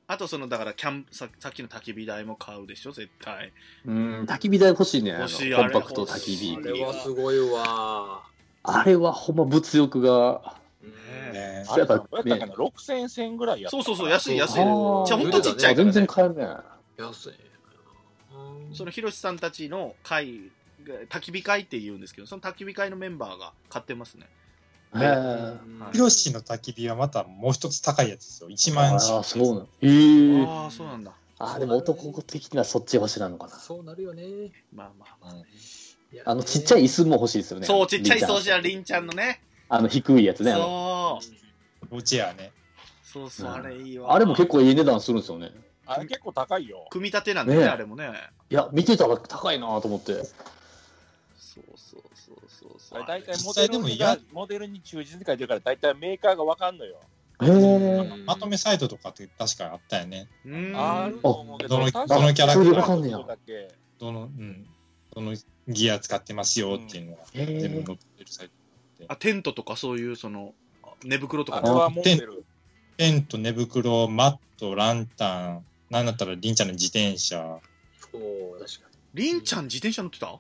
[SPEAKER 2] あとそのだからキャンプささっきの焚き火台も買うでしょ絶対
[SPEAKER 4] うん焚き火台欲しいねあの
[SPEAKER 2] 欲しい
[SPEAKER 4] コンパクト焚き
[SPEAKER 2] あ
[SPEAKER 4] 火
[SPEAKER 3] あれはすごいわ。
[SPEAKER 4] あれはほんま物欲が
[SPEAKER 2] ね
[SPEAKER 5] ね
[SPEAKER 4] あれやっぱ
[SPEAKER 6] どうやったかな ?6000 円ぐらいやった
[SPEAKER 2] そう
[SPEAKER 6] かな
[SPEAKER 2] そうそう安い安い
[SPEAKER 3] じゃあ
[SPEAKER 2] じゃあほんとちっちゃい
[SPEAKER 4] あ
[SPEAKER 2] からね
[SPEAKER 4] 全然買えるね
[SPEAKER 3] 安い。うん
[SPEAKER 2] そのひろしさんたちの会が焚き火会って言うんですけどその焚き火会のメンバーが買ってますね
[SPEAKER 4] へえ
[SPEAKER 5] ヒロシの焚き火はまたもう一つ高いやつですよ。1万円
[SPEAKER 4] あ
[SPEAKER 5] し
[SPEAKER 4] あそうなのへえ
[SPEAKER 2] ああそうなんだ
[SPEAKER 4] あーでも男的にはそっち欲しなのかな
[SPEAKER 3] そうなるよね。い
[SPEAKER 2] まあまあまあ、
[SPEAKER 3] や
[SPEAKER 4] あのちっちゃい椅子も欲しいですよね
[SPEAKER 2] そうちっちゃい掃除はり
[SPEAKER 4] りん
[SPEAKER 2] んちゃんのね
[SPEAKER 4] あの低いやつねあの
[SPEAKER 2] そう
[SPEAKER 5] ローチェアね。
[SPEAKER 2] そうそう
[SPEAKER 4] うん
[SPEAKER 2] あれいいわ
[SPEAKER 4] あれも結構いい値段するんですよね
[SPEAKER 6] あれ結構高いよ。
[SPEAKER 2] 組み立てなんだね
[SPEAKER 4] ねえ
[SPEAKER 2] あれもね
[SPEAKER 4] いや見てたら高いなと思って
[SPEAKER 2] そうそうそうそうそ
[SPEAKER 6] あ
[SPEAKER 2] う
[SPEAKER 6] れ大体モ
[SPEAKER 5] 実
[SPEAKER 6] デ
[SPEAKER 5] 際で
[SPEAKER 6] ル
[SPEAKER 5] も
[SPEAKER 6] に
[SPEAKER 5] 嫌
[SPEAKER 6] がモデルに忠実に書いてるから大体メーカーがわかんのよ。
[SPEAKER 4] へえ
[SPEAKER 5] まとめサイトとかって確かあったよね。
[SPEAKER 2] うーん
[SPEAKER 6] あると思うけ
[SPEAKER 5] ど
[SPEAKER 6] ど、
[SPEAKER 5] の
[SPEAKER 6] 確
[SPEAKER 5] どのキャラクター
[SPEAKER 4] それわかんねえや
[SPEAKER 6] そうだっけ
[SPEAKER 5] どの、うん。どのギア使ってますよっていうのが
[SPEAKER 4] へ
[SPEAKER 5] 全部
[SPEAKER 4] え
[SPEAKER 5] 載ってるサイト。
[SPEAKER 2] あテントとかそういうその寝袋と
[SPEAKER 6] あ
[SPEAKER 2] か
[SPEAKER 6] れはモデル。
[SPEAKER 5] ペンと寝袋、マット、ランタン、なんだったらりんちゃんの自転車。
[SPEAKER 3] そう、確か
[SPEAKER 2] りんちゃん自転車乗ってた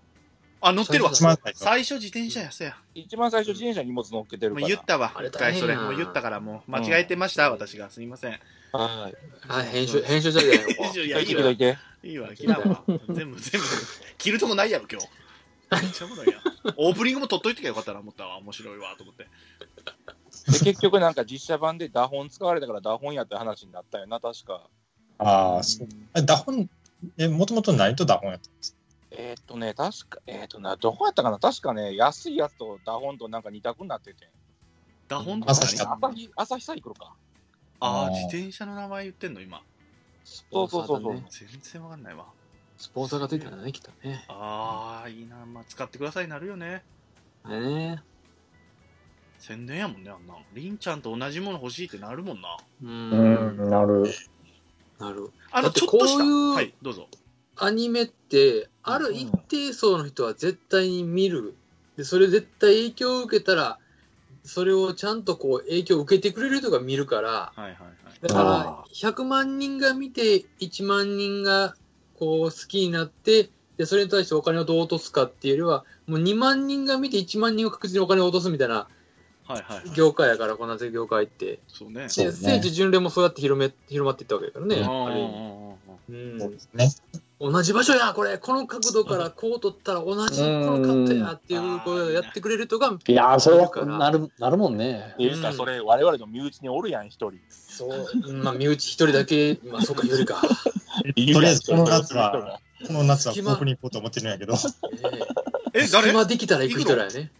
[SPEAKER 2] あ乗ってるわ
[SPEAKER 5] 一番最初。
[SPEAKER 2] 最初自転車やせや
[SPEAKER 6] 一番最初自転車に荷物乗っけてる
[SPEAKER 2] も
[SPEAKER 6] か
[SPEAKER 2] う言
[SPEAKER 6] ら。
[SPEAKER 2] ったわ
[SPEAKER 3] あれ
[SPEAKER 2] 一回それ
[SPEAKER 3] 大変やな
[SPEAKER 2] もう言ったからもう間違えてました、私がすみません
[SPEAKER 8] はい。
[SPEAKER 3] に。あ、編集、 <laughs> 編集じゃないよ。ここ
[SPEAKER 2] いや
[SPEAKER 6] はい
[SPEAKER 2] い
[SPEAKER 6] い
[SPEAKER 2] よ
[SPEAKER 6] けどいて。
[SPEAKER 2] いい
[SPEAKER 3] <laughs>
[SPEAKER 2] わ、切らんわ。全部、全部。着るとこないやろ、今日。めっちゃおもろい
[SPEAKER 3] <laughs>
[SPEAKER 2] やんオープニングも撮っといてきゃよかったな、思ったわ。面白いわ、と思って。
[SPEAKER 6] で、結局なんか実写版で打本使われたから打本やって話になったよな、確か。
[SPEAKER 5] ああ、そう。あれ、打本、え、もともと何と打本やったんですか
[SPEAKER 6] えーっとね、確か、えーっとな、どこやったかな確かね、安いやつと打本となんか二択になってて。
[SPEAKER 2] ダホンとか
[SPEAKER 5] 朝日
[SPEAKER 2] 何
[SPEAKER 5] か
[SPEAKER 6] 朝日、朝日サイクルか。
[SPEAKER 2] ああ、自転車の名前言ってんの、今。
[SPEAKER 6] そうそうそうそう。
[SPEAKER 2] 全然わかんないわ。
[SPEAKER 8] スポンサーがついたらね、きっとね。
[SPEAKER 2] ああ、いいな。まあ、使ってくださいになるよね。
[SPEAKER 8] ね
[SPEAKER 2] 宣伝やもんね、あんなん。りんちゃんと同じもの欲しいってなるもんな。
[SPEAKER 8] え。う。
[SPEAKER 4] うんんなる
[SPEAKER 8] なるほど。
[SPEAKER 2] あ
[SPEAKER 3] だ
[SPEAKER 2] の、
[SPEAKER 3] って
[SPEAKER 2] ちょっとした。
[SPEAKER 3] こういう
[SPEAKER 2] はい、どうぞ。
[SPEAKER 3] アニメって、ある一定層の人は絶対に見る。で、それ絶対影響を受けたら、それをちゃんとこう影響を受けてくれる人が見るから、
[SPEAKER 2] はいはいはい。
[SPEAKER 3] だ
[SPEAKER 4] あ
[SPEAKER 3] から100万人が見て1万人がこう好きになってでそれに対してお金をどう落とすかっていうよりはもう2万人が見て1万人が確実にお金を落とすみたいな
[SPEAKER 2] はいはいはい。
[SPEAKER 3] 業界やからこんな業界って
[SPEAKER 2] そうね。
[SPEAKER 5] そう
[SPEAKER 3] で
[SPEAKER 5] ね
[SPEAKER 3] 聖地巡礼もそうやって広め広まっていったわけだから
[SPEAKER 2] うん
[SPEAKER 3] ね、
[SPEAKER 2] うん
[SPEAKER 3] う
[SPEAKER 5] そうんですね。
[SPEAKER 3] 同じ場所やこれこの角度からこう撮ったら同じこのカットやっていうことをやってくれる人が
[SPEAKER 4] いやーそれはなるなるもんね
[SPEAKER 6] っていうか、
[SPEAKER 3] うん
[SPEAKER 6] それ、我々の身内におるやん、一人。
[SPEAKER 3] そう、うんまあ、身内一人だけまあそうかよりか、
[SPEAKER 5] とりあえずこの夏は
[SPEAKER 6] いるやん
[SPEAKER 5] この夏は
[SPEAKER 3] 隙間
[SPEAKER 5] 甲府に行こうと思ってるんやけど。
[SPEAKER 3] ね
[SPEAKER 2] え、
[SPEAKER 3] え、
[SPEAKER 2] 誰
[SPEAKER 3] 今できたら行く人らやね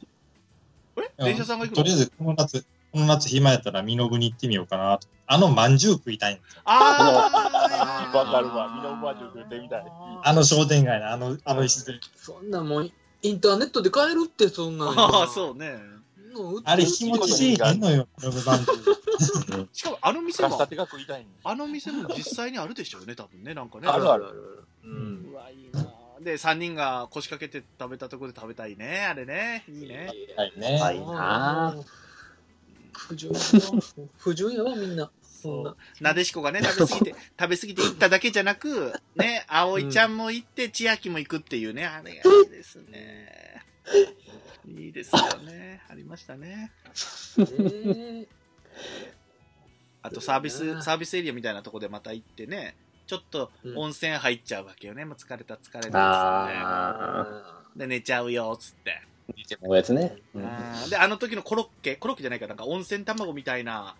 [SPEAKER 2] え電車さんが行
[SPEAKER 5] と
[SPEAKER 2] く
[SPEAKER 5] りあえ
[SPEAKER 2] の
[SPEAKER 5] ずこの夏、この夏暇やったら身延に行ってみようかなと。あのまんじゅう食いたいんですよ。
[SPEAKER 2] ああ
[SPEAKER 6] わかるわ身の上手く言ってみたい
[SPEAKER 5] あの商店街のあの、あの椅子で。
[SPEAKER 3] そんなもん、インターネットで買えるって、そんな
[SPEAKER 2] ああ、そうね。
[SPEAKER 3] う。
[SPEAKER 5] あれ、日持ちしいねんのよ、ロブバンク。
[SPEAKER 2] しかも、あの店
[SPEAKER 6] 貸した
[SPEAKER 2] は、
[SPEAKER 6] てが食いたいんです
[SPEAKER 2] あの店も実際にあるでしょうね、多分ね、なんかね。
[SPEAKER 3] あるあるあるある。う
[SPEAKER 5] うん
[SPEAKER 3] ん。
[SPEAKER 2] うわ、いいなあで、3人が腰掛けて食べたところで食べたいね、あれね。いいね。
[SPEAKER 5] はいね。
[SPEAKER 4] はいな
[SPEAKER 3] あ。不純やわ。不純やわ、みんな。そんな。
[SPEAKER 2] なでしこがね、食べ過
[SPEAKER 3] <laughs>
[SPEAKER 2] ぎて、食べ過ぎて行っただけじゃなく、ね、葵ちゃんも行って、千秋も行くっていうね、あれがいいですね。いいですよね。ありましたね。
[SPEAKER 3] ね
[SPEAKER 2] あとサービ
[SPEAKER 3] そうだ
[SPEAKER 2] ス、
[SPEAKER 3] な
[SPEAKER 2] サービスエリアみたいなとこでまた行ってね、ちょっと
[SPEAKER 3] うん
[SPEAKER 2] 温泉入っちゃうわけよね。もう疲れた疲れたっつっ
[SPEAKER 4] あ
[SPEAKER 2] て。で、寝ちゃうよ、つって。
[SPEAKER 4] ーおやつね。うん
[SPEAKER 2] あーで、あの時のコロッケ、コロッケじゃないか、なんか温泉卵みたいな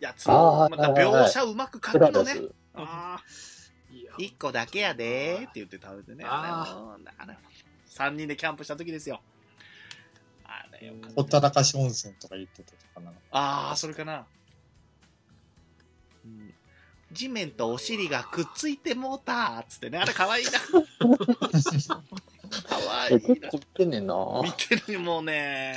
[SPEAKER 2] やつ
[SPEAKER 4] あ
[SPEAKER 2] を、
[SPEAKER 4] ー
[SPEAKER 2] また
[SPEAKER 4] はいはいはい
[SPEAKER 2] 描写うまく書
[SPEAKER 4] ク
[SPEAKER 2] く
[SPEAKER 4] ラ
[SPEAKER 2] の
[SPEAKER 4] ダ
[SPEAKER 2] ね。
[SPEAKER 4] ス。
[SPEAKER 2] あー
[SPEAKER 3] いや
[SPEAKER 2] 一個だけやでーって言って食べてね。
[SPEAKER 3] あー
[SPEAKER 2] あれもうなる三人でキャンプした時ですよ。あれよか
[SPEAKER 5] ほ
[SPEAKER 2] っ
[SPEAKER 5] った
[SPEAKER 2] た。
[SPEAKER 5] らかし温泉とか言ってたとかなの。
[SPEAKER 2] ああ、それかな。うん地面とお尻がくっついてもうたーっつってね。あれ可愛いな。
[SPEAKER 4] <laughs>
[SPEAKER 2] 可愛い
[SPEAKER 4] 結
[SPEAKER 2] な
[SPEAKER 4] 構。見てんねんな。
[SPEAKER 2] <laughs> 見てるよもう <laughs> ね、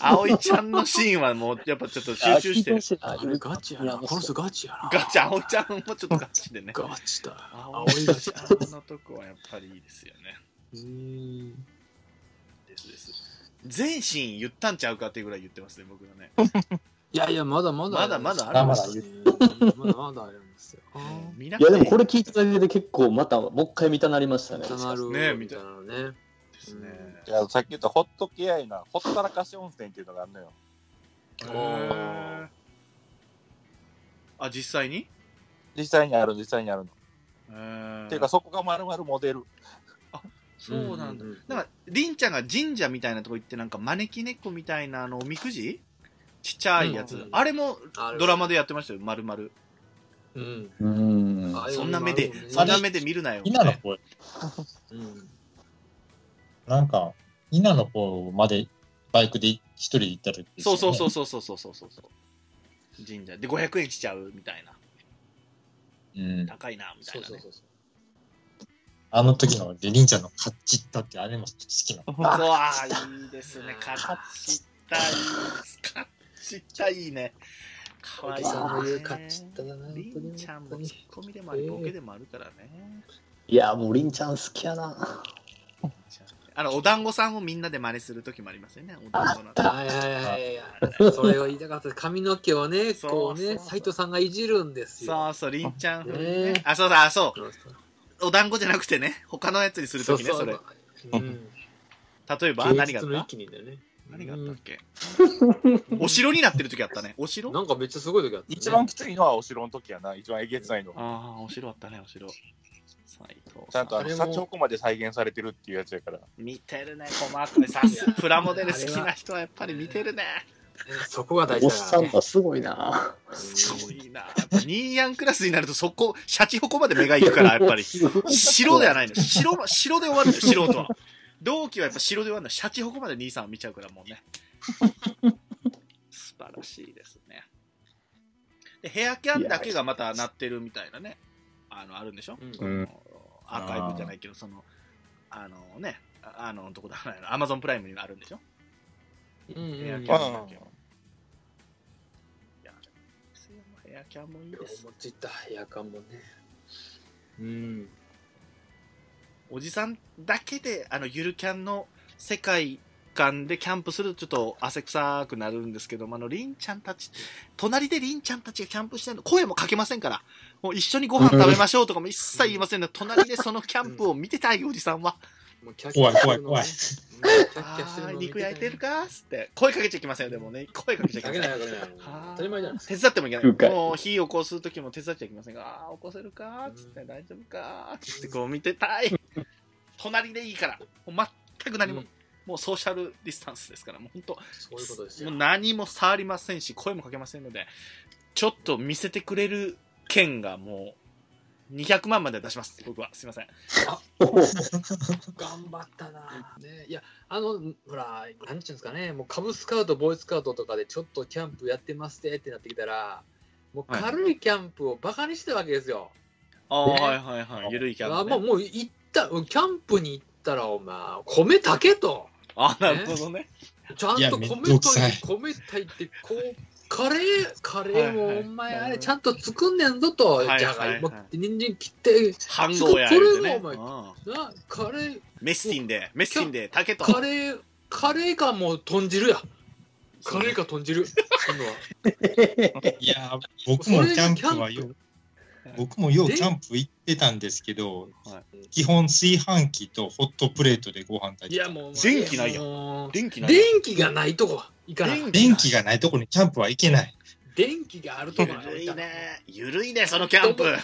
[SPEAKER 2] 葵ちゃんのシーンはもうやっぱちょっと集中して、
[SPEAKER 3] あれガチやな。この人ガチやな。
[SPEAKER 2] ガチ、葵ちゃんもちょっとガチで <laughs> ね。
[SPEAKER 3] ガチだ。
[SPEAKER 2] 葵ちゃんのとこはやっぱりいいですよね。
[SPEAKER 3] うーん。
[SPEAKER 2] ですです。全シーン言ったんちゃうかっていうぐらい言ってますね、僕がね。
[SPEAKER 3] いやいや、まだまだ。
[SPEAKER 2] まだまだあ
[SPEAKER 5] る
[SPEAKER 3] まだまだまだあるんですよ。
[SPEAKER 2] 見なく
[SPEAKER 4] いやでも
[SPEAKER 2] て
[SPEAKER 4] これ聞いただけで結構またもう一回見たなりましたね。
[SPEAKER 3] たまる
[SPEAKER 2] ね
[SPEAKER 3] みたいなのね。
[SPEAKER 2] ですね。
[SPEAKER 6] いやさっき言ったホットケアいうのはほったらかし温泉っていうのがあるのよ。
[SPEAKER 2] へーあ、実際に
[SPEAKER 6] 実際にある、実際にあるの。
[SPEAKER 2] っ
[SPEAKER 6] っていうか、、そこがまるまるモデル。
[SPEAKER 2] そうなんだ。
[SPEAKER 3] う
[SPEAKER 2] なんか、りんちゃんが神社みたいなとこ行って、なんか招き猫みたいなあのおみくじちっちゃいや
[SPEAKER 3] う
[SPEAKER 2] つ
[SPEAKER 3] ん。
[SPEAKER 2] あれも
[SPEAKER 3] ある
[SPEAKER 2] ドラマでやってましたよ、丸々。
[SPEAKER 3] うん。
[SPEAKER 4] うん。
[SPEAKER 3] あ
[SPEAKER 2] そんな目で、そ
[SPEAKER 3] あ
[SPEAKER 2] ん
[SPEAKER 3] れ
[SPEAKER 2] な目で見るなよ。
[SPEAKER 5] 稲の方、
[SPEAKER 3] うん。
[SPEAKER 5] なんか、稲の方までバイクで一人で行った時ですよ
[SPEAKER 2] そう
[SPEAKER 5] ね
[SPEAKER 2] そうそうそうそうそうそうそう。神社で500円しちゃうみたいな。
[SPEAKER 5] うん。
[SPEAKER 2] 高いな、みた
[SPEAKER 3] そ
[SPEAKER 2] いうな
[SPEAKER 3] そう
[SPEAKER 2] ね。
[SPEAKER 3] そうそう。
[SPEAKER 5] あの時ので、りんちゃんのカッチッタってあれも好きなの。
[SPEAKER 2] うわーいいです <laughs> ね。勝ちたい。勝ちたいね。か
[SPEAKER 3] お
[SPEAKER 2] わいい
[SPEAKER 3] じ
[SPEAKER 2] ね。
[SPEAKER 3] さんの言う勝ちったな。
[SPEAKER 2] りんちゃんもツッコミでもあり、ボケでもあるからね。
[SPEAKER 4] いやもうりんちゃん好きやな。
[SPEAKER 2] あの、お団子さんをみんなで真似する時もありますよね。お団子の。
[SPEAKER 3] はいはいはいはい。それを言いたかった。髪の毛をね、
[SPEAKER 2] そう
[SPEAKER 3] こう
[SPEAKER 2] そう
[SPEAKER 3] ね、
[SPEAKER 2] そう
[SPEAKER 3] 斎藤さんがいじるんですよ。
[SPEAKER 2] そうそう、りんちゃん風に
[SPEAKER 3] ね
[SPEAKER 2] ね。あ、そうだ、あそ
[SPEAKER 3] そうそう
[SPEAKER 2] う。お団子じゃなくてね、他のやつにする時ね、それ。。
[SPEAKER 3] うん。
[SPEAKER 2] 例えば、何があ
[SPEAKER 3] 芸術
[SPEAKER 2] っ
[SPEAKER 3] の
[SPEAKER 2] た
[SPEAKER 3] 域にだよね。
[SPEAKER 2] 何があったっけ
[SPEAKER 3] うん
[SPEAKER 2] お城になってる時あったね。お城
[SPEAKER 3] なんかめっちゃすごい時あったね。
[SPEAKER 6] 一番きついのはお城の時やな。一番えげつないのは。
[SPEAKER 2] ああ、お城あったね、お城。斎藤
[SPEAKER 6] ちゃ
[SPEAKER 2] さん
[SPEAKER 6] んとあ
[SPEAKER 3] あれも
[SPEAKER 6] の、社長庫まで再現されてるっていうやつやから。
[SPEAKER 2] 見てるね、細かい。さすプラモデル好きな人はやっぱり見てるね。
[SPEAKER 3] そこが大
[SPEAKER 4] お
[SPEAKER 3] 事
[SPEAKER 4] っさ
[SPEAKER 3] だ
[SPEAKER 4] ん
[SPEAKER 3] な。
[SPEAKER 4] がすごいな。
[SPEAKER 2] すごいな。やっぱニーヤンクラスになるとそこ、シャチホコまで目が行くから、やっぱり。白ではないの。白の、白で終わるのよ、素人は。同期はやっぱ白で終わるの。シャチホコまで兄さんを見ちゃうから、もうね。素晴らしいですね。で、ヘアキャンだけがまた鳴ってるみたいなね。あの、あるんでしょ
[SPEAKER 3] うん
[SPEAKER 4] うん。
[SPEAKER 2] アーカイブじゃないけど、その、あのね、ああの、どこだ、アマゾンプライムにあるんでしょ
[SPEAKER 3] うんうん
[SPEAKER 2] ヘアキ
[SPEAKER 6] あ
[SPEAKER 2] ャ
[SPEAKER 6] あ
[SPEAKER 2] ンだ
[SPEAKER 6] うん
[SPEAKER 2] けは。いや、でもですよヘアキャンもいいで
[SPEAKER 3] お
[SPEAKER 2] す。
[SPEAKER 3] 餅だ、やかんもね。うん。
[SPEAKER 2] おじさんだけで、あの、ゆるキャンの世界観でキャンプするとちょっと汗臭くなるんですけども、あの、りんちゃんたち、隣でりんちゃんたちがキャンプしてるの、声もかけませんから、もう一緒にご飯食べましょうとかも一切言いませんね。隣でそのキャンプを見てたいおじさんは。
[SPEAKER 3] もうキャッキャ
[SPEAKER 5] 怖い
[SPEAKER 3] す
[SPEAKER 5] 怖い
[SPEAKER 3] るの
[SPEAKER 5] 怖
[SPEAKER 3] ね
[SPEAKER 5] い。
[SPEAKER 3] うんキャッキャして
[SPEAKER 2] あ
[SPEAKER 3] る
[SPEAKER 2] ー
[SPEAKER 3] の
[SPEAKER 2] 肉焼いてるかっつって声かけちゃいけませんよでもね声かけちゃいけ
[SPEAKER 3] だ
[SPEAKER 2] ま
[SPEAKER 3] け
[SPEAKER 2] せん
[SPEAKER 3] ないだけない。
[SPEAKER 2] あー
[SPEAKER 3] 当たり前じゃない。
[SPEAKER 2] 手伝ってもいけ
[SPEAKER 4] 空
[SPEAKER 2] ない
[SPEAKER 4] 海
[SPEAKER 2] もう火起こす時も手伝っちゃいけませんがああー起こせるかっつって大丈夫かっつってこう見てたい隣でいいからもう全く何も、
[SPEAKER 3] うん
[SPEAKER 2] もうソーシャルディスタンスですからもう本当
[SPEAKER 3] そういうことですよ
[SPEAKER 2] もう。何も触りませんし声もかけませんのでちょっと見せてくれる券がもう200万まで出します僕はすいません
[SPEAKER 3] 頑張ったな、ね、いやあのほら何ちゅうんですかねもうカブスカウトボーイスカウトとかでちょっとキャンプやってますってってなってきたらもう
[SPEAKER 2] はい
[SPEAKER 3] 軽いキャンプをバカにしてたわけですよ、
[SPEAKER 2] ああーはいはいはいゆるいキャ
[SPEAKER 3] あ
[SPEAKER 2] ンプ、
[SPEAKER 3] もう
[SPEAKER 2] ね、
[SPEAKER 3] もう行ったキャンプに行っったら、お前、米炊けと。
[SPEAKER 2] あ、なるほどね。
[SPEAKER 3] ちゃん
[SPEAKER 5] いや
[SPEAKER 3] と
[SPEAKER 5] めん
[SPEAKER 3] 米炊い
[SPEAKER 5] どくさい
[SPEAKER 3] て、米炊いて、こう、カレー、カレー
[SPEAKER 2] は
[SPEAKER 3] も
[SPEAKER 2] いは
[SPEAKER 3] お
[SPEAKER 2] い
[SPEAKER 3] 前あれちゃんと作んねんぞと、
[SPEAKER 2] いはいはい
[SPEAKER 3] じゃがいも切って、人参切って、
[SPEAKER 2] 半合や
[SPEAKER 3] そ
[SPEAKER 2] 言うて
[SPEAKER 3] れ
[SPEAKER 2] ね。
[SPEAKER 3] もお前
[SPEAKER 2] うん
[SPEAKER 3] な、カレー、
[SPEAKER 2] メスティンで、メスティンで、竹と。
[SPEAKER 3] カレー、カレーかもう豚汁や。
[SPEAKER 2] そう
[SPEAKER 3] カレーか豚汁。作んのはい
[SPEAKER 5] や、僕もキャンプはよう、僕もよう
[SPEAKER 3] で
[SPEAKER 5] キャンプ行ってたんですけど
[SPEAKER 2] は、
[SPEAKER 5] 基本炊飯器とホットプレートでご飯炊い
[SPEAKER 3] い
[SPEAKER 5] て
[SPEAKER 3] や、
[SPEAKER 5] た。
[SPEAKER 3] もうお前。
[SPEAKER 2] 電 <laughs> 気ないやん
[SPEAKER 3] もう
[SPEAKER 2] 電気ない。
[SPEAKER 3] 電気がないとこ行かない。
[SPEAKER 5] 電気がないとこにキャンプは行けない。
[SPEAKER 3] 電気があるとこ
[SPEAKER 2] ゆ
[SPEAKER 3] ろ
[SPEAKER 2] るいね。ゆるいね、そのキャンプ。
[SPEAKER 3] ね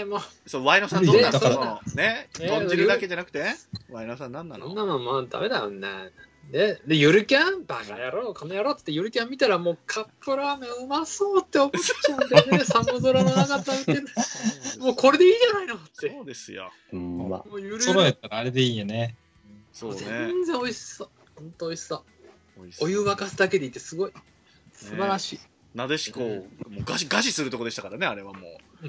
[SPEAKER 3] え、もう、
[SPEAKER 2] そう、ワイノさんどうなの
[SPEAKER 5] ね
[SPEAKER 2] そ
[SPEAKER 5] だ
[SPEAKER 2] の
[SPEAKER 3] か
[SPEAKER 2] ね、
[SPEAKER 3] ね
[SPEAKER 2] 豚汁だけじゃなくてワイノさん何な
[SPEAKER 3] そん
[SPEAKER 2] の
[SPEAKER 3] なもんもうダメだもんな。で、でゆるキャンバカ野郎、この野郎ってゆるキャン見たらもうカップラーメンうまそうって思っちゃうんだよ <laughs> ね。寒空の中食べてる。もうこれでいいじゃないのって。
[SPEAKER 2] そうですよ。
[SPEAKER 4] うん、まあ
[SPEAKER 3] もうゆるゆ
[SPEAKER 5] 揃
[SPEAKER 3] る
[SPEAKER 5] えたらあれでいいよね。
[SPEAKER 2] そうね。
[SPEAKER 3] 全然美味しそう。本当美味しそう。お
[SPEAKER 2] お
[SPEAKER 3] 湯沸かすだけでいいってすごい。素晴らしい。
[SPEAKER 2] なでしこをもうガシガシするとこでしたからね、あれはも
[SPEAKER 3] <laughs>
[SPEAKER 2] う。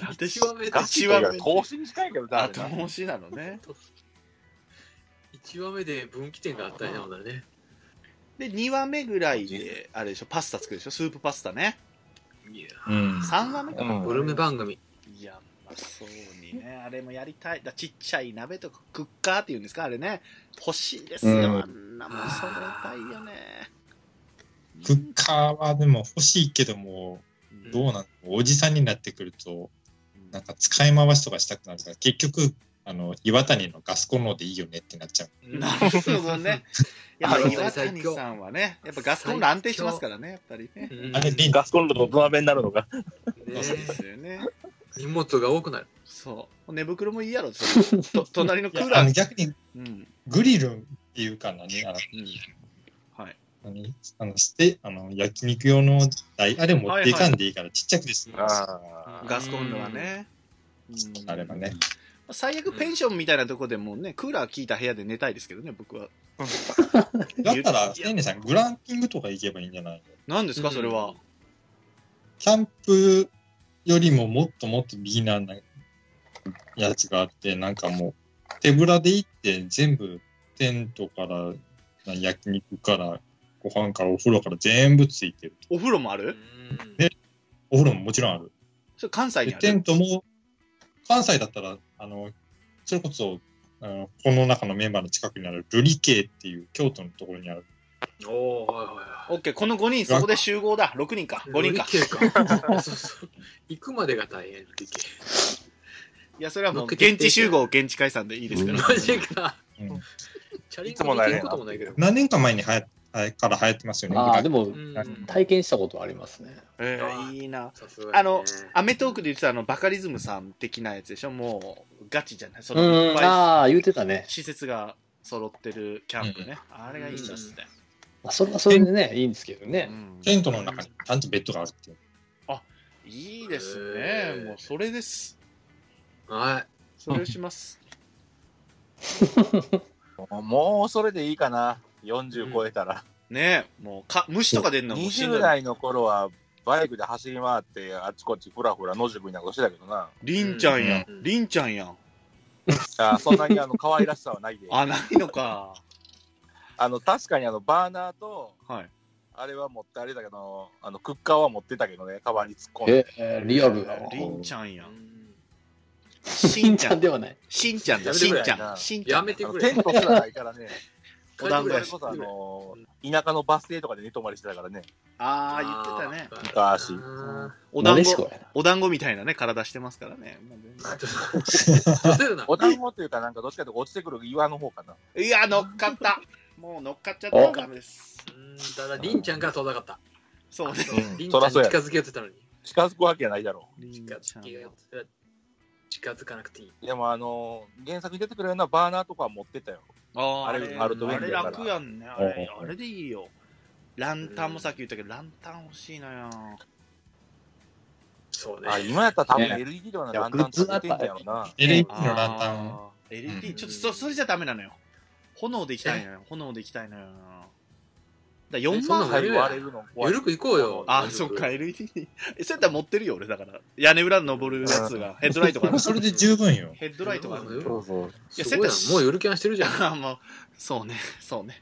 [SPEAKER 2] なでしこ
[SPEAKER 3] 一話目
[SPEAKER 2] ガ
[SPEAKER 3] だ
[SPEAKER 2] チ
[SPEAKER 6] 一番投資に近いけど、
[SPEAKER 2] あ、
[SPEAKER 6] 誰だ
[SPEAKER 2] 楽しいなのね。
[SPEAKER 3] 1話目で分岐点があったんやもんだね。
[SPEAKER 2] で、2話目ぐらいで、あれでしょ、パスタ作るでしょ、スープパスタね。
[SPEAKER 3] いや
[SPEAKER 5] うん。
[SPEAKER 2] 3話目かな。
[SPEAKER 6] うん
[SPEAKER 3] グルメ番組。
[SPEAKER 2] いや、まあ、そうにね、あれもやりたい。だちっちゃい鍋とかクッカーっていうんですか、あれね。欲しいですよ、
[SPEAKER 4] うん
[SPEAKER 2] あんなもん揃えたいよね。
[SPEAKER 5] クッカーはでも欲しいけども、
[SPEAKER 2] うん
[SPEAKER 5] どうなんおじさんになってくると、なんか使い回しとかしたくなるから、結局、あの、岩谷のガスコンロでいいよねってなっちゃう。
[SPEAKER 2] なるほどね。やっぱ
[SPEAKER 3] あの
[SPEAKER 2] 岩谷さんはね、やっぱガスコンロ安定してますからね、やっぱりね。
[SPEAKER 3] うん
[SPEAKER 5] あれ、リン
[SPEAKER 6] ガスコンロと土鍋になるのか。
[SPEAKER 3] ね
[SPEAKER 2] そうですよね。
[SPEAKER 3] 荷物が多くなる。
[SPEAKER 2] そう。寝袋もいいやろ、そ
[SPEAKER 5] <laughs>
[SPEAKER 2] れと隣のクー
[SPEAKER 5] あ
[SPEAKER 2] ラ
[SPEAKER 5] の
[SPEAKER 2] ー。
[SPEAKER 5] 逆に
[SPEAKER 2] うん。
[SPEAKER 5] グリルっていうか何あの
[SPEAKER 2] うん。はい。
[SPEAKER 5] 何あのしてあの焼肉用の台あれ持っていかんでいいからちっちゃくです、
[SPEAKER 6] あ
[SPEAKER 2] ガスコンロはね。うん
[SPEAKER 5] あればね。
[SPEAKER 2] 最悪ペンションみたいなとこでもうね、クーラー効いた部屋で寝たいですけどね、僕は。
[SPEAKER 5] だったらせんねさんグランピングとか行けばいいんじゃないの
[SPEAKER 2] 何ですか、それは。
[SPEAKER 5] キャンプよりももっともっとビギナーなやつがあってなんかもう手ぶらで行って全部テントから焼肉からご飯からお風呂から全部ついてる
[SPEAKER 2] お風呂もある
[SPEAKER 3] うん
[SPEAKER 5] ねお風呂ももちろんある
[SPEAKER 2] それ関西
[SPEAKER 5] で
[SPEAKER 2] にあ
[SPEAKER 5] テ
[SPEAKER 2] る
[SPEAKER 5] ントも関西だったらあのそれこそあのこの中のメンバーの近くにある瑠璃渓っていう京都のところにある
[SPEAKER 3] おおはいはいはい。
[SPEAKER 2] オッケー、この5人、そこで集合だ。6人か、5人か。
[SPEAKER 3] 乗り切れかそうそう <laughs> 行くまでが大変っていう
[SPEAKER 2] いや、それはもう、現地集合、現地解散でいいですから。
[SPEAKER 3] マジか。
[SPEAKER 5] うん
[SPEAKER 3] チャリン
[SPEAKER 6] い
[SPEAKER 3] コ
[SPEAKER 6] つも
[SPEAKER 3] に
[SPEAKER 6] のあ
[SPEAKER 3] 行
[SPEAKER 6] れ
[SPEAKER 3] くこともないけど。
[SPEAKER 5] 何年か前にはやはやから流行ってますよね
[SPEAKER 4] ああでも
[SPEAKER 5] も
[SPEAKER 3] うん
[SPEAKER 4] 体験したことはありますね。
[SPEAKER 2] えーいいな。
[SPEAKER 3] さすがにね
[SPEAKER 2] あのアメトークで言ってたあのバカリズムさん的なやつでしょもうガチじゃないそのいっ
[SPEAKER 4] うん、
[SPEAKER 2] ぱ
[SPEAKER 4] ああ、言うてたね
[SPEAKER 2] い。施設が揃ってるキャンプね、あれがいいんだっすね、
[SPEAKER 4] まあ、それはそれでね、いいんですけど
[SPEAKER 2] う
[SPEAKER 4] ね。
[SPEAKER 2] ん
[SPEAKER 5] テントの中にちゃんとベッドがあるっていう
[SPEAKER 2] いいです
[SPEAKER 3] へ
[SPEAKER 2] ね
[SPEAKER 3] ー
[SPEAKER 2] もうそれです
[SPEAKER 3] はい。
[SPEAKER 2] それをします
[SPEAKER 6] あもうそれでいいかな。40超えたら。
[SPEAKER 2] ねえもうか虫とか出るのもしんど
[SPEAKER 6] 20
[SPEAKER 2] い
[SPEAKER 6] 代の頃は、バイクで走り回って、あっちこっちふらふら野宿になんかしてたけどな。
[SPEAKER 2] りんちゃんやん、
[SPEAKER 3] うん
[SPEAKER 2] りんちゃんやん
[SPEAKER 6] あそんなに <laughs> あの可愛らしさはないで。
[SPEAKER 2] あないのか
[SPEAKER 6] あの、確かにあの、バーナーと、
[SPEAKER 2] はい
[SPEAKER 6] あれは持ってあれだけど、あの、クッカーは持ってたけどね、カバンに突っ込んで。
[SPEAKER 4] ええリアルやな。
[SPEAKER 2] りんちゃんやん
[SPEAKER 4] り
[SPEAKER 2] しん
[SPEAKER 4] ん
[SPEAKER 2] ち
[SPEAKER 4] ち
[SPEAKER 2] ゃ
[SPEAKER 4] ゃ
[SPEAKER 2] ん
[SPEAKER 4] んではない。
[SPEAKER 2] しんちゃんだ
[SPEAKER 6] やめ
[SPEAKER 2] してん
[SPEAKER 6] くれ
[SPEAKER 2] ちゃんしんちゃ
[SPEAKER 3] や
[SPEAKER 2] んだ
[SPEAKER 3] めて
[SPEAKER 6] あ
[SPEAKER 3] く
[SPEAKER 6] の
[SPEAKER 3] れ
[SPEAKER 6] テ。ントすらないからね、
[SPEAKER 2] お団子
[SPEAKER 6] そ
[SPEAKER 2] や
[SPEAKER 6] れ
[SPEAKER 2] し
[SPEAKER 6] こそあの、田舎のバス停とかで寝泊まりしてたからね。
[SPEAKER 2] ああ言ってたね
[SPEAKER 6] 昔
[SPEAKER 2] <laughs>
[SPEAKER 3] あ
[SPEAKER 2] お
[SPEAKER 4] な
[SPEAKER 2] 団
[SPEAKER 4] でしこ
[SPEAKER 2] 子
[SPEAKER 4] やな。
[SPEAKER 2] お団子みたいなね体してますからねもう全然
[SPEAKER 3] ー立てるな。
[SPEAKER 6] お団子というか、なんかどっちかというと落ちてくる岩の方かな。
[SPEAKER 2] いや、乗っかった。もう乗っかっちゃったらダメです。
[SPEAKER 3] うんただ、りんちゃんから遠ざかった。
[SPEAKER 2] そうね。
[SPEAKER 6] うん
[SPEAKER 3] りんち
[SPEAKER 6] そ
[SPEAKER 3] ゃ
[SPEAKER 6] ら
[SPEAKER 3] ん
[SPEAKER 6] そう
[SPEAKER 3] に
[SPEAKER 6] や
[SPEAKER 3] 近。づけようって言ったのに。
[SPEAKER 6] 近づくわけないだろ
[SPEAKER 2] りん
[SPEAKER 3] 近
[SPEAKER 2] ちゃ
[SPEAKER 3] づ
[SPEAKER 2] ん
[SPEAKER 3] けようって言ったら近づかなくていい。
[SPEAKER 6] う。でも、あの、原作に出てくるようなバーナーとかは持ってったよ。
[SPEAKER 2] あー
[SPEAKER 6] あ
[SPEAKER 2] あ
[SPEAKER 6] れ
[SPEAKER 2] れ、
[SPEAKER 6] アルトウィ
[SPEAKER 2] あ
[SPEAKER 6] ング
[SPEAKER 2] れ
[SPEAKER 6] やから
[SPEAKER 2] 楽やんね。あれ、
[SPEAKER 5] うん
[SPEAKER 2] あれでいいよ。ランタンもさっき言ったけど、ランタン欲しいなよ。
[SPEAKER 3] そうね。
[SPEAKER 6] あ、今やったら多分
[SPEAKER 4] ね
[SPEAKER 6] LED とかの
[SPEAKER 4] いや
[SPEAKER 6] ランタンつけてんだよな。
[SPEAKER 5] LED
[SPEAKER 2] あー
[SPEAKER 5] のランタン。
[SPEAKER 2] LED、
[SPEAKER 3] うん
[SPEAKER 2] ちょっとそそれじゃダメなのよ。炎でいきたいのよ。炎でいきたいのよ。だ4
[SPEAKER 8] そんなの
[SPEAKER 2] 万
[SPEAKER 8] あ
[SPEAKER 6] 最
[SPEAKER 8] る
[SPEAKER 6] 後割れるの怖
[SPEAKER 8] ゆ
[SPEAKER 6] い
[SPEAKER 8] るく行こうよ。
[SPEAKER 2] あ、そっか、LED に。え、そうやったら持ってるよ、俺、だから。屋根裏に登るやつが。ヘッドライトがあ
[SPEAKER 5] も
[SPEAKER 2] る
[SPEAKER 5] う。それで十分よ。
[SPEAKER 2] ヘッドライトがある。
[SPEAKER 6] そうそう
[SPEAKER 2] いや
[SPEAKER 8] すごいな
[SPEAKER 2] セット
[SPEAKER 8] もうゆるキャンしてるじ
[SPEAKER 2] <laughs>
[SPEAKER 8] ゃん。
[SPEAKER 2] あもう、そうね、そうね。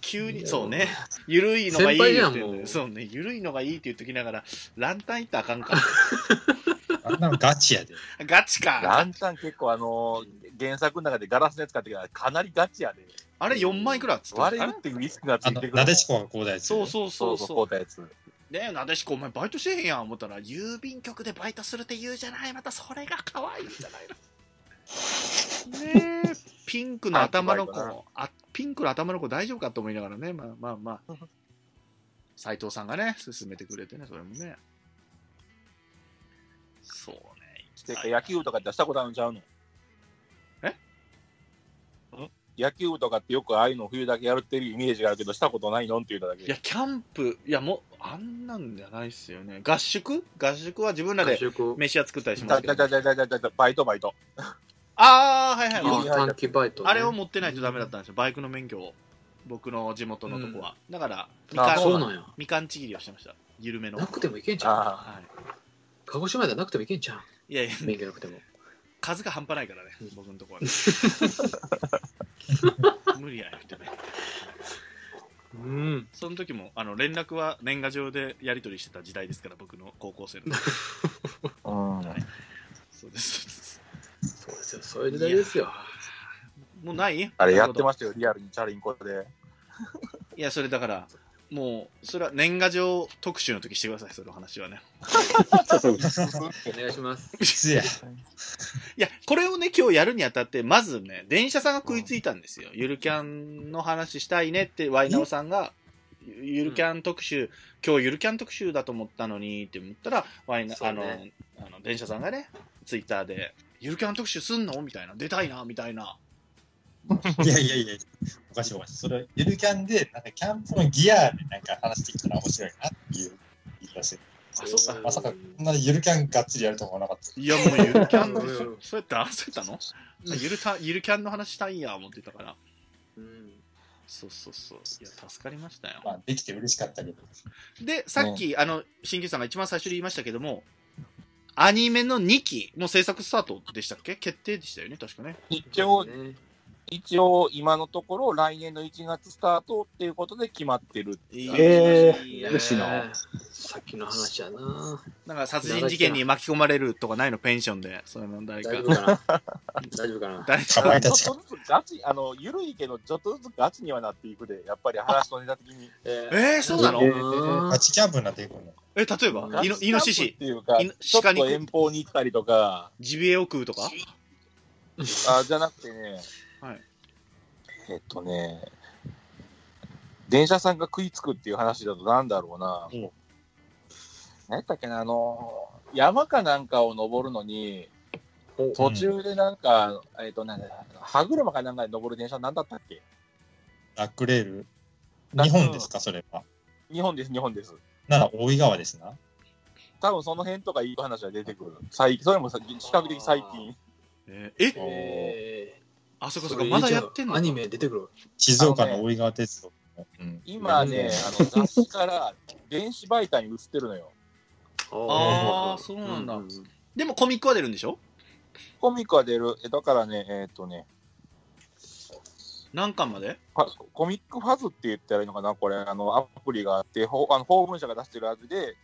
[SPEAKER 2] 急に、そうね。ゆるいのがい
[SPEAKER 8] 先
[SPEAKER 2] い
[SPEAKER 8] 輩やん
[SPEAKER 2] って言うんだよ
[SPEAKER 8] もう
[SPEAKER 2] そうね、ゆるいのがいいって言っときながら、ランタン行ったらあかんか。
[SPEAKER 5] あんなのガチや
[SPEAKER 2] <laughs>
[SPEAKER 5] で。
[SPEAKER 2] ガチ
[SPEAKER 6] ラ
[SPEAKER 2] か。
[SPEAKER 6] ンタン結構あのー原作の中でガラスのやつ買ってからかなりガチやで。
[SPEAKER 2] あれ4枚くらいっつってた
[SPEAKER 6] 割れるっていうリスクがつ
[SPEAKER 5] あ
[SPEAKER 6] い
[SPEAKER 5] の、
[SPEAKER 6] てくる。
[SPEAKER 5] なでしこがこうだやつ。
[SPEAKER 2] そうそう
[SPEAKER 6] そ
[SPEAKER 2] そうう
[SPEAKER 6] そう、
[SPEAKER 2] そ
[SPEAKER 6] こう
[SPEAKER 2] う。
[SPEAKER 6] たやつ。
[SPEAKER 2] ねえ、なでしこ、お前バイトしてへんやん思ったら、郵便局でバイトするって言うじゃない。またそれが可愛いじゃないの。ねえ、ピンクの頭の子
[SPEAKER 6] パーティーバイ、
[SPEAKER 2] <laughs> あピンクの頭の子大丈夫かと思いながらね、まあまあま <laughs> あ。斎藤さんがね、勧めてくれてね、それもね。そうね。
[SPEAKER 6] てか野球部とかってしたことあるんちゃうの
[SPEAKER 2] え
[SPEAKER 6] ん野球部とかってよくああいうの冬だけやるってるイメージがあるけど、したことないのって言うただけ。
[SPEAKER 2] いや、キャンプ、いや、もう、あんなんじゃないっすよね。合宿合宿は自分ら
[SPEAKER 8] 合
[SPEAKER 2] で
[SPEAKER 8] 宿
[SPEAKER 2] 飯は作ったりしま
[SPEAKER 6] だ
[SPEAKER 2] すけ
[SPEAKER 6] だ
[SPEAKER 2] ど。
[SPEAKER 6] だだだだだだバイトバイト。
[SPEAKER 2] ああ、はいはいはい。
[SPEAKER 8] あ短期バイトね。
[SPEAKER 2] あれを持ってないとダメだったんですよ、バイクの免許を、僕の地元のとこは。だからみか
[SPEAKER 6] あ
[SPEAKER 2] ん
[SPEAKER 8] そうなんや。
[SPEAKER 2] みかんちぎりをしてました、緩めの。
[SPEAKER 8] なくてもいけんじゃん。
[SPEAKER 6] あ
[SPEAKER 2] は
[SPEAKER 8] 鹿児島ではなくてもいけんじゃん。
[SPEAKER 2] い、いやいや、
[SPEAKER 8] 免許なくても。
[SPEAKER 2] 数が半端ないからね、僕のとこは、ね。無理やよってね。
[SPEAKER 8] うん。
[SPEAKER 2] その時もあの連絡は年賀状でやり取りしてた時代ですから、僕の高校生の。
[SPEAKER 6] あ。うん。
[SPEAKER 2] そうですそうです。
[SPEAKER 8] そうですよ。そういう時代ですよ。
[SPEAKER 2] もうない
[SPEAKER 6] あれやって
[SPEAKER 2] す
[SPEAKER 6] ましたよ、リアルにチャリンコで。
[SPEAKER 2] いや、それだから、もう、それは年賀状特集の時してください、その話はね。
[SPEAKER 8] お願いします。
[SPEAKER 5] つや。
[SPEAKER 2] いや、これをね、今日やるにあたって、まずね、電車さんが食いついたんですよ。ゆるキャンの話したいねって、ワイナオさんが、ゆゆるキャン特集、今日ゆるキャン特集だと思ったのにって思ったら、ワイナ、
[SPEAKER 8] そ
[SPEAKER 2] あ
[SPEAKER 8] う
[SPEAKER 2] の
[SPEAKER 8] ね、
[SPEAKER 2] あの、電車さんがね、ツイッターで、ゆるキャン特集すんのみたいな、出たいな、みたいな。
[SPEAKER 5] いやいやいや、おかしいおかしい。それ、ゆるキャンで、なんかキャンプのギアでなんか話してきたら面白いなっていう言い方して。
[SPEAKER 2] あ、そっか。
[SPEAKER 5] まさか、こんなゆるキャンがっつりやると思わなかった。
[SPEAKER 2] いや、もうゆるキャン
[SPEAKER 8] <laughs>
[SPEAKER 2] でし
[SPEAKER 8] う
[SPEAKER 2] ょ。そうやったそうやったのあゆるた、ゆるキャンの話したいんや、思ってたから。
[SPEAKER 8] うん。
[SPEAKER 2] そうそうそう。いや、助かりましたよ。
[SPEAKER 5] まあ、できて嬉しかったけど。
[SPEAKER 2] で、さっき、あの、新旧さんが一番最初に言いましたけども、アニメの2期、もう制作スタートでしたっけ決定でしたよね、確かね。
[SPEAKER 6] 一応、
[SPEAKER 8] ね
[SPEAKER 6] 一応今のところ来年の1月スタートっていうことで決まってる。
[SPEAKER 2] え
[SPEAKER 4] えー
[SPEAKER 2] いや
[SPEAKER 4] 嬉しいな。
[SPEAKER 8] さっきの話やな。
[SPEAKER 2] なんか殺人事件に巻き込まれるとかないの、ペンションで。それの誰
[SPEAKER 8] 大丈
[SPEAKER 2] か
[SPEAKER 8] 夫。かな大丈夫かな
[SPEAKER 2] 誰
[SPEAKER 5] かま
[SPEAKER 2] か
[SPEAKER 5] い。たち
[SPEAKER 6] ちょっとずつガチ、あの、緩いけど、ちょっとずつガチにはなっていくで、やっぱり話のネタ的に。
[SPEAKER 8] え
[SPEAKER 2] えー、そうなの
[SPEAKER 4] え
[SPEAKER 5] ガチキャンプになっていくの。
[SPEAKER 2] え、例えば、イノイノシ
[SPEAKER 6] っ
[SPEAKER 2] シ、
[SPEAKER 6] ていうか、
[SPEAKER 2] イノ
[SPEAKER 6] ちょっ
[SPEAKER 2] 鹿肉
[SPEAKER 6] と遠方に行ったりとか、
[SPEAKER 2] ジビエを食うとか
[SPEAKER 6] あじゃなくてね、
[SPEAKER 2] はい
[SPEAKER 6] えっとね、電車さんが食いつくっていう話だとなんだろうな。
[SPEAKER 2] うん
[SPEAKER 6] 何やったっけな、あの、山かなんかを登るのに、
[SPEAKER 8] お
[SPEAKER 6] 途中でなんか、えっと、なんだ歯車かなんかで登る電車なんだったっけ
[SPEAKER 5] ラックレール。
[SPEAKER 6] ラッ
[SPEAKER 5] 日
[SPEAKER 6] ク
[SPEAKER 5] 本ですか、それは。
[SPEAKER 6] 日本です、日本です。
[SPEAKER 5] なら、大井川ですな。
[SPEAKER 6] 多分その辺とかいう話は出てくる。最近、それもさ比較的最近。
[SPEAKER 2] えーえ、
[SPEAKER 8] え
[SPEAKER 2] あ、そ
[SPEAKER 8] ー
[SPEAKER 2] こそこ、まだやってんの
[SPEAKER 8] アニメ出てくる。
[SPEAKER 5] 静岡の大井川鉄道の。うん
[SPEAKER 6] 今ね、あの雑誌から電子媒体に映ってるのよ。
[SPEAKER 2] あーそうなんだでもコミックは出るんでしょ
[SPEAKER 6] コミックは出る。えだからね、えーっとね、
[SPEAKER 2] 何巻まで
[SPEAKER 6] ファコミックファズって言ったらいいのかな、これ、あのアプリがあって、ほあの法文社が出してるやつで、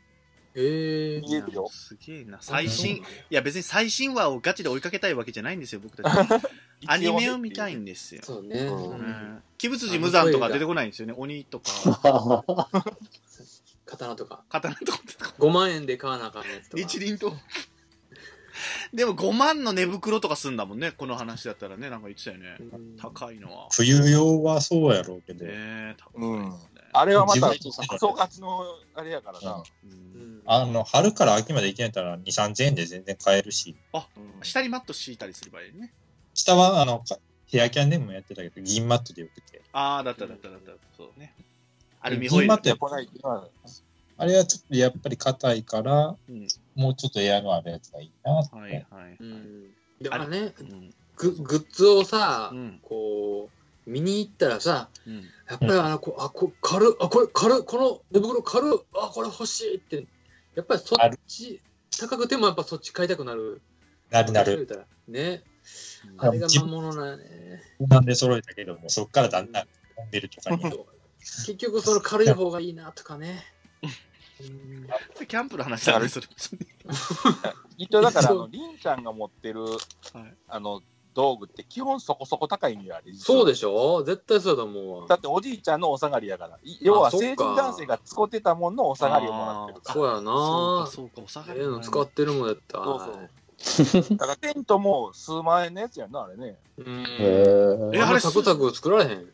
[SPEAKER 8] ええ
[SPEAKER 6] 見えるよ。
[SPEAKER 2] すげえな。最新、いや別に最新話をガチで追いかけたいわけじゃないんですよ、僕たち。アニメを見たいんですよ。
[SPEAKER 8] そうね。
[SPEAKER 6] う
[SPEAKER 2] うん鬼舞辻無惨とか出てこないんですよね。鬼と <laughs> か、
[SPEAKER 8] 刀とか。
[SPEAKER 2] 刀とか出てこ
[SPEAKER 8] 5万円で買わなあかんやつと
[SPEAKER 2] ない
[SPEAKER 8] か。
[SPEAKER 2] 一輪と。でも5万の寝袋とかすんだもんね。この話だったらね、なんか言ってたよね。
[SPEAKER 8] うん
[SPEAKER 2] 高いのは。
[SPEAKER 5] 冬用はそうやろうけど、
[SPEAKER 2] ねえ、高いですね。
[SPEAKER 6] あれはまた、
[SPEAKER 4] <laughs>
[SPEAKER 5] 自分
[SPEAKER 6] 総括のあれやからな。
[SPEAKER 2] うん
[SPEAKER 8] うん
[SPEAKER 5] あの、春から秋まで行けんやったら2、3000円で全然買えるし、
[SPEAKER 2] 下にマット敷いたりすればいいね。
[SPEAKER 5] 下は、あの、かヘアキャンでもやってたけど、銀マットでよくて。
[SPEAKER 2] ああ、だっただっただった。そうね。アルミホイ
[SPEAKER 5] 銀
[SPEAKER 2] ル
[SPEAKER 5] マ
[SPEAKER 2] の
[SPEAKER 5] ットやっぱ
[SPEAKER 6] こないま
[SPEAKER 5] あれはちょっとやっぱり硬いから、
[SPEAKER 2] うん
[SPEAKER 5] もうちょっとエアのあるやつがいいなって。
[SPEAKER 2] はいはい。
[SPEAKER 8] う
[SPEAKER 2] うん
[SPEAKER 8] んでもあれね、
[SPEAKER 2] うん
[SPEAKER 8] ググッズをさ
[SPEAKER 2] う、ん
[SPEAKER 8] こう、見に行ったらさ、
[SPEAKER 2] うん
[SPEAKER 8] あやっぱりあのこあこ軽っあこれ軽っこの寝袋軽っあこれ欲しいってやっぱりそ
[SPEAKER 5] あ
[SPEAKER 8] っ
[SPEAKER 5] る
[SPEAKER 8] ち高くてもやっぱそっち買いたくなる
[SPEAKER 5] なるなる。
[SPEAKER 8] ね
[SPEAKER 5] あ
[SPEAKER 8] あれが魔物なんやね
[SPEAKER 5] なんで揃えたけども、そっからだんだん飛んでるとかに。
[SPEAKER 8] 結局その軽い方がいいなとかねうん
[SPEAKER 2] それキャンプの話だからねそれ。
[SPEAKER 6] 一応だから、あ
[SPEAKER 8] そ
[SPEAKER 6] の、りんちゃんが持ってる、あの、道具って基本そこそこ高いんよ、あれ。
[SPEAKER 8] そう
[SPEAKER 6] で
[SPEAKER 8] でしょ絶対そうだと思う
[SPEAKER 6] だ
[SPEAKER 8] わ
[SPEAKER 6] っておじいちゃんのお下がりやから。い要は
[SPEAKER 8] あそっか
[SPEAKER 6] 成人男性が使ってたもんのお下がりをもらってるから。
[SPEAKER 8] そうやな
[SPEAKER 2] そうか、そうか、お下が
[SPEAKER 8] え
[SPEAKER 2] り
[SPEAKER 8] えの使ってるもんやった
[SPEAKER 6] そうそうだからテントも数万円のやつやんな、あれね。
[SPEAKER 8] うん
[SPEAKER 4] へえ。
[SPEAKER 2] え、あ
[SPEAKER 8] あ
[SPEAKER 2] れ
[SPEAKER 8] れサクサク作られへん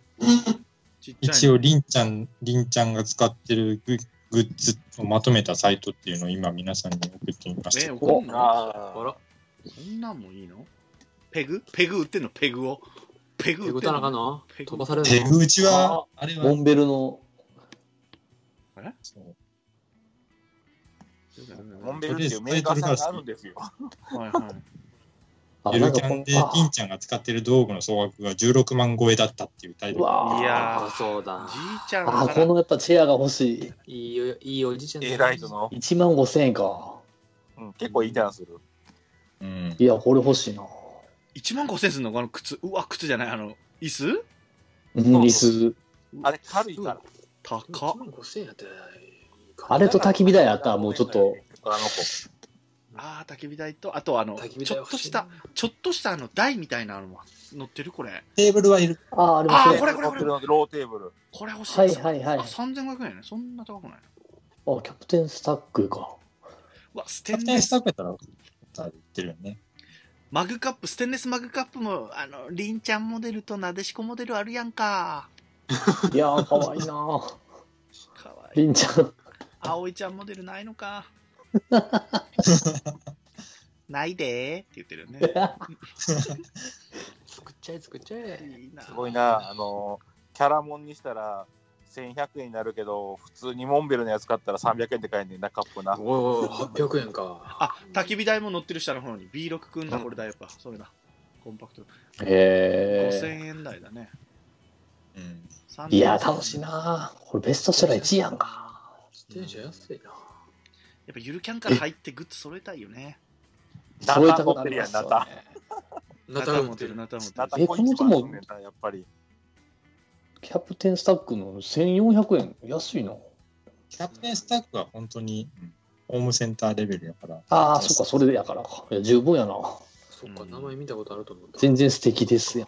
[SPEAKER 2] ちっちゃいの。
[SPEAKER 5] 一応、りんちゃん、りんちゃんが使ってるググッズをまとめたサイトっていうのを今皆さんに送ってみまし
[SPEAKER 2] ね、
[SPEAKER 5] た。
[SPEAKER 2] 怒んの
[SPEAKER 6] あ
[SPEAKER 8] あら
[SPEAKER 2] こんなんもいいのペグペグ売ってんのペグを。ペグ
[SPEAKER 8] 手
[SPEAKER 2] 売
[SPEAKER 8] ぶ
[SPEAKER 2] って
[SPEAKER 8] た
[SPEAKER 2] ん
[SPEAKER 8] なあかん
[SPEAKER 2] の
[SPEAKER 8] の
[SPEAKER 2] ペグ
[SPEAKER 8] 飛ばされ
[SPEAKER 5] 手
[SPEAKER 8] るの
[SPEAKER 5] 口は、あれ
[SPEAKER 4] モ
[SPEAKER 5] は、
[SPEAKER 4] ンベルの
[SPEAKER 5] そう
[SPEAKER 6] モンベルっていうメーカーさんがあるんですよ。
[SPEAKER 2] はいはい。
[SPEAKER 4] あ
[SPEAKER 5] ゆ
[SPEAKER 4] な
[SPEAKER 5] る
[SPEAKER 4] んか
[SPEAKER 5] キャ
[SPEAKER 4] こん
[SPEAKER 5] ンで
[SPEAKER 4] あ
[SPEAKER 5] りんちゃんが使ってる道具の総額が16万超えだったっていうタイ
[SPEAKER 4] う
[SPEAKER 5] ト
[SPEAKER 4] わー
[SPEAKER 2] いや
[SPEAKER 8] あそうだ
[SPEAKER 2] じいちゃん
[SPEAKER 4] あ
[SPEAKER 2] か
[SPEAKER 4] こ
[SPEAKER 2] ら
[SPEAKER 4] のやっぱチェアが欲し
[SPEAKER 8] いいよいいおじちゃんだ
[SPEAKER 6] エライトの、
[SPEAKER 4] い1万5000円か
[SPEAKER 6] うん、結構いい値段する。
[SPEAKER 5] ル。うん。
[SPEAKER 4] いやこれ欲しいな
[SPEAKER 2] 1万5000円すんのこの靴。うわ、靴じゃない、あの、椅子
[SPEAKER 4] うんリス
[SPEAKER 6] あれ軽いから。
[SPEAKER 2] 高っ
[SPEAKER 8] 1。万5000円やって
[SPEAKER 4] あれと焚き火台あったらもうちょっと
[SPEAKER 6] あの子。
[SPEAKER 2] あー、焚き火台と、あとあの、
[SPEAKER 8] 焚き火
[SPEAKER 2] ち
[SPEAKER 8] 台
[SPEAKER 2] ょっとした、ちょっとしたあの台みたいなのも乗ってるこれ。
[SPEAKER 5] テーブルはいる。
[SPEAKER 4] ああありま
[SPEAKER 2] あ
[SPEAKER 4] す
[SPEAKER 2] ーこ
[SPEAKER 4] ね
[SPEAKER 2] れこれこれ
[SPEAKER 6] ローテーブル。
[SPEAKER 2] これ欲しい。
[SPEAKER 4] はいはいはい
[SPEAKER 2] あ、3500円やね。そんな高くない。
[SPEAKER 4] あキャプテンスタックか
[SPEAKER 2] うわ、ステ
[SPEAKER 5] キャプ
[SPEAKER 2] ン
[SPEAKER 5] テン
[SPEAKER 2] レ
[SPEAKER 5] ス
[SPEAKER 2] ス
[SPEAKER 5] タッフやったら、言ってるよね。
[SPEAKER 2] マグカップ、ステンレスマグカップも、あの、りんちゃんモデルとなでしこモデルあるやんか。
[SPEAKER 4] いやーかわいいな
[SPEAKER 2] かわいい。
[SPEAKER 4] りんちゃん
[SPEAKER 2] 葵ちゃんモデルないのか。ないでーって言ってるよね。
[SPEAKER 8] 作っちゃえ作っちゃえ
[SPEAKER 2] いいな
[SPEAKER 6] すごいな、あのキャラモンにしたら1100円になるけど、普通にモンベルのやつ買ったら300円で買えんねんな、カップな。
[SPEAKER 8] おいおい800円か
[SPEAKER 2] あ、焚き火台も乗ってる下の方に。B6 くんだ、これだ、やっぱ。それだ。コンパクト。
[SPEAKER 4] へえ
[SPEAKER 2] 5000円台だね。
[SPEAKER 5] うん。
[SPEAKER 2] 3000
[SPEAKER 4] いやー楽しい。なこれベストセラー1位やんか
[SPEAKER 8] 自転車安いな
[SPEAKER 2] やっぱゆるキャンから入ってグッズ揃えたいよね。
[SPEAKER 4] 揃えたくなりますよ
[SPEAKER 6] ナタ
[SPEAKER 4] ね
[SPEAKER 8] な
[SPEAKER 2] ナタ
[SPEAKER 8] 持
[SPEAKER 2] 持ってる、ナタ持って
[SPEAKER 6] ナ
[SPEAKER 2] る。
[SPEAKER 6] タコインとかあるねんな、やっぱり。
[SPEAKER 4] キャプテンスタックの1400円安いな
[SPEAKER 5] キャプテンスタッフは本当に、うんホームセンターレベルやから。
[SPEAKER 4] ああそっかそれやからかいや十分やな
[SPEAKER 8] そっか名前見たことあると思った
[SPEAKER 4] 全然素敵ですや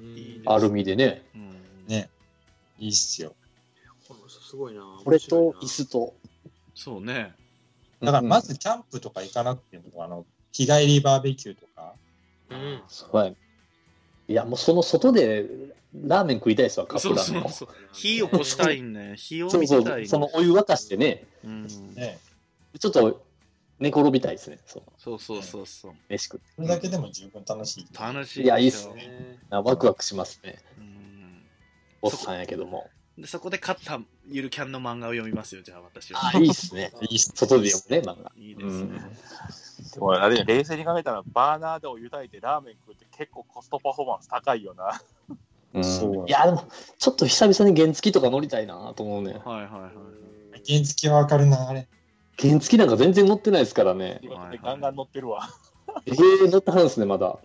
[SPEAKER 4] ん
[SPEAKER 8] うん
[SPEAKER 2] いいね
[SPEAKER 4] アルミでね
[SPEAKER 2] うん
[SPEAKER 5] ねいいっすよ。
[SPEAKER 8] この人すごいな
[SPEAKER 4] これと椅
[SPEAKER 8] 面
[SPEAKER 4] 子と。
[SPEAKER 2] そうね。
[SPEAKER 5] だからまずキャンプとか行かなくても、あの、日帰りバーベキューとか、
[SPEAKER 8] 白いなうん
[SPEAKER 4] うん、はい。いや、もうその外でラーメン食いたいですわ、カッ
[SPEAKER 2] そ
[SPEAKER 4] プ
[SPEAKER 2] う
[SPEAKER 4] ラーメ
[SPEAKER 2] そ
[SPEAKER 4] ン
[SPEAKER 2] う
[SPEAKER 4] も。
[SPEAKER 2] そう。火を起こしたいんね。火を
[SPEAKER 4] そう
[SPEAKER 2] 見
[SPEAKER 4] そ
[SPEAKER 2] せ
[SPEAKER 4] う
[SPEAKER 2] たいね。
[SPEAKER 4] そのお湯沸かしてね、
[SPEAKER 2] うん。
[SPEAKER 5] ね、
[SPEAKER 4] ちょっと寝転びたいですね、その
[SPEAKER 2] そうそうそうそう。
[SPEAKER 4] 飯食っ
[SPEAKER 5] それだけでも十分楽しい。
[SPEAKER 2] 楽しい。
[SPEAKER 4] いやいいっすね
[SPEAKER 8] ね
[SPEAKER 4] てワクワクしますね、
[SPEAKER 2] うん
[SPEAKER 4] おっさんやけども。
[SPEAKER 2] でそこで買ったゆるキャンの漫画を読みますよ、じゃあ私は。
[SPEAKER 4] あいいっ
[SPEAKER 2] <laughs>
[SPEAKER 4] すね。
[SPEAKER 5] いいっす
[SPEAKER 4] 外で読むね、漫画。
[SPEAKER 2] いいで
[SPEAKER 4] う
[SPEAKER 2] す
[SPEAKER 4] ん
[SPEAKER 2] ね。、
[SPEAKER 6] でもあれ冷静に考えたら、バーナーでお湯炊いてラーメン食うって結構コストパフォーマンス高いよな。
[SPEAKER 4] うん
[SPEAKER 5] そう
[SPEAKER 4] いや、でも、ちょっと久々に原付とか乗りたいなと思うね。
[SPEAKER 2] はいはいはい。
[SPEAKER 5] 原付はわかるな、あれ。
[SPEAKER 4] 原付なんか全然乗ってないですからね。
[SPEAKER 6] 今ってガンガン乗ってるわ。
[SPEAKER 4] えー、乗ってはるんですね、まだ。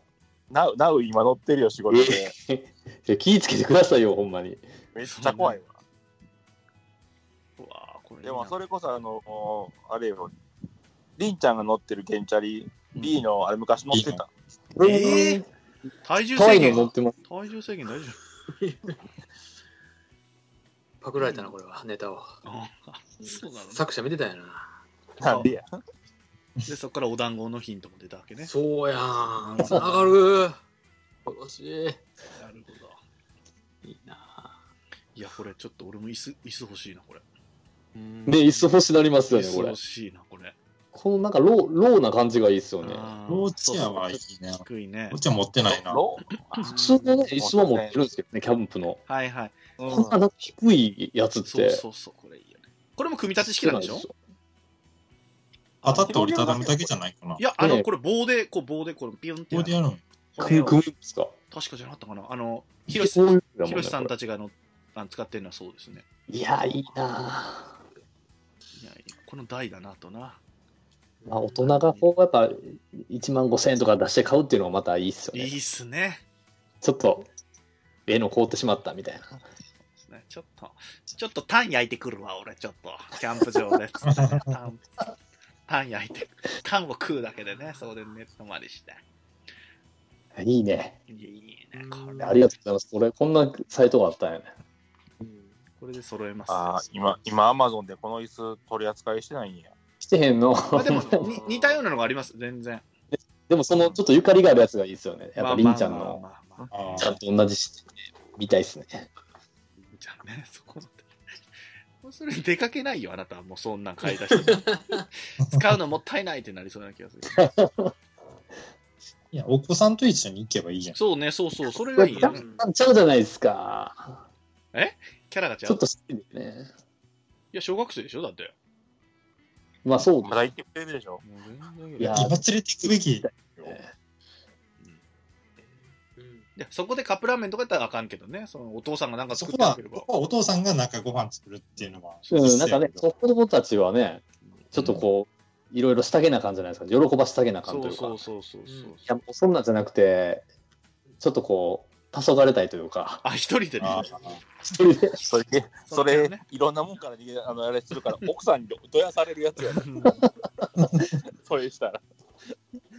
[SPEAKER 6] なう、なう今乗ってるよ、仕事で。
[SPEAKER 4] いや気ぃつけてくださいよ、ほんまに。
[SPEAKER 6] めっちゃ怖いわ。
[SPEAKER 2] うわーこれいい
[SPEAKER 6] で
[SPEAKER 2] な
[SPEAKER 6] もそれこそ、あの、おあれよ、りんちゃんが乗ってるゲンチャリ、B のあれ昔乗ってた。
[SPEAKER 2] えー体重
[SPEAKER 4] 可愛
[SPEAKER 2] 制
[SPEAKER 4] いの
[SPEAKER 2] 限
[SPEAKER 4] 乗ってます。
[SPEAKER 2] 体重制限大丈
[SPEAKER 8] パクられたなこれはネタを
[SPEAKER 2] 夫あそうなの
[SPEAKER 8] 作者見てたんやな
[SPEAKER 6] なんでや。
[SPEAKER 2] でそこからお団子のヒントも出たわけね
[SPEAKER 8] そうやんつながる楽しい
[SPEAKER 2] なるほど
[SPEAKER 8] いいない
[SPEAKER 2] やこれちょっと俺も椅子椅子欲しいなこれ
[SPEAKER 4] ね、椅子欲しなりますよ
[SPEAKER 2] 椅
[SPEAKER 4] ね、
[SPEAKER 2] 子
[SPEAKER 4] これ
[SPEAKER 2] 欲。しいなこれ
[SPEAKER 4] このなんかロー、ローな感じがいいですよね。
[SPEAKER 2] あ
[SPEAKER 5] ローチアはいい
[SPEAKER 2] そう
[SPEAKER 5] ね
[SPEAKER 2] そう。低いね
[SPEAKER 5] ローチア持ってないな。
[SPEAKER 6] ロ
[SPEAKER 4] 普通のね、椅子は持ってるんですけどね、キャンプの。
[SPEAKER 2] はいはい
[SPEAKER 6] うん
[SPEAKER 4] こんななんか低いやつっ
[SPEAKER 2] そう
[SPEAKER 4] て。
[SPEAKER 2] そうそうこれいいよねこれも組み立て式なんでしょ
[SPEAKER 5] 当たって折りたたむだけじゃないかな。
[SPEAKER 2] いやあ
[SPEAKER 4] ね
[SPEAKER 2] の
[SPEAKER 4] え
[SPEAKER 2] これ棒でこう棒でこうピュンって
[SPEAKER 5] ここでやるの
[SPEAKER 4] 組むんですか
[SPEAKER 2] 確かじゃなかったかなあの
[SPEAKER 4] ひ
[SPEAKER 2] ひろし
[SPEAKER 4] こういうのやもんね
[SPEAKER 2] ひろしさん
[SPEAKER 4] これ
[SPEAKER 2] たちが乗っあ使ってるのはそうですね。
[SPEAKER 4] いや、いいなぁ
[SPEAKER 2] いやいやこの台だなとな。
[SPEAKER 4] まあ、大人がこう、やっぱ、1万5千円とか出して買うっていうのもまたいいっすよ
[SPEAKER 2] い
[SPEAKER 4] ね。
[SPEAKER 2] いっすね。
[SPEAKER 4] ちょっと、絵の凍ってしまったみたいな。
[SPEAKER 2] ちょっと、ちょっとタン焼いてくるわ、俺、ちょっと。キャンプ場で。つって
[SPEAKER 4] <laughs>
[SPEAKER 2] タン、タン焼いて、タンを食うだけでね、そこで寝泊まりして。
[SPEAKER 4] いいね。
[SPEAKER 2] いやいいね、これ。
[SPEAKER 4] ありがとうございます。これ、こんなサイトがあったんやね。
[SPEAKER 2] これで揃えます、
[SPEAKER 6] ああ、今、今、アマゾンでこの椅子取り扱いしてないんや。
[SPEAKER 4] してへんの。 <laughs>
[SPEAKER 2] まあでも、に似たようなのがあります、全然。
[SPEAKER 4] でも、その、ちょっとゆかりがあるやつがいいですよね。や
[SPEAKER 2] ま
[SPEAKER 4] っぱ、
[SPEAKER 2] あ
[SPEAKER 4] りんちゃん
[SPEAKER 2] まあ
[SPEAKER 4] の、
[SPEAKER 2] まあまあまあ
[SPEAKER 5] あ
[SPEAKER 4] ちゃんと同じし、見たいっすね。
[SPEAKER 2] じゃあね、 <laughs> そこだって。もうそれ出かけないよ、あなたはもうそんなん買い出して。
[SPEAKER 4] <laughs>
[SPEAKER 2] 使うのもったいないってなりそうな気がする。
[SPEAKER 5] いや、お子さんと一緒に行けばいいじゃん。
[SPEAKER 2] そうね、そうそう、それがいいよね。
[SPEAKER 4] ちゃうじゃないですか。
[SPEAKER 2] キャラが違
[SPEAKER 4] ちょ
[SPEAKER 2] う
[SPEAKER 4] っ。と知ってるよね。
[SPEAKER 2] いや、小学生でしょ、だって。
[SPEAKER 4] まあ、そう
[SPEAKER 6] まだ行ってくれるでしょ。
[SPEAKER 2] もう全然いいよ
[SPEAKER 4] いや
[SPEAKER 5] 今連れて行くべき。
[SPEAKER 2] いやそこでカップラーメンとかやったらあかんけどね、そのお父さんがなんか
[SPEAKER 5] そ
[SPEAKER 2] 作っ
[SPEAKER 5] こ
[SPEAKER 2] てあ
[SPEAKER 5] は
[SPEAKER 2] げれ、ば
[SPEAKER 5] こ。こはお父さんがなんかご飯作るっていうのは。
[SPEAKER 4] うん、なんかね、
[SPEAKER 5] そ
[SPEAKER 4] そうう子供たちはね、ちょっとこう、いろいろ下げな感じじゃないですか、喜ばしたげな感
[SPEAKER 2] そ
[SPEAKER 4] といううか、
[SPEAKER 2] そうそうそうそう。
[SPEAKER 4] いやもうそんなんじゃなくて、ちょっとこう、黄昏たいというか、
[SPEAKER 2] あ、一人でね。
[SPEAKER 5] あ
[SPEAKER 4] 一人で、
[SPEAKER 6] それ、
[SPEAKER 2] そ
[SPEAKER 6] そう
[SPEAKER 2] だよ
[SPEAKER 6] れ
[SPEAKER 2] ね、
[SPEAKER 6] いろんなもんから逃げ、あの、あれするから、奥さんにどどやされるやつやな、それしたら。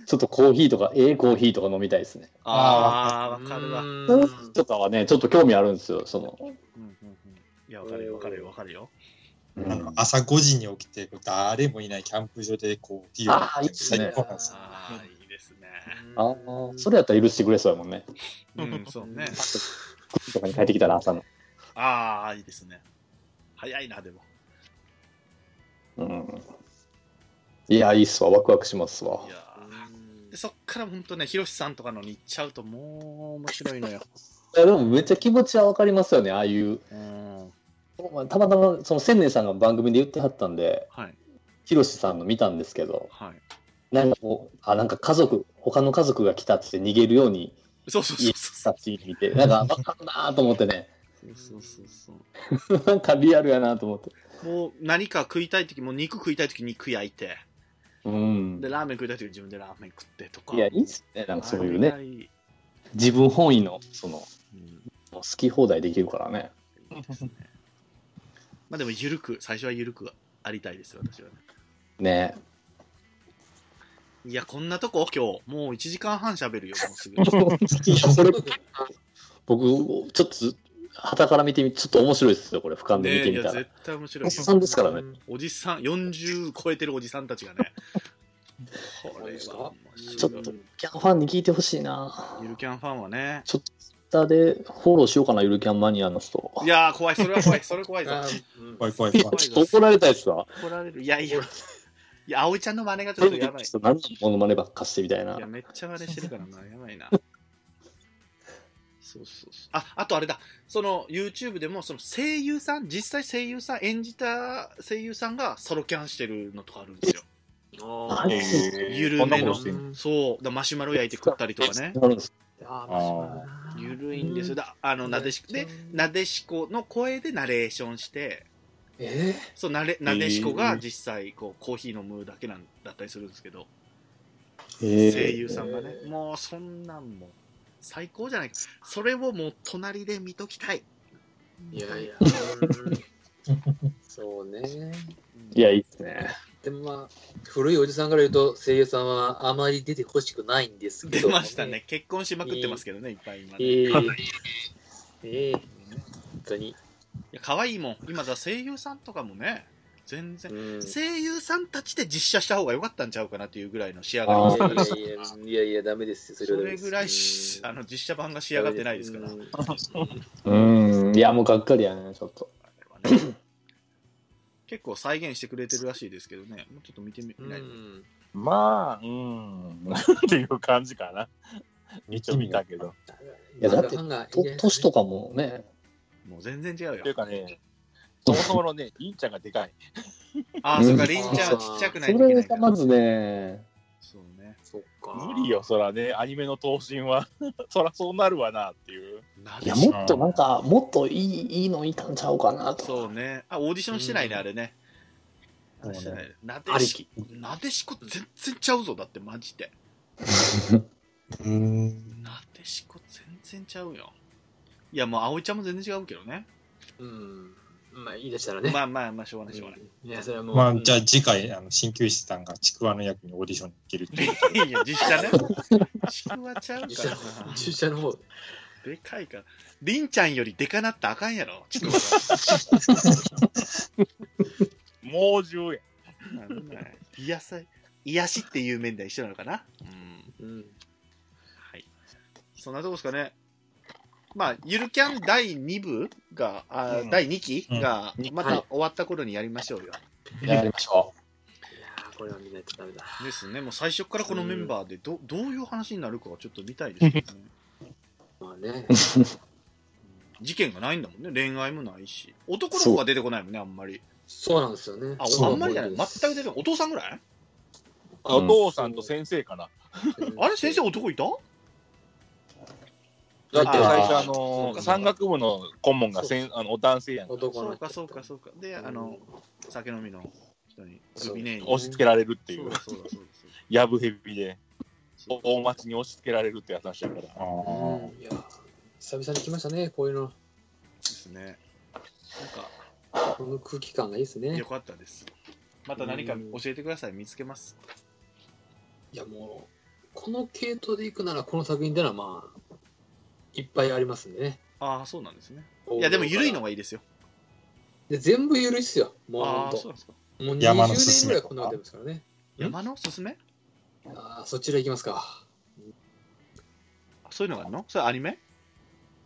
[SPEAKER 4] ちょっとコーヒーとか、ええコーヒーとか飲みたいですね。
[SPEAKER 2] ああ、わかるわ。
[SPEAKER 4] そういう人とかはね、ちょっと興味あるんですよ、その、
[SPEAKER 2] うんうんうんいや、わかるよ、わかるよ、わかるよ。
[SPEAKER 4] う
[SPEAKER 5] なんか
[SPEAKER 4] ん、
[SPEAKER 5] 朝5時に起きて、誰もいないキャンプ場でこう、ティ
[SPEAKER 4] あーいいっすね
[SPEAKER 5] 最高なん
[SPEAKER 2] <laughs>
[SPEAKER 5] ですよ
[SPEAKER 2] ああ、いいですね。
[SPEAKER 4] ああ、それやったら許してくれそうやもんね。
[SPEAKER 2] うん、そうね。
[SPEAKER 4] 9時とかに帰ってきたら朝の。
[SPEAKER 2] ああ、いいですね。早いな、でも。
[SPEAKER 4] うん。いや、いいっすわ、ワクワクしますわ
[SPEAKER 2] い。やーでそっから本当ね、ひろしさんとかのに行っちゃうと、もう面白いのよ。
[SPEAKER 4] いや、でもめっちゃ気持ちはわかりますよね、ああいう。
[SPEAKER 2] うん。
[SPEAKER 4] たまたま、その千年さんが番組で言ってはったんで、
[SPEAKER 2] はい、
[SPEAKER 4] ヒロシさんの見たんですけど、
[SPEAKER 2] はい。
[SPEAKER 4] なんかこう、あ、なんか家族、他の家族が来たっつって逃げるように
[SPEAKER 2] そうそうそ
[SPEAKER 4] 家
[SPEAKER 2] う
[SPEAKER 4] に
[SPEAKER 2] そ
[SPEAKER 4] 来
[SPEAKER 2] う。
[SPEAKER 4] たっていうの見て、なんかわかるなと思ってね、 <laughs>
[SPEAKER 2] そうそうそうそう。
[SPEAKER 4] なんかリアルやなと思って。
[SPEAKER 2] もう何か食いたい時もう肉食いたい時肉焼いて
[SPEAKER 4] うん
[SPEAKER 2] で。ラーメン食いたい時自分でラーメン食ってとか
[SPEAKER 4] いや、いいっすね、なんかそういうね、
[SPEAKER 2] ね
[SPEAKER 4] 自分本位の、その、
[SPEAKER 2] うん
[SPEAKER 4] 好き放題できるからね。
[SPEAKER 2] まあでもゆるく最初はゆるくありたいですよ私はね
[SPEAKER 4] ね
[SPEAKER 2] いやこんなとこ今日もう1時間半喋るよもうすぐ
[SPEAKER 4] これ、僕、ちょっと、傍から見てみ、ちょっと面白いですよ、これ、俯瞰で見
[SPEAKER 2] ね
[SPEAKER 4] て
[SPEAKER 2] い
[SPEAKER 4] み
[SPEAKER 2] や
[SPEAKER 4] たら。
[SPEAKER 2] 絶対面白
[SPEAKER 4] お
[SPEAKER 2] い
[SPEAKER 4] っさ
[SPEAKER 2] よ
[SPEAKER 4] んですからね。
[SPEAKER 2] おじさん40超えてるおじさんたちがねこれは面白い
[SPEAKER 4] ちょっと、キャンファンに聞いてほしいな
[SPEAKER 2] ゆるキャンファンはね
[SPEAKER 4] ちょっと、ツイッターでフォローしようかな、ゆるキャンマニアの人。
[SPEAKER 2] いやー怖いそれは怖いそれ怖いぞ
[SPEAKER 5] 怖い怖い
[SPEAKER 4] いや
[SPEAKER 5] 怖い。
[SPEAKER 4] ちょっと怒られたやつだ。
[SPEAKER 2] <laughs> 怒られるいやいやいや葵ちゃんの真似がち
[SPEAKER 4] ちょ
[SPEAKER 2] ょっ
[SPEAKER 4] っ
[SPEAKER 2] と
[SPEAKER 4] と
[SPEAKER 2] やばい
[SPEAKER 4] 何のモノマネばっかしてみたいない
[SPEAKER 2] や、。めっちゃ真似してるからな、やばいな。そうそうそう。あ、あとあれだ、その YouTube でも、その声優さん、実際声優さん、演じた声優さんがソロキャンしてるのとかあるんですよ。
[SPEAKER 4] 何
[SPEAKER 2] ゆる
[SPEAKER 6] こんな
[SPEAKER 2] め
[SPEAKER 6] こ
[SPEAKER 2] の
[SPEAKER 6] としてんの。
[SPEAKER 2] そう、だマシュマロ焼いて食ったりとかね。
[SPEAKER 4] あるんです
[SPEAKER 2] ゆるいんですよ。だあの、なでし、で、なでしこの声でナレーションして、
[SPEAKER 8] え
[SPEAKER 2] そう、なれなでしこ
[SPEAKER 6] へ
[SPEAKER 2] が
[SPEAKER 6] ー
[SPEAKER 2] 実際、こう、コーヒー飲むだけなんだったりするんですけど。声
[SPEAKER 4] へえ
[SPEAKER 2] 優さんがね、もうそんなんも最高じゃないかそれをもう隣で見ときたい
[SPEAKER 8] いやいや、そうね。
[SPEAKER 4] いや、いいですね。
[SPEAKER 8] でもまあ、古いおじさんから言うと、声優さんはあまり出てほしくないんですけ
[SPEAKER 2] 出
[SPEAKER 8] ど、
[SPEAKER 2] ましたね。結婚しまくってますけどねいっぱい今ね、
[SPEAKER 8] え
[SPEAKER 2] い
[SPEAKER 8] えええ本当に。
[SPEAKER 2] や可愛いもん今だ声優さんとかもね全然
[SPEAKER 8] うん
[SPEAKER 2] 声優さんたちで実写した方が良かったんちゃうかなっていうぐらいの仕上がり
[SPEAKER 4] あ
[SPEAKER 2] です
[SPEAKER 4] ー
[SPEAKER 8] いやいやいやいや、ダメですよ。
[SPEAKER 2] それぐらいしあ
[SPEAKER 8] の
[SPEAKER 2] の実写版が仕上がってないですから、
[SPEAKER 4] うん。いや、もうがっかりやね、ちょっと。
[SPEAKER 2] あれはね結構再現してくれてるらしいですけどねもうちょっと見てみ
[SPEAKER 8] う
[SPEAKER 2] ない、
[SPEAKER 8] ん。
[SPEAKER 6] まあ、うん、 <laughs> っていう感じかな。
[SPEAKER 5] 見
[SPEAKER 6] 一応見たけど。
[SPEAKER 4] いやだって
[SPEAKER 8] 漫画がいい
[SPEAKER 4] と
[SPEAKER 8] ね
[SPEAKER 4] 年とかもね。
[SPEAKER 2] もう全然違うよ
[SPEAKER 6] っていうかね、そもそものね、りんちゃんがでかい。
[SPEAKER 2] ああそうかりんちゃんはちっちゃく
[SPEAKER 4] そ
[SPEAKER 2] ないといけな
[SPEAKER 4] れ
[SPEAKER 2] いか
[SPEAKER 4] が
[SPEAKER 2] ら
[SPEAKER 4] まずね、
[SPEAKER 2] そうね
[SPEAKER 6] そ
[SPEAKER 3] そっか。
[SPEAKER 6] 無理よ、そらね、アニメの闘神は。 <laughs> そらそうなるわなっていう。
[SPEAKER 2] ない
[SPEAKER 4] や、もっとなんか、もっといい、いいのいたんちゃうかなと。
[SPEAKER 2] そうね。あ、オーディションしてないね、
[SPEAKER 3] うん
[SPEAKER 2] あれね。
[SPEAKER 4] そうね
[SPEAKER 2] してないね。な
[SPEAKER 4] あ
[SPEAKER 2] で
[SPEAKER 4] り
[SPEAKER 2] し、
[SPEAKER 4] き。
[SPEAKER 2] なでしこ全然ちゃうぞ、だってマジで。
[SPEAKER 5] うん。
[SPEAKER 2] なでしこ全然ちゃうよ。いや、もう葵ちゃんも全然違うけどね。
[SPEAKER 3] うん。まあいいでしたらね。
[SPEAKER 2] まあまあまあ、しょうがない、しょうがない。
[SPEAKER 3] いや、それはもう。
[SPEAKER 5] まあ、じゃあ
[SPEAKER 3] うん
[SPEAKER 5] 次回、あの、鍼灸師さんがちくわの役にオーディションに行けるっていう。
[SPEAKER 2] いや、実写ね。ちくわちゃうか
[SPEAKER 3] 実写
[SPEAKER 2] ら
[SPEAKER 3] の
[SPEAKER 2] な。
[SPEAKER 3] 実写の方。
[SPEAKER 2] でかいから。りんちゃんよりでかなったらあかんやろ。ちくわ。
[SPEAKER 6] 猛獣や。
[SPEAKER 2] なんない癒さ、癒しっていう面では一緒なのかな。うん。
[SPEAKER 3] うん。
[SPEAKER 2] はい。そんなとこですかね。まあ、ゆるキャン第2部が、あ
[SPEAKER 6] うん
[SPEAKER 2] 第2期が
[SPEAKER 5] うん、
[SPEAKER 2] ま
[SPEAKER 3] は
[SPEAKER 2] た
[SPEAKER 3] い
[SPEAKER 2] 終わった頃にやりましょうよ。
[SPEAKER 4] <laughs> やりましょ
[SPEAKER 3] いやーこれは見ないとダメだ。
[SPEAKER 2] ですね。もう最初からこのメンバーでど、どういう話になるかはちょっと見たいです <laughs> けどね。
[SPEAKER 3] まあね。
[SPEAKER 2] 事件がないんだもんね。恋愛もないし。男の子が出てこないもんね、あんまり。
[SPEAKER 3] そうなんですよね。
[SPEAKER 2] あ、
[SPEAKER 5] そう
[SPEAKER 2] あんまりじゃない。全く出てこない。お父さんぐらい
[SPEAKER 6] お父さんと先生かな。
[SPEAKER 2] あれ先生男いた
[SPEAKER 6] だって最初、
[SPEAKER 4] あー
[SPEAKER 6] あ
[SPEAKER 2] そう
[SPEAKER 6] の
[SPEAKER 2] か
[SPEAKER 6] ー、山岳部の顧問がせんあのお男性やん。
[SPEAKER 3] 男
[SPEAKER 2] そ
[SPEAKER 3] の
[SPEAKER 2] うか、そうか、そうか。で、あの、酒飲みの人に、ルビネーに。
[SPEAKER 6] 押し付けられるってい
[SPEAKER 2] そううだ、。そうだ、そうだそうだ。
[SPEAKER 6] やぶへびで、
[SPEAKER 2] そう
[SPEAKER 6] お大町に押し付けられるって話やから。
[SPEAKER 5] ああ。
[SPEAKER 3] うんいやー久々に来ましたね、こういうの。
[SPEAKER 2] ですね。なんか、
[SPEAKER 3] この空気感がいいですね
[SPEAKER 2] よ。かったです。また何か教えてください。見つけます。
[SPEAKER 3] いやもう、この系統で行くなら、この作品ってのはまあ、いっぱいありますんでね。
[SPEAKER 2] ああ、そうなんですね。いや、でも緩いのがいいですよ。
[SPEAKER 3] で全部緩いっすよ。もう
[SPEAKER 2] あ
[SPEAKER 3] ほん
[SPEAKER 2] あ、そうな
[SPEAKER 3] と。
[SPEAKER 2] んですか。
[SPEAKER 3] もう
[SPEAKER 5] 山の
[SPEAKER 3] 20年ぐ
[SPEAKER 5] 進め
[SPEAKER 3] らい
[SPEAKER 5] と
[SPEAKER 3] こ
[SPEAKER 5] か
[SPEAKER 3] んなことやってますからね。
[SPEAKER 2] 山のおすすめ
[SPEAKER 3] ああ、そちら行きますか。
[SPEAKER 2] あそういうのがあるのそれアニメ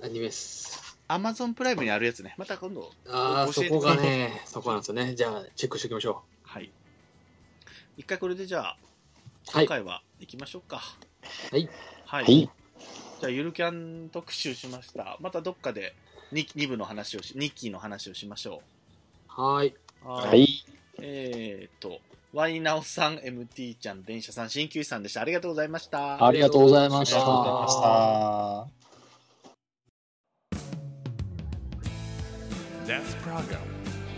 [SPEAKER 3] アニメっす。
[SPEAKER 2] アマゾンプライムにあるやつね。また今度。
[SPEAKER 3] ああ、
[SPEAKER 2] 教
[SPEAKER 3] そ
[SPEAKER 2] えて
[SPEAKER 3] こがね、そこなんですよね。じゃあ、チェックしておきましょ
[SPEAKER 2] はい。一回これでじゃあ、
[SPEAKER 3] う。
[SPEAKER 2] 今
[SPEAKER 3] はい。
[SPEAKER 2] 回は行きましょうか。
[SPEAKER 3] はい。
[SPEAKER 2] は
[SPEAKER 4] う。
[SPEAKER 2] い。
[SPEAKER 4] はい。
[SPEAKER 2] じゃあ、ゆるキャン特集しました。またどっかで 2, 二部の話をし、2期の話をしましょ
[SPEAKER 3] はーい。
[SPEAKER 2] う。は
[SPEAKER 4] はい。
[SPEAKER 2] えーと、ワイナオさん、MT ちゃん、電車さん、鍼灸師さんでした。ありがとうございました。
[SPEAKER 4] ありがとうござい
[SPEAKER 5] あ
[SPEAKER 4] ま
[SPEAKER 5] り
[SPEAKER 4] し。
[SPEAKER 5] がとうございましたた。
[SPEAKER 1] This program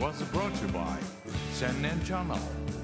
[SPEAKER 1] was brought to you by Sennen Channel.